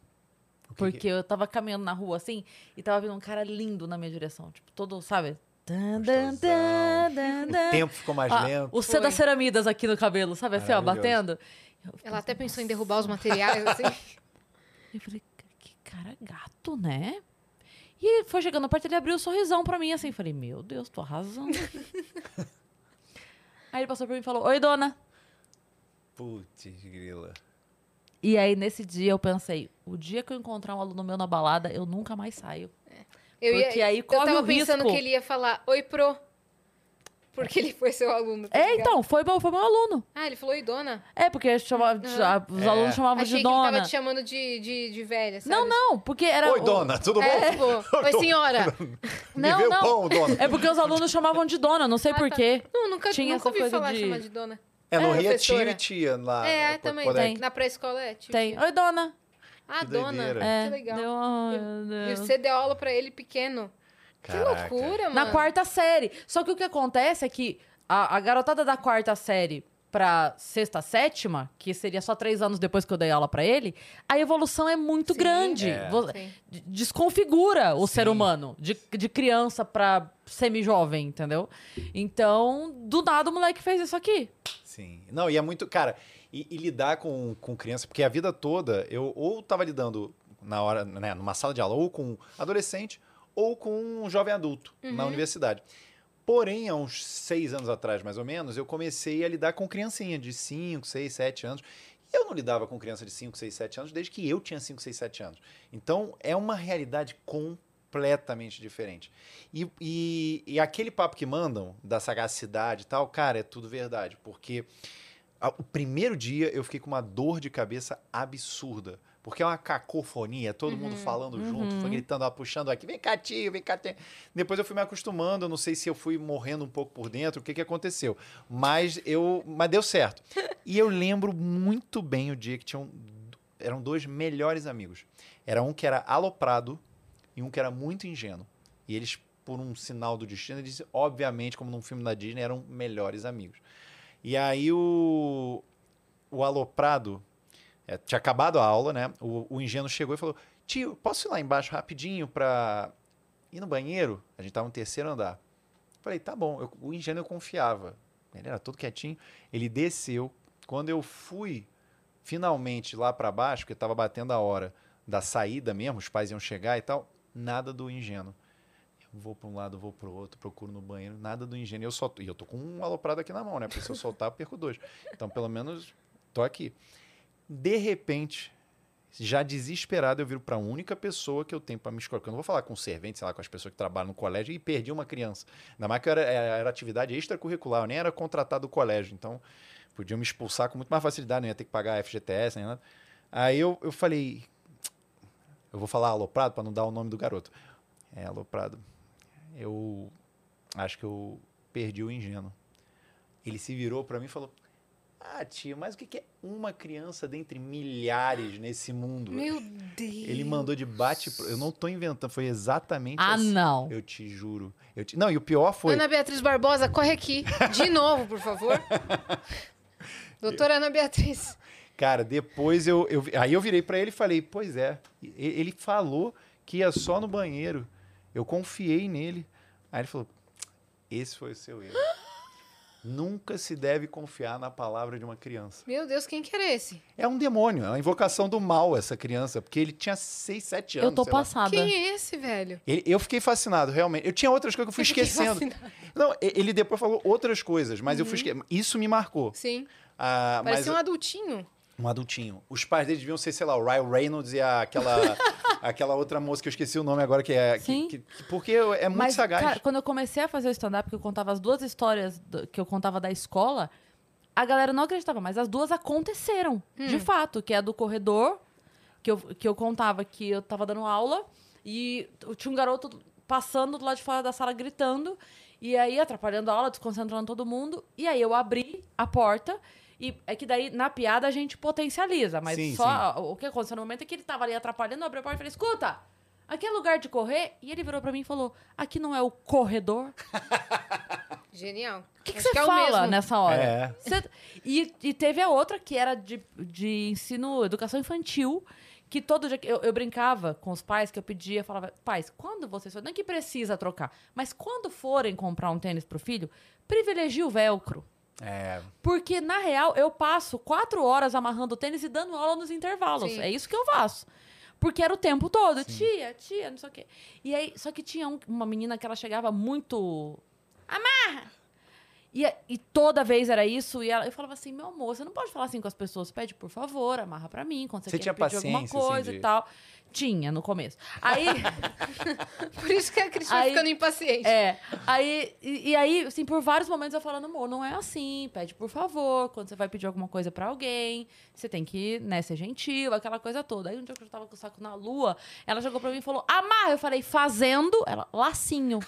S5: que
S1: Porque
S3: é?
S1: eu tava caminhando na rua assim e tava vindo um cara lindo na minha direção. Tipo, todo, sabe? Tan, tan, tan, tan,
S3: O
S1: tan.
S3: tempo ficou mais
S1: Ah,
S3: lento.
S1: o C das ceramidas aqui no cabelo, sabe assim, ó,
S3: Maravilhoso.
S1: batendo. Eu
S2: Ela até
S1: pensei,
S2: pensou em derrubar os materiais, assim.
S1: eu falei, "Ca- que cara gato, né? E ele foi chegando perto, ele abriu um sorrisão pra mim, assim. eu Falei, meu Deus, tô arrasando. aí ele passou por mim e falou, oi, dona.
S3: Putz, grila.
S1: E aí, nesse dia, eu pensei, o dia que eu encontrar um aluno meu na balada, eu nunca mais saio.
S2: Eu, ia-
S1: Porque aí
S2: eu
S1: corre
S2: tava
S1: o
S2: pensando
S1: risco.
S2: que ele ia falar, oi, pro. Porque ele foi seu aluno. tá
S1: É,
S2: ligado?
S1: então, foi meu, foi meu aluno.
S2: Ah, ele falou, oi, dona.
S1: É, porque chamava,
S2: Ah.
S3: É.
S1: os alunos chamavam
S2: Achei
S1: de
S2: que ele tava
S1: dona.
S2: te chamando de, de, de velha, sabe?
S1: Não, não, porque era...
S3: Oi,
S1: o-
S3: dona, tudo bom?
S2: É, tipo, oi, senhora.
S3: Me
S1: Não,
S3: vê
S1: não.
S3: o pão, dona.
S1: É porque os alunos chamavam de dona, não sei
S2: Ah,
S1: por
S2: tá.
S1: quê.
S2: Não, nunca,
S1: Tinha essa
S2: nunca ouvi
S1: coisa
S2: falar
S1: de-
S2: chamar de dona.
S3: É, no
S2: É,
S3: Rio é tio
S2: professora.
S3: e tia. Lá,
S2: é,
S3: quando-
S2: também.
S3: Ah, quando
S1: Tem.
S2: Na pré-escola é, tipo...
S1: Tem, oi, dona.
S2: Ah,
S3: Que
S2: dona.
S3: doideira.
S1: É,
S2: que legal.
S1: deu- ai, meu
S2: E
S1: Deus.
S2: você deu aula pra ele pequeno.
S3: Caraca.
S2: Que loucura, mano.
S1: Na
S3: É.
S1: quarta série. Só que o que acontece é que a, a garotada da quarta série pra sexta, sétima, que seria só três anos depois que eu dei aula pra ele, a evolução é muito
S2: Sim.
S1: grande.
S3: É.
S1: Vo-
S2: Sim.
S1: d- Desconfigura o ser
S3: Sim.
S1: humano, de, de criança pra semi-jovem, entendeu? Então, do nada o moleque fez isso aqui.
S3: Sim. Não, e é muito. Cara, e, e lidar com, com criança, porque a vida toda eu ou tava lidando na hora, né, numa sala de aula, ou com adolescente, ou com um jovem adulto na universidade. Porém, há uns seis anos atrás, mais ou menos, eu comecei a lidar com criancinha de 5, 6, 7 anos. E eu não lidava com criança de 5, 6, 7 anos desde que eu tinha 5, 6, 7 anos. Então, é uma realidade completamente diferente. E, e- e aquele papo que mandam da sagacidade e tal, cara, é tudo verdade. Porque a- o primeiro dia eu fiquei com uma dor de cabeça absurda. Porque é uma cacofonia, é todo mundo falando junto, foi gritando, ah, puxando aqui, vem cá, tio, vem cá, tio. Depois eu fui me acostumando, eu não sei se eu fui morrendo um pouco por dentro, o que, que aconteceu. Mas eu. Mas deu certo. E eu lembro muito bem o dia que tinham. Eram dois melhores amigos. Era um que era aloprado e um que era muito ingênuo. E eles, por um sinal do destino, eles, obviamente, como num filme da Disney, eram melhores amigos. E aí o, o aloprado é, tinha acabado a aula, né? O, o ingênuo chegou e falou: Tio, posso ir lá embaixo rapidinho pra ir no banheiro? A gente tava no terceiro andar. Falei, tá bom, Eu- o ingênuo eu confiava. Ele era todo quietinho. Ele desceu. Quando eu fui finalmente lá pra baixo, porque tava batendo a hora da saída mesmo, os pais iam chegar e tal, nada do ingênuo. Eu vou pra um lado, vou pro outro, procuro no banheiro, nada do ingênuo. Eu só, e eu tô com um aloprado aqui na mão, né? Porque se eu soltar, eu perco dois. Então, pelo menos, tô aqui. De repente, já desesperado, eu viro para a única pessoa que eu tenho para me escolher. Porque eu não vou falar com servente, sei lá, com as pessoas que trabalham no colégio e perdi uma criança. Ainda mais que eu era, é, era- era atividade extracurricular, eu nem era contratado do colégio. Então, podiam me expulsar com muito mais facilidade, não ia ter que pagar FGTS nem nada. Aí eu, eu falei, eu vou falar aloprado para não dar o nome do garoto. É, aloprado. Eu acho que eu perdi o ingênuo. Ele se virou para mim e falou: Ah, tio, mas o que que é uma criança dentre milhares nesse mundo?
S2: Meu Deus.
S3: Ele mandou de bate. pro- Eu não tô inventando, foi exatamente
S1: Ah,
S3: assim.
S1: não.
S3: Eu te juro. Eu te- Não, e o pior foi.
S2: Ana Beatriz Barbosa, corre aqui. De novo, por favor. Doutora Ana Beatriz.
S3: Cara, depois eu, eu- Aí eu virei pra ele e falei: Pois é. E- Ele falou que ia só no banheiro. Eu confiei nele. Aí ele falou: Esse foi o seu erro. Nunca se deve confiar na palavra de uma criança.
S2: Meu Deus, quem que era esse?
S3: É um demônio, é uma invocação do mal essa criança, porque ele tinha 6, 7 anos.
S6: Eu tô
S3: sei lá.
S6: passada.
S2: Quem é esse, velho?
S3: Ele- eu fiquei fascinado, realmente. Eu tinha outras coisas que eu fui
S2: Eu fiquei
S3: esquecendo.
S2: fascinada.
S3: Não, e- ele depois falou outras coisas, mas eu fui esquecendo. Isso me marcou.
S2: Sim,
S3: Ah, mas
S2: parecia um adultinho.
S3: um adultinho. Os pais dele deviam ser, sei lá, o Ryan Reynolds e a- aquela, aquela outra moça que eu esqueci o nome agora, que é. que-
S6: Sim.
S3: que- que- porque é muito
S1: Mas,
S3: sagaz.
S1: cara, quando eu comecei a fazer o stand-up, que eu contava as duas histórias do- que eu contava da escola, a galera não acreditava, mas as duas aconteceram, de fato, que é a do corredor, que eu, que eu contava que eu tava dando aula, e t- tinha um garoto passando do lado de fora da sala gritando, e aí atrapalhando a aula, desconcentrando todo mundo, e aí eu abri a porta, e é que daí, na piada, a gente potencializa, mas
S3: Sim,
S1: só a- o que aconteceu no momento é que ele tava ali atrapalhando, eu abri a porta e falei, escuta, aqui é lugar de correr? E ele virou pra mim e falou, aqui não é o corredor?
S2: Genial.
S1: O que que
S2: Acho
S1: você
S2: é o
S1: fala
S2: mesmo.
S1: nessa hora?
S3: É.
S1: Cê- E, e teve a outra que era de, de ensino, educação infantil, que todo dia que eu, eu brincava com os pais, que eu pedia, falava, pais, quando vocês forem, não é que precisa trocar, mas quando forem comprar um tênis pro filho, privilegie o velcro.
S3: É.
S1: Porque, na real, eu passo quatro horas amarrando o tênis e dando aula nos intervalos.
S2: Sim.
S1: É isso que eu faço. Porque era o tempo todo. Tia, tia, não sei o quê. E aí, só que tinha um- uma menina que ela chegava muito. Amarra! E, a- e toda vez era isso. E ela- eu falava assim: meu amor, você não pode falar assim com as pessoas. Pede, por favor, amarra pra mim. Quando você,
S3: Você
S1: quer
S3: tinha
S1: pedir alguma
S3: paciência, assim,
S1: coisa
S3: de-
S1: e tal. Tinha, no começo. Aí.
S2: Por isso que a Cris vai
S1: Aí-
S2: ficando impaciente.
S1: É. Aí, e, e aí, assim, por vários momentos eu falando, amor, não é assim, pede por favor, quando você vai pedir alguma coisa pra alguém, você tem que, né, ser gentil, aquela coisa toda. Aí um dia que eu tava com o saco na lua, ela jogou pra mim e falou, amarra. Eu falei, fazendo, ela, lacinho.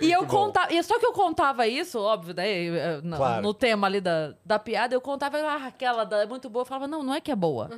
S1: E eu contava, e só que eu contava isso, óbvio, né? eh, No,
S3: Claro.
S1: no tema ali da, da piada, eu contava, ah, aquela da- é muito boa. Eu falava, não, não é que é boa.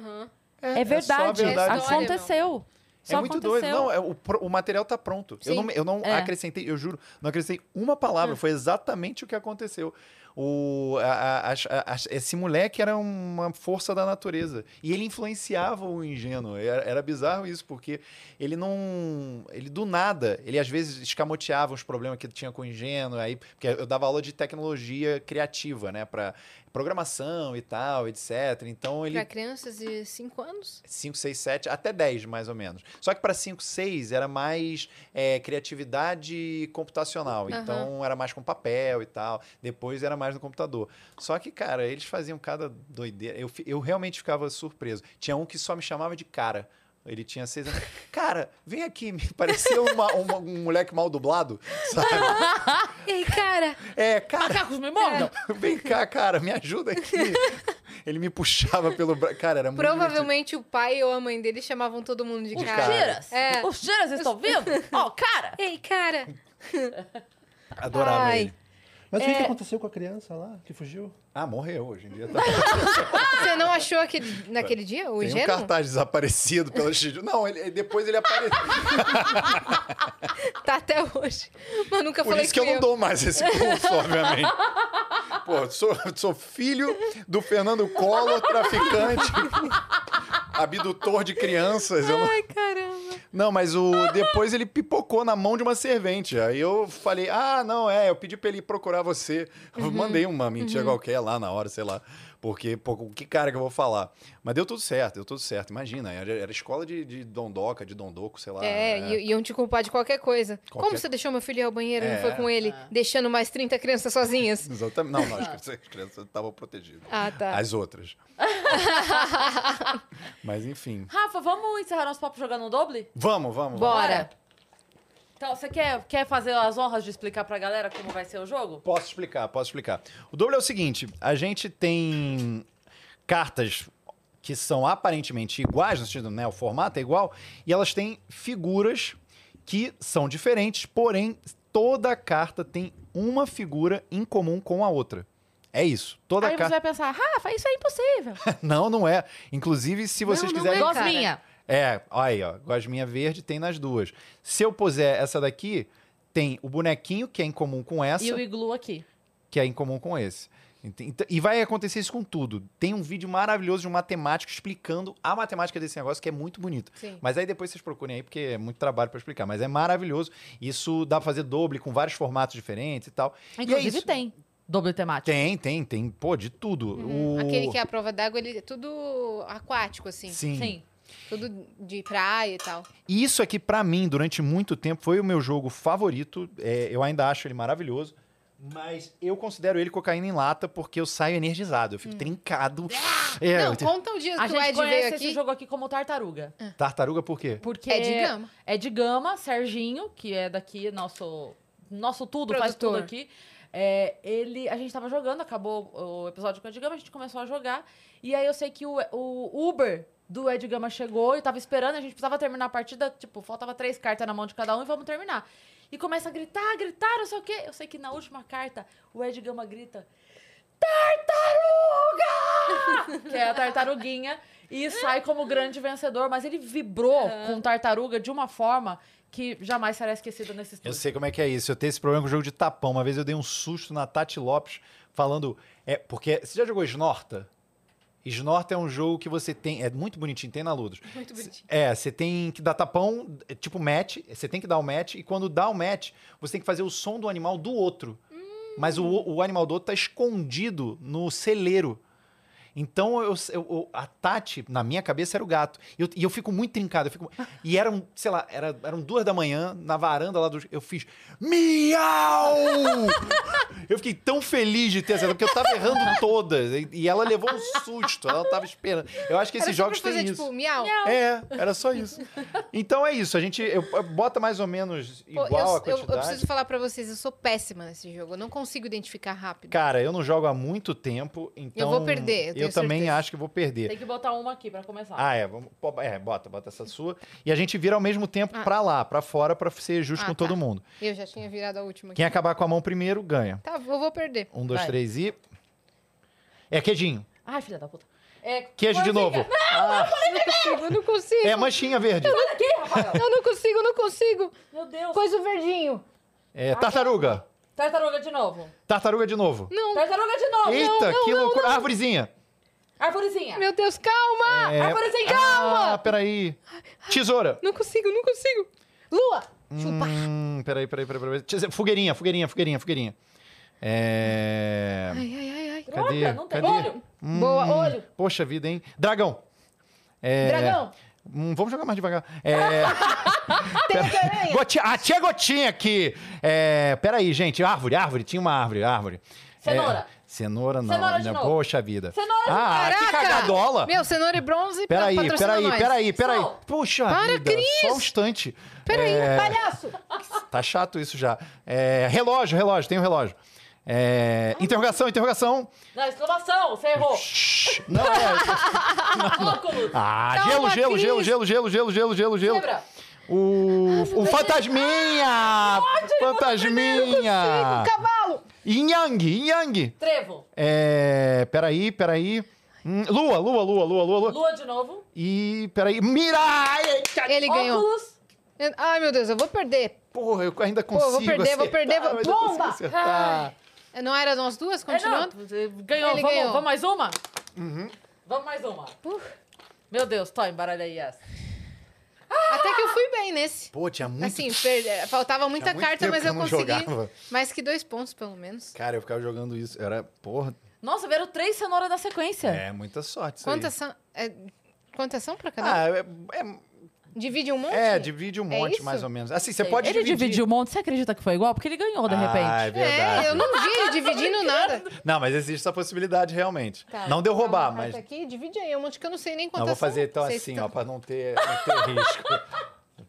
S1: É, verdade,
S3: Uhum. só a verdade.
S2: História,
S1: aconteceu.
S3: É
S1: Só
S3: muito
S1: aconteceu.
S3: doido. Não, é, o, pro- o material tá pronto. Eu
S2: Sim.
S3: não, eu não
S1: É. Hum.
S3: acrescentei, eu juro, não acrescentei uma palavra. Foi exatamente o que aconteceu. O, a- a- a- a- esse moleque era uma força da natureza. E ele influenciava o ingênuo. Era, era bizarro isso, porque ele não. Ele do nada, ele às vezes escamoteava os problemas que tinha com o ingênuo. Aí, porque eu dava aula de tecnologia criativa, né? Pra programação e tal, etc. Então ele
S2: Pra crianças de 5 anos?
S3: 5, 6, 7, até 10, mais ou menos. Só que para 5, 6 era mais é, criatividade computacional.
S2: Aham.
S3: Então era mais com papel e tal. Depois era mais no computador. Só que, cara, eles faziam cada doideira. Eu, fi- eu realmente ficava surpreso. Tinha um que só me chamava de cara. Ele tinha seis anos. Cara, vem aqui, me parecia uma- uma- um moleque mal dublado, sabe?
S2: Ei, cara!
S3: É, cara,
S1: Macacos me mordam!
S3: vem cá, cara, me ajuda aqui. Ele me puxava pelo braço. Cara, era muito. divertido.
S2: Provavelmente o pai ou a mãe dele chamavam todo mundo de
S3: Os
S2: cara.
S3: caras.
S1: Giras!
S2: É.
S1: Os giras estão vindo? Ó, cara!
S2: Ei, cara!
S3: Adorava
S2: Ai.
S3: ele.
S7: Mas o que, que aconteceu com a criança lá que fugiu?
S3: Ah, morreu hoje em dia. Tá...
S2: Você não achou aquele, naquele dia o
S3: Tem um
S2: gênero?
S3: cartaz desaparecido pela X. Não, ele- depois ele apareceu.
S2: Tá até hoje. Mas nunca
S3: Por
S2: falei
S3: isso que eu não dou mais esse curso, obviamente. Pô, sou, sou filho do Fernando Collor, traficante, abdutor de crianças. eu não-
S2: Ai, caramba.
S3: Não, mas o depois ele pipocou na mão de uma servente. Aí eu falei: "Ah, não, é, eu pedi pra ele procurar você". Eu
S2: Uhum.
S3: mandei uma mentira qualquer lá na hora, sei lá. Porque, pô, com que cara que eu vou falar? Mas deu tudo certo, deu tudo certo. Imagina, era, era escola de, de dondoca, de dondoco, sei lá.
S2: É,
S3: né?
S2: e iam te culpar de qualquer coisa.
S3: Qualquer-
S2: Como você deixou meu filho ir ao banheiro e não
S3: É.
S2: foi com ele,
S1: Ah.
S2: deixando mais 30 crianças sozinhas?
S3: Exatamente. Não, não, as crianças- as crianças estavam protegidas.
S2: Ah, tá.
S3: As outras. Mas enfim.
S1: Rafa, vamos encerrar nosso papo jogando um doble?
S3: Vamos, vamos. vamos.
S2: Bora!
S1: Então, você quer, quer fazer as honras de explicar pra galera como vai ser o jogo?
S3: Posso explicar, posso explicar. O dobro é o seguinte: a gente tem cartas que são aparentemente iguais, no sentido, né? O formato é igual, e elas têm figuras que são diferentes, porém, toda carta tem uma figura em comum com a outra. É isso. Toda
S1: Aí você
S3: carta.
S1: vai pensar, Rafa, isso é impossível.
S3: Não, não é. Inclusive, se vocês
S2: não
S3: quiserem.
S2: é, cara.
S1: Gosminha.
S3: É, olha aí, ó. Gosminha verde tem nas duas. Se eu puser essa daqui, tem o bonequinho, que é em comum com essa
S1: E o iglu aqui.
S3: que é em comum com esse. Ent- ent- E vai acontecer isso com tudo. Tem um vídeo maravilhoso de um matemático explicando a matemática desse negócio, que é muito bonito.
S2: Sim.
S3: Mas aí depois vocês procurem aí, porque é muito trabalho pra explicar. Mas é maravilhoso. Isso dá pra fazer doble com vários formatos diferentes e tal.
S1: Inclusive
S3: isso.
S1: tem doble temática.
S3: Tem, tem, tem. Pô, de tudo. O-
S2: Aquele que é a prova d'água, ele é tudo aquático, assim.
S3: Sim.
S1: Sim.
S2: Tudo de praia e tal.
S3: E isso aqui, pra mim, durante muito tempo, foi o meu jogo favorito. É, eu ainda acho ele maravilhoso. Mas eu considero ele cocaína em lata porque eu saio energizado. Eu fico trincado.
S2: Hum. Ah!
S3: É,
S2: Não,
S3: eu te-
S2: conta o dia
S1: A
S2: que o
S1: gente
S2: Ed veio
S1: conhece
S2: aqui.
S1: esse jogo aqui É. como Tartaruga.
S3: Tartaruga por quê?
S1: Porque
S2: É de gama.
S1: É de Gama, Serginho, que é daqui, nosso, nosso tudo, faz tudo
S2: Produtor.
S1: aqui. É, ele, a gente tava jogando, acabou o episódio com o Ed Gama, a gente começou a jogar. E aí eu sei que o, o Uber do Ed Gama chegou e tava esperando, a gente precisava terminar a partida, tipo, faltava três cartas na mão de cada um e vamos terminar. E começa a gritar, gritar, não sei o quê. Eu sei que na última carta o Ed Gama grita. Tartaruga! que é a tartaruguinha. E sai como grande vencedor, mas ele vibrou com tartaruga de uma forma que jamais será esquecida nesse
S3: Eu
S2: né?
S1: estúdio.
S3: sei como é que é isso. Eu tenho esse problema com o jogo de tapão. Uma vez eu dei um susto na Tati Lopes falando. É, porque. Você já jogou Snorta? Snorta é um jogo que você tem. É muito bonitinho, tem na Ludos.
S2: Muito bonitinho.
S3: É, você tem que dar tapão, é tipo match, você tem que dar o match, e quando dá o match, você tem que fazer o som do animal do outro.
S2: Hum.
S3: Mas o, o animal do outro tá escondido no celeiro. Então, eu, eu- eu- a Tati, na minha cabeça, era o gato. E eu, e eu fico muito trincado. Eu fico, e eram, sei lá, era, eram duas da manhã, na varanda lá do... Eu fiz... Miau! eu fiquei tão feliz de ter acertado, porque eu tava errando todas. E, e ela levou um susto, ela tava esperando. Eu acho que
S2: Era
S3: esses
S2: só
S3: jogos
S2: pra
S3: têm
S2: fazer,
S3: isso.
S2: tipo, miau.
S3: É, era só isso. Então é isso, a gente eu- eu- bota mais ou menos
S2: Pô,
S3: igual
S2: eu,
S3: a
S2: eu- eu
S3: quantidade.
S2: preciso falar pra vocês, eu sou péssima nesse jogo. Eu não consigo identificar rápido.
S3: Cara, eu não jogo há muito tempo, então
S2: vou perder, eu tenho
S3: também
S2: certeza.
S3: acho que vou perder.
S1: Tem que botar uma aqui pra começar.
S2: Tá.
S3: Ah, é, vamos, pô, é, bota, bota essa sua e a gente vira ao mesmo tempo
S2: Ah.
S3: pra lá, pra fora, pra ser justo
S2: Ah,
S3: com
S2: tá.
S3: todo mundo.
S2: Eu já tinha virado a última aqui.
S3: Quem acabar com a mão primeiro ganha.
S2: Tá, eu vou perder.
S3: Um, dois,
S1: Vai.
S3: três e é queijinho,
S1: Ai, filha da puta. É,
S3: queijo de
S1: Corsica.
S3: novo.
S2: é
S3: Ah,
S2: Eu não consigo.
S3: é manchinha verde.
S1: Aqui, Rafael.
S2: Eu não consigo, eu não consigo.
S1: Meu Deus.
S2: Coisa verdinho.
S3: É tartaruga,
S1: Tartaruga de novo.
S3: tartaruga de novo.
S1: Tartaruga de novo.
S3: Eita, que loucura! Árvorezinha.
S1: Arvorezinha.
S2: Meu Deus, calma!
S3: É-
S1: Arvorezinha.
S3: Ah, peraí. Tesoura.
S2: Não consigo, não consigo. Lua! Chupa.
S3: Hum, peraí, peraí, peraí, peraí. Deixa eu dizer, Fogueirinha, fogueirinha, fogueirinha, fogueirinha. É.
S2: Ai, ai, ai, ai.
S1: Droga,
S3: cadê?
S1: não tem
S3: Cadê?
S1: olho.
S3: Hum.
S2: Boa, olho.
S3: Poxa vida, hein? Dragão. É,
S2: Dragão.
S3: hum, vamos jogar mais devagar. É.
S2: Teteranha.
S3: Gotinha, ah, tinha gotinha aqui. É, peraí, gente. Árvore, árvore. Tinha uma árvore, árvore.
S1: Cenoura.
S3: É, cenoura não.
S1: Cenoura de
S3: não,
S1: novo.
S3: Poxa vida.
S1: Cenoura de
S3: ah, que cagadola.
S2: Meu, cenoura e bronze
S3: Peraí,
S2: patrocina
S3: peraí,
S2: nós.
S3: peraí, peraí.
S1: Sol.
S3: Puxa
S2: Para,
S3: vida, só um
S2: Cris.
S3: instante.
S2: Peraí,
S3: É,
S2: palhaço.
S3: Tá chato isso já. É, relógio, relógio, tem um relógio. É, interrogação, interrogação.
S1: Não, exclamação. Você errou.
S3: Shhh, Não, é.
S1: Óculos.
S3: Ah,
S2: Calma,
S3: gelo, gelo,
S2: Cris.
S3: gelo, gelo, gelo, gelo, gelo, gelo, gelo.
S1: Zebra.
S2: Ah,
S3: O, o fantasminha! Fantasminha!
S2: Cavalo.
S3: Yin Yang, Yin Yang.
S1: Trevo.
S3: É, peraí, peraí. Hum, Lua, lua, lua, lua, lua, lua.
S1: Lua de novo.
S3: E, peraí, Mirai! Eita,
S2: Ele ganhou.
S1: Óculos.
S2: Ai, meu Deus, eu vou perder.
S3: Porra, eu ainda
S2: vou
S3: consigo
S2: perder, vou
S3: acertar,
S2: perder, vou-
S3: mas eu consigo
S2: Bomba!
S3: acertar.
S2: Não era nós duas?
S1: É, não,
S2: Continuando?
S1: você ganhou.
S2: Ele
S1: Vamos,
S2: ganhou. Uh.
S1: vamos mais uma?
S3: Uhum.
S1: Vamos mais uma. Meu Deus, Toy, embaralha aí essa.
S2: Até que eu fui bem nesse.
S3: Pô, tinha muito
S2: Assim, per- faltava muita
S3: Tinha muito
S2: carta,
S3: tempo
S2: mas
S3: que
S2: eu
S3: eu não
S2: consegui
S3: jogava.
S2: mais que dois pontos, pelo menos.
S3: Cara, eu ficava jogando isso. Era, porra,
S1: Nossa, vieram três cenouras da sequência.
S3: é muita sorte. isso
S2: Quantas
S3: aí.
S2: são, é, quantas são pra cada um?
S3: Ah, é,
S2: Divide um monte?
S3: é, é, divide um
S2: É
S3: monte,
S2: isso?
S3: mais ou menos. Assim, você
S2: Sei.
S3: pode
S1: Ele
S3: dividir.
S1: dividiu um monte, você acredita que foi igual? Porque ele ganhou, de
S3: Ah, é
S1: repente.
S3: verdade.
S2: É, eu não vi ele dividindo nada.
S3: Não, mas existe essa possibilidade, realmente.
S2: Tá,
S3: não deu
S2: vou pegar
S3: roubar,
S2: uma carta
S3: mas...
S2: Aqui, divide aí, é um monte que eu não sei nem
S3: Não,
S2: quantas
S3: vou fazer então
S2: Vocês
S3: assim,
S2: estão-
S3: ó, pra não ter, não ter risco.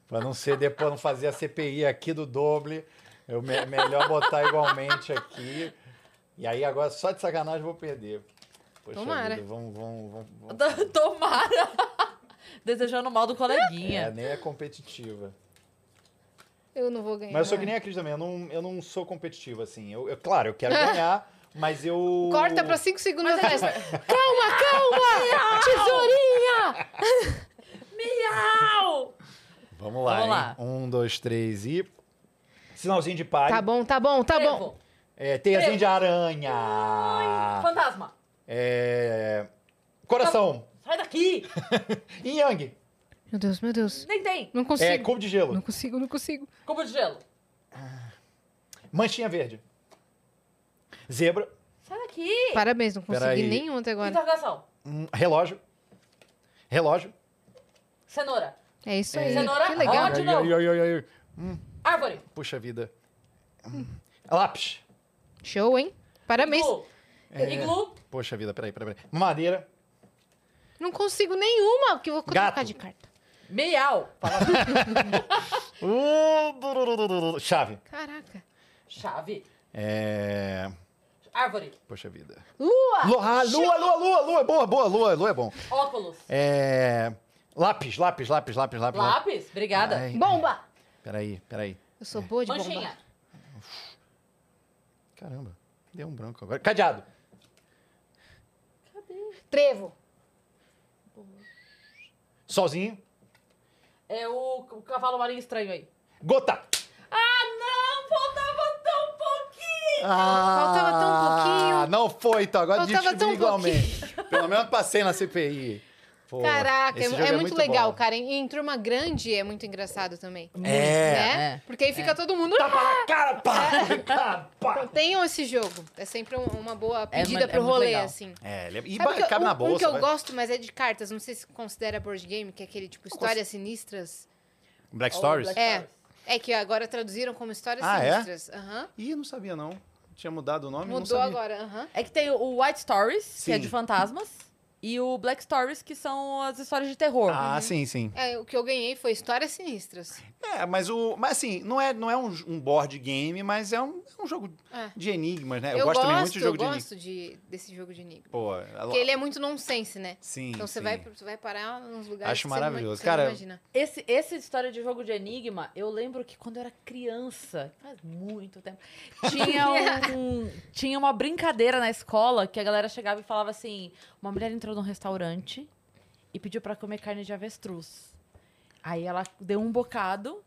S3: pra não ser depois, não fazer a CPI aqui do doble. Eu me- melhor botar igualmente aqui. E aí agora, só de sacanagem, eu vou perder. Poxa
S2: Tomara.
S3: vida, vamos, vamos, vamos- vamos-
S1: Tomara. Desejando mal do
S3: É,
S1: coleguinha.
S3: nem é competitiva.
S2: Eu não vou ganhar.
S3: Mas eu sou que nem a Cris também, eu não, eu não sou competitivo, assim. Eu, eu- claro, eu quero ganhar, mas eu...
S2: Corta pra 5 segundos atrás.
S1: Calma, calma! Tesourinha! Miau!
S3: Vamos lá,
S1: Vamos lá.
S3: hein? Um, dois, três e... Sinalzinho de pare.
S2: Tá bom, tá bom, tá bom.
S1: Trevo.
S3: É, Teiazinho
S1: Pre-
S3: de Aranha. Ah.
S1: Fantasma.
S3: É, Coração.
S1: Sai daqui!
S3: Yin Yang.
S2: Meu Deus, meu Deus.
S1: Nem tem!
S2: Não
S3: É,
S2: consigo.
S3: Cubo de Gelo.
S2: Não consigo, não consigo.
S1: Cubo de gelo.
S3: Manchinha Verde. Zebra.
S1: Sai daqui!
S2: Parabéns, não consegui
S3: Peraí.
S2: nenhum até agora.
S1: Interrogação.
S3: Hum, Relógio. Relógio.
S1: Cenoura.
S2: É isso aí.
S1: Cenoura,
S2: Que legal.
S1: Ó, de
S3: Ai,
S1: novo.
S3: ai, ai, ai, ai.
S1: Árvore.
S3: Puxa vida. Hum. Lápis.
S2: Show, hein? Parabéns.
S1: Iglu. Iglu.
S3: Poxa vida, peraí, peraí, peraí. Madeira.
S2: Não consigo nenhuma, porque eu vou trocar
S3: Gato.
S2: de carta.
S1: Meiau. Fala-
S3: Uh, dururururu. Chave.
S2: Caraca.
S1: Chave.
S3: É...
S1: Árvore.
S3: Poxa vida.
S1: Lua.
S3: Lua, ah, lua, lua, lua, lua. É boa, boa, lua, lua é bom.
S1: Óculos.
S3: É... Lápis, lápis, lápis, lápis, lápis. lápis.
S1: Lápis. Obrigada.
S3: Ai.
S1: Bomba.
S3: Peraí, peraí.
S2: Eu sou boa de
S1: Manchinha.
S2: bomba.
S3: Caramba, deu um branco agora. Cadeado.
S2: Trevo.
S3: Sozinho.
S1: É o, o cavalo marinho estranho aí.
S3: Gota.
S1: Ah, não! Faltava tão pouquinho!
S3: Faltava
S2: Ah, tão pouquinho.
S3: Não foi, então. Agora
S2: Faltava
S3: descobri
S2: tão
S3: igualmente. Pelo menos passei na CPI. Pô,
S2: Caraca, é,
S3: esse
S2: é
S3: jogo
S2: muito, legal,
S3: bom.
S2: cara. E em turma grande é muito engraçado também.
S3: É.
S2: né?
S1: é.
S2: Porque aí fica todo mundo.
S3: Tapa na cara, pá! Cara, pá.
S2: Tenham esse jogo. É sempre um- uma boa
S1: É,
S2: pedida
S1: mas é
S2: pro
S1: muito
S2: rolê,
S1: legal.
S2: assim.
S3: É, ele é- e
S2: Sabe
S3: ba-
S2: que eu-
S3: cabe
S2: um,
S3: na bolsa.
S2: um que eu
S3: vai.
S2: gosto, mas é de cartas. Não sei se considera board game, que é aquele tipo histórias sinistras.
S3: Black Stories?
S1: Black-
S2: É. É que agora traduziram como histórias
S3: Ah, é?
S2: sinistras. Aham.
S3: Ih, não sabia, não. Tinha mudado o nome, não
S2: Mudou
S3: sabia.
S2: agora. Aham.
S1: É que tem o White Stories, que é
S3: Sim.
S1: de fantasmas, e o Black Stories, que são as histórias de terror.
S3: Ah, sim, sim.
S2: É, o que eu ganhei foi histórias sinistras.
S3: É, mas o. Mas assim, não é, não é um, j- um board game, mas é um, é um jogo
S2: É.
S3: de enigmas, né? Eu,
S2: eu
S3: gosto
S2: gosto,
S3: também muito de jogo de
S2: eu
S3: enigmas.
S2: gosto de, desse jogo de enigma.
S3: Pô, ela-
S2: Porque ele é muito nonsense, né?
S3: sim.
S2: Então você
S3: sim.
S2: vai, você vai parar nos lugares
S3: Acho
S2: que você não- que
S3: maravilhoso.
S2: você não
S3: Cara,
S2: imagina.
S1: Esse, essa história de jogo de enigma, eu lembro que quando eu era criança, faz muito tempo, tinha,
S2: É.
S1: um, tinha uma brincadeira na escola que a galera chegava e falava assim: uma mulher entrou num restaurante e pediu pra comer carne de avestruz. Aí ela deu um bocado,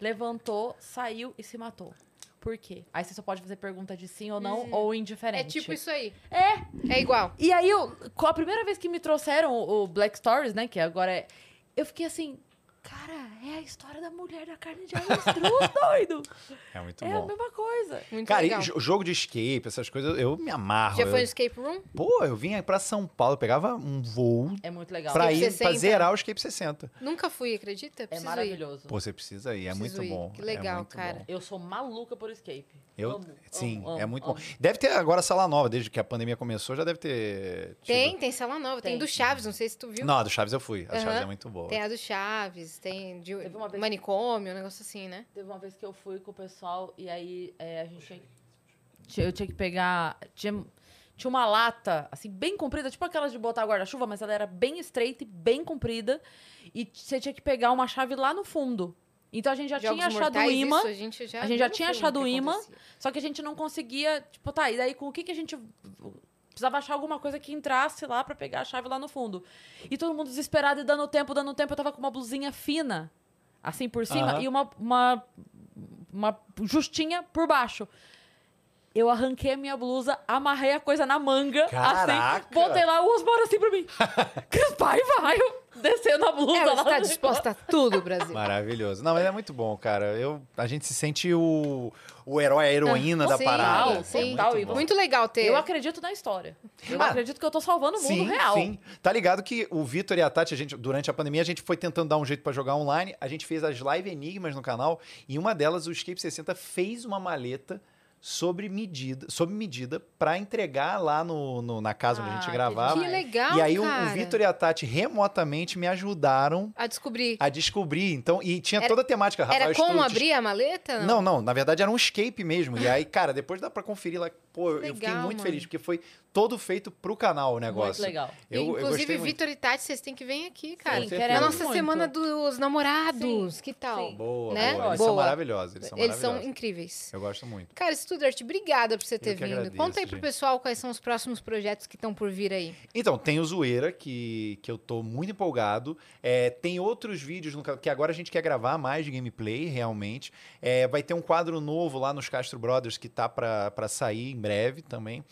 S1: levantou, saiu e se matou. Por quê? Aí você só pode fazer pergunta de sim ou não ou
S2: É
S1: indiferente.
S2: tipo isso aí.
S1: É,
S2: É igual.
S1: E aí, eu, com a primeira vez que me trouxeram o o Black Stories, né? Que agora é. Eu fiquei assim, cara, é a história da mulher da carne de avestruz, doido.
S3: É muito
S1: é a
S3: bom.
S1: mesma coisa.
S2: Muito
S3: Cara,
S2: legal.
S3: e jo- jogo de escape, essas coisas, eu me amarro.
S2: Já foi no
S3: eu,
S2: escape room?
S3: pô, eu vinha pra São Paulo, eu pegava um voo
S1: É muito legal.
S3: pra,
S2: Escape
S3: ir, pra
S2: 60.
S3: zerar o Escape 60.
S2: Nunca fui, acredita?
S1: é
S2: Preciso ir.
S1: maravilhoso.
S3: Pô, você precisa ir, é
S2: Preciso
S3: muito
S2: ir.
S3: bom.
S2: Que
S3: é
S2: legal,
S3: muito
S2: cara.
S3: bom.
S1: Eu sou maluca por escape.
S3: Eu,
S1: Amo,
S3: sim,
S1: amo,
S3: é
S1: amo,
S3: muito
S1: amo.
S3: bom. Deve ter agora sala nova, desde que a pandemia começou, já deve ter. tido.
S2: Tem, tem sala nova. Tem,
S1: Tem.
S2: do Chaves, não sei se tu viu.
S3: Não, a do Chaves eu fui. A do Chaves
S2: Aham.
S3: é muito boa.
S2: Tem a do Chaves, tem de
S1: Teve uma vez-
S2: manicômio, um negócio assim, né?
S1: Teve uma vez que eu fui com o pessoal e aí é, a gente tinha, tinha- eu tinha que pegar. Tinha, tinha uma lata, assim, bem comprida, tipo aquela de botar guarda-chuva, mas ela era bem estreita e bem comprida. E você tinha que pegar uma chave lá no fundo. Então a gente já tinha
S2: Jogos
S1: achado o
S2: Mortais,
S1: imã.
S2: isso a gente já,
S1: a gente já
S2: viu no
S1: tinha
S2: filme
S1: achado
S2: que
S1: o imã.
S2: acontecia.
S1: Só que a gente não conseguia, tipo, tá, e daí com o que que a gente precisava achar alguma coisa que entrasse lá pra pegar a chave lá no fundo. E todo mundo desesperado e dando tempo, dando tempo, eu tava com uma blusinha fina, assim por cima
S3: Aham.
S1: e uma, uma uma justinha por baixo. Eu arranquei a minha blusa, amarrei a coisa na manga, assim,
S3: Caraca!
S1: botei lá, o Osmar assim pra mim. Cris, vai, vai! eu Descendo a blusa
S2: É, Ela
S1: lá.
S2: está disposta a tudo, Brasil.
S3: Maravilhoso. Não, mas é muito bom, cara. Eu, a gente se sente o, o herói, a heroína
S2: Ah,
S3: da
S2: sim,
S3: parada.
S2: sim.
S3: é
S1: Total,
S3: muito bom.
S1: Igor.
S2: Muito legal ter.
S1: Eu acredito na história. Eu
S3: Ah,
S1: acredito que eu tô salvando o mundo
S3: sim,
S1: real.
S3: Sim. Tá ligado que o Vitor e a Tati, a gente, durante a pandemia, a gente foi tentando dar um jeito pra jogar online. A gente fez as live enigmas no canal e uma delas, o Escape 60, fez uma maleta sobre medida, sob medida para entregar lá no, no- na casa onde a
S1: Ah,
S3: gente
S1: que
S3: gravava.
S2: Que legal,
S3: e aí o-
S2: cara.
S3: o Vitor e a Tati remotamente me ajudaram
S2: A descobrir.
S3: a descobrir. Então, e tinha
S2: Era-
S3: toda a temática, Rafael
S2: Era como
S3: Stutz,
S2: abrir a maleta?
S3: não, não, na verdade era um escape mesmo. E aí, cara, depois dá pra conferir lá. Pô, eu fiquei
S2: Legal,
S3: muito
S2: mano.
S3: feliz, porque foi todo feito pro canal o
S1: Muito
S3: negócio.
S1: legal.
S3: Eu, eu
S2: Inclusive,
S3: gostei muito.
S2: Vitor e Tati, vocês têm que vir aqui, cara.
S1: Sim,
S2: Na
S3: queremos
S2: nossa
S1: muito.
S2: semana dos namorados. Que tal?
S1: Sim.
S3: Boa,
S2: né?
S3: boa. Eles
S2: Boa.
S3: são maravilhosos. Eles são
S2: Eles são
S3: maravilhosos.
S2: incríveis.
S3: Eu gosto muito.
S2: Cara, se tu Studart, obrigada por você ter
S3: que
S2: vindo.
S3: agradeço,
S2: Conta aí pro
S3: gente.
S2: pessoal quais são os próximos projetos que estão por vir aí.
S3: Então, tem o Zoeira, que, que eu tô muito empolgado. É, tem outros vídeos no canal, que agora a gente quer gravar mais de gameplay, realmente. É, vai ter um quadro novo lá nos Castro Brothers, que tá pra pra sair em breve também.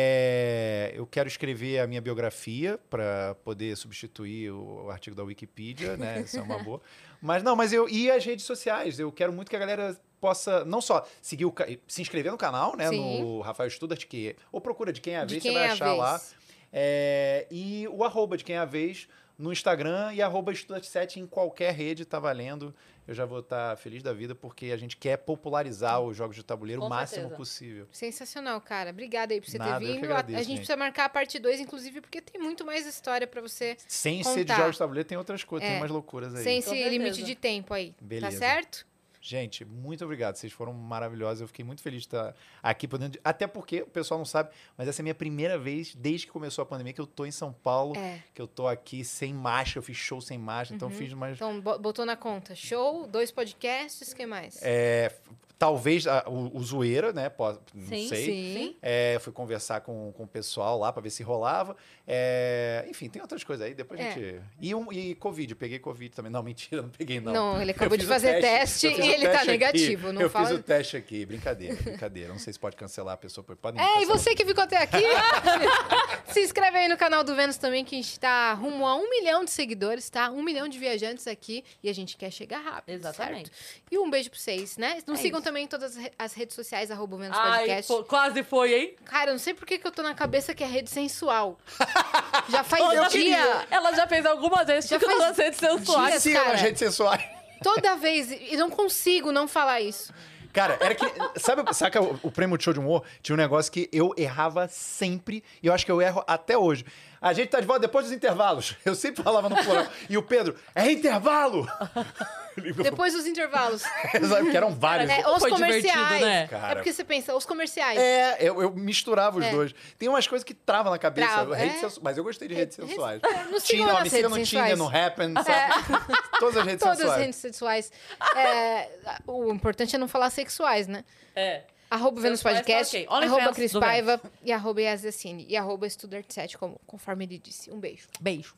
S3: É, eu quero escrever a minha biografia para poder substituir o, o artigo da Wikipedia, né? Isso é uma boa. Mas não, mas eu. E as redes sociais. Eu quero muito que a galera possa não só seguir o ca- se inscrever no canal, né,
S2: Sim.
S3: no Rafael Studart que ou procura de quem é a
S2: De
S3: vez,
S2: quem
S3: você vai
S2: é a
S3: achar lá.
S2: vez?
S3: É, e o arroba de quem é a vez no Instagram e arroba estudante7 em qualquer rede tá valendo. Eu já vou estar feliz da vida porque a gente quer popularizar os jogos de tabuleiro o
S1: Com
S3: máximo
S1: certeza.
S3: possível.
S2: Sensacional, cara. Obrigada aí por você
S3: Nada,
S2: ter
S3: eu que
S2: vindo.
S3: agradeço,
S2: a, a gente
S3: gente.
S2: precisa marcar a parte 2, inclusive, porque tem muito mais história pra você,
S3: Sem ser de
S2: Contar.
S3: jogos de tabuleiro, tem outras coisas,
S2: É.
S3: tem umas loucuras aí.
S2: sem
S1: Com
S2: esse
S1: certeza.
S2: limite de tempo aí. Tá
S3: Beleza.
S2: certo?
S3: Gente, muito obrigado. Vocês foram maravilhosos. Eu fiquei muito feliz de estar aqui podendo. Até porque o pessoal não sabe, mas essa é a minha primeira vez desde que começou a pandemia que eu tô em São Paulo,
S2: É.
S3: que eu tô aqui sem marcha. Eu fiz show sem marcha, então fiz mais.
S2: Então, bo- botou na conta. Show, dois podcasts, o que mais? É,
S3: Talvez a- o, o zoeira, né? Pode, não
S1: Sim,
S3: sei.
S2: Sim.
S3: É, fui conversar com, com o pessoal lá pra ver se rolava. É, enfim, tem outras coisas aí. Depois
S2: É.
S3: a gente. E, um, e Covid, eu peguei Covid também. Não, mentira, não peguei, não.
S2: Não, ele acabou
S3: Eu
S2: de
S3: fiz o
S2: fazer teste,
S3: eu fiz
S2: e
S3: o
S2: ele tá
S3: teste aqui.
S2: negativo. Não
S3: eu
S2: fala.
S3: fiz o teste aqui. Brincadeira, brincadeira. Não sei se pode cancelar a pessoa. Pode
S1: tá
S2: É, e você que ficou até aqui, se inscreve aí no canal do Vênus também, que a gente tá rumo a um milhão de seguidores, tá? Um milhão de viajantes aqui e a gente quer chegar rápido.
S1: Exatamente.
S2: certo? E um beijo pra vocês, né? Não
S1: É
S2: sigam
S1: isso.
S2: também em todas as re- as redes sociais, arroba o Vênus
S1: Ai,
S2: Podcast.
S1: fo- quase foi, hein?
S2: Cara, eu não sei por que, que eu tô na cabeça que é rede sensual. Já faz
S1: Ela-
S2: dia.
S1: Ela já fez algumas vezes
S2: Já
S1: que
S2: faz
S1: ela sente sensual.
S2: dias,
S3: Siga
S2: cara.
S3: nas redes sensuais.
S2: Toda vez. E não consigo não falar isso.
S3: Cara, era que. Sabe, saca o, o prêmio de show de humor? Tinha um negócio que eu errava sempre e eu acho que eu erro até hoje. A gente tá de volta depois dos intervalos. Eu sempre falava no plural. E o Pedro, é intervalo!
S2: Depois dos intervalos.
S3: Sabe, Porque eram vários.
S2: É, os
S1: Foi divertido,
S2: comerciais.
S1: né?
S3: Cara.
S2: É porque você pensa, os comerciais.
S3: É, eu, eu misturava os
S2: É.
S3: dois. Tem umas coisas que travam na cabeça.
S2: Trava,
S3: redes
S2: é.
S3: sensu- Mas eu gostei de redes
S2: Re-
S3: sensuais.
S2: Nos sigam
S3: Tinha, ó,
S2: nas
S3: me siga
S2: redes
S3: no Tinder,
S2: sensuais. É.
S3: no Happen, sabe? Todas as redes
S2: Todas as
S3: sensuais.
S2: redes sexuais. É, o importante é não falar sexuais, né?
S1: É.
S2: Arroba Vênus
S1: Sexuais tá
S2: Podcast,
S1: ok. OnlyFans
S2: arroba
S1: do
S2: Cris
S1: Vênus.
S2: Paiva e arroba Yasdecine. E arroba Estudart7, como, conforme ele disse. Um beijo.
S1: Beijo.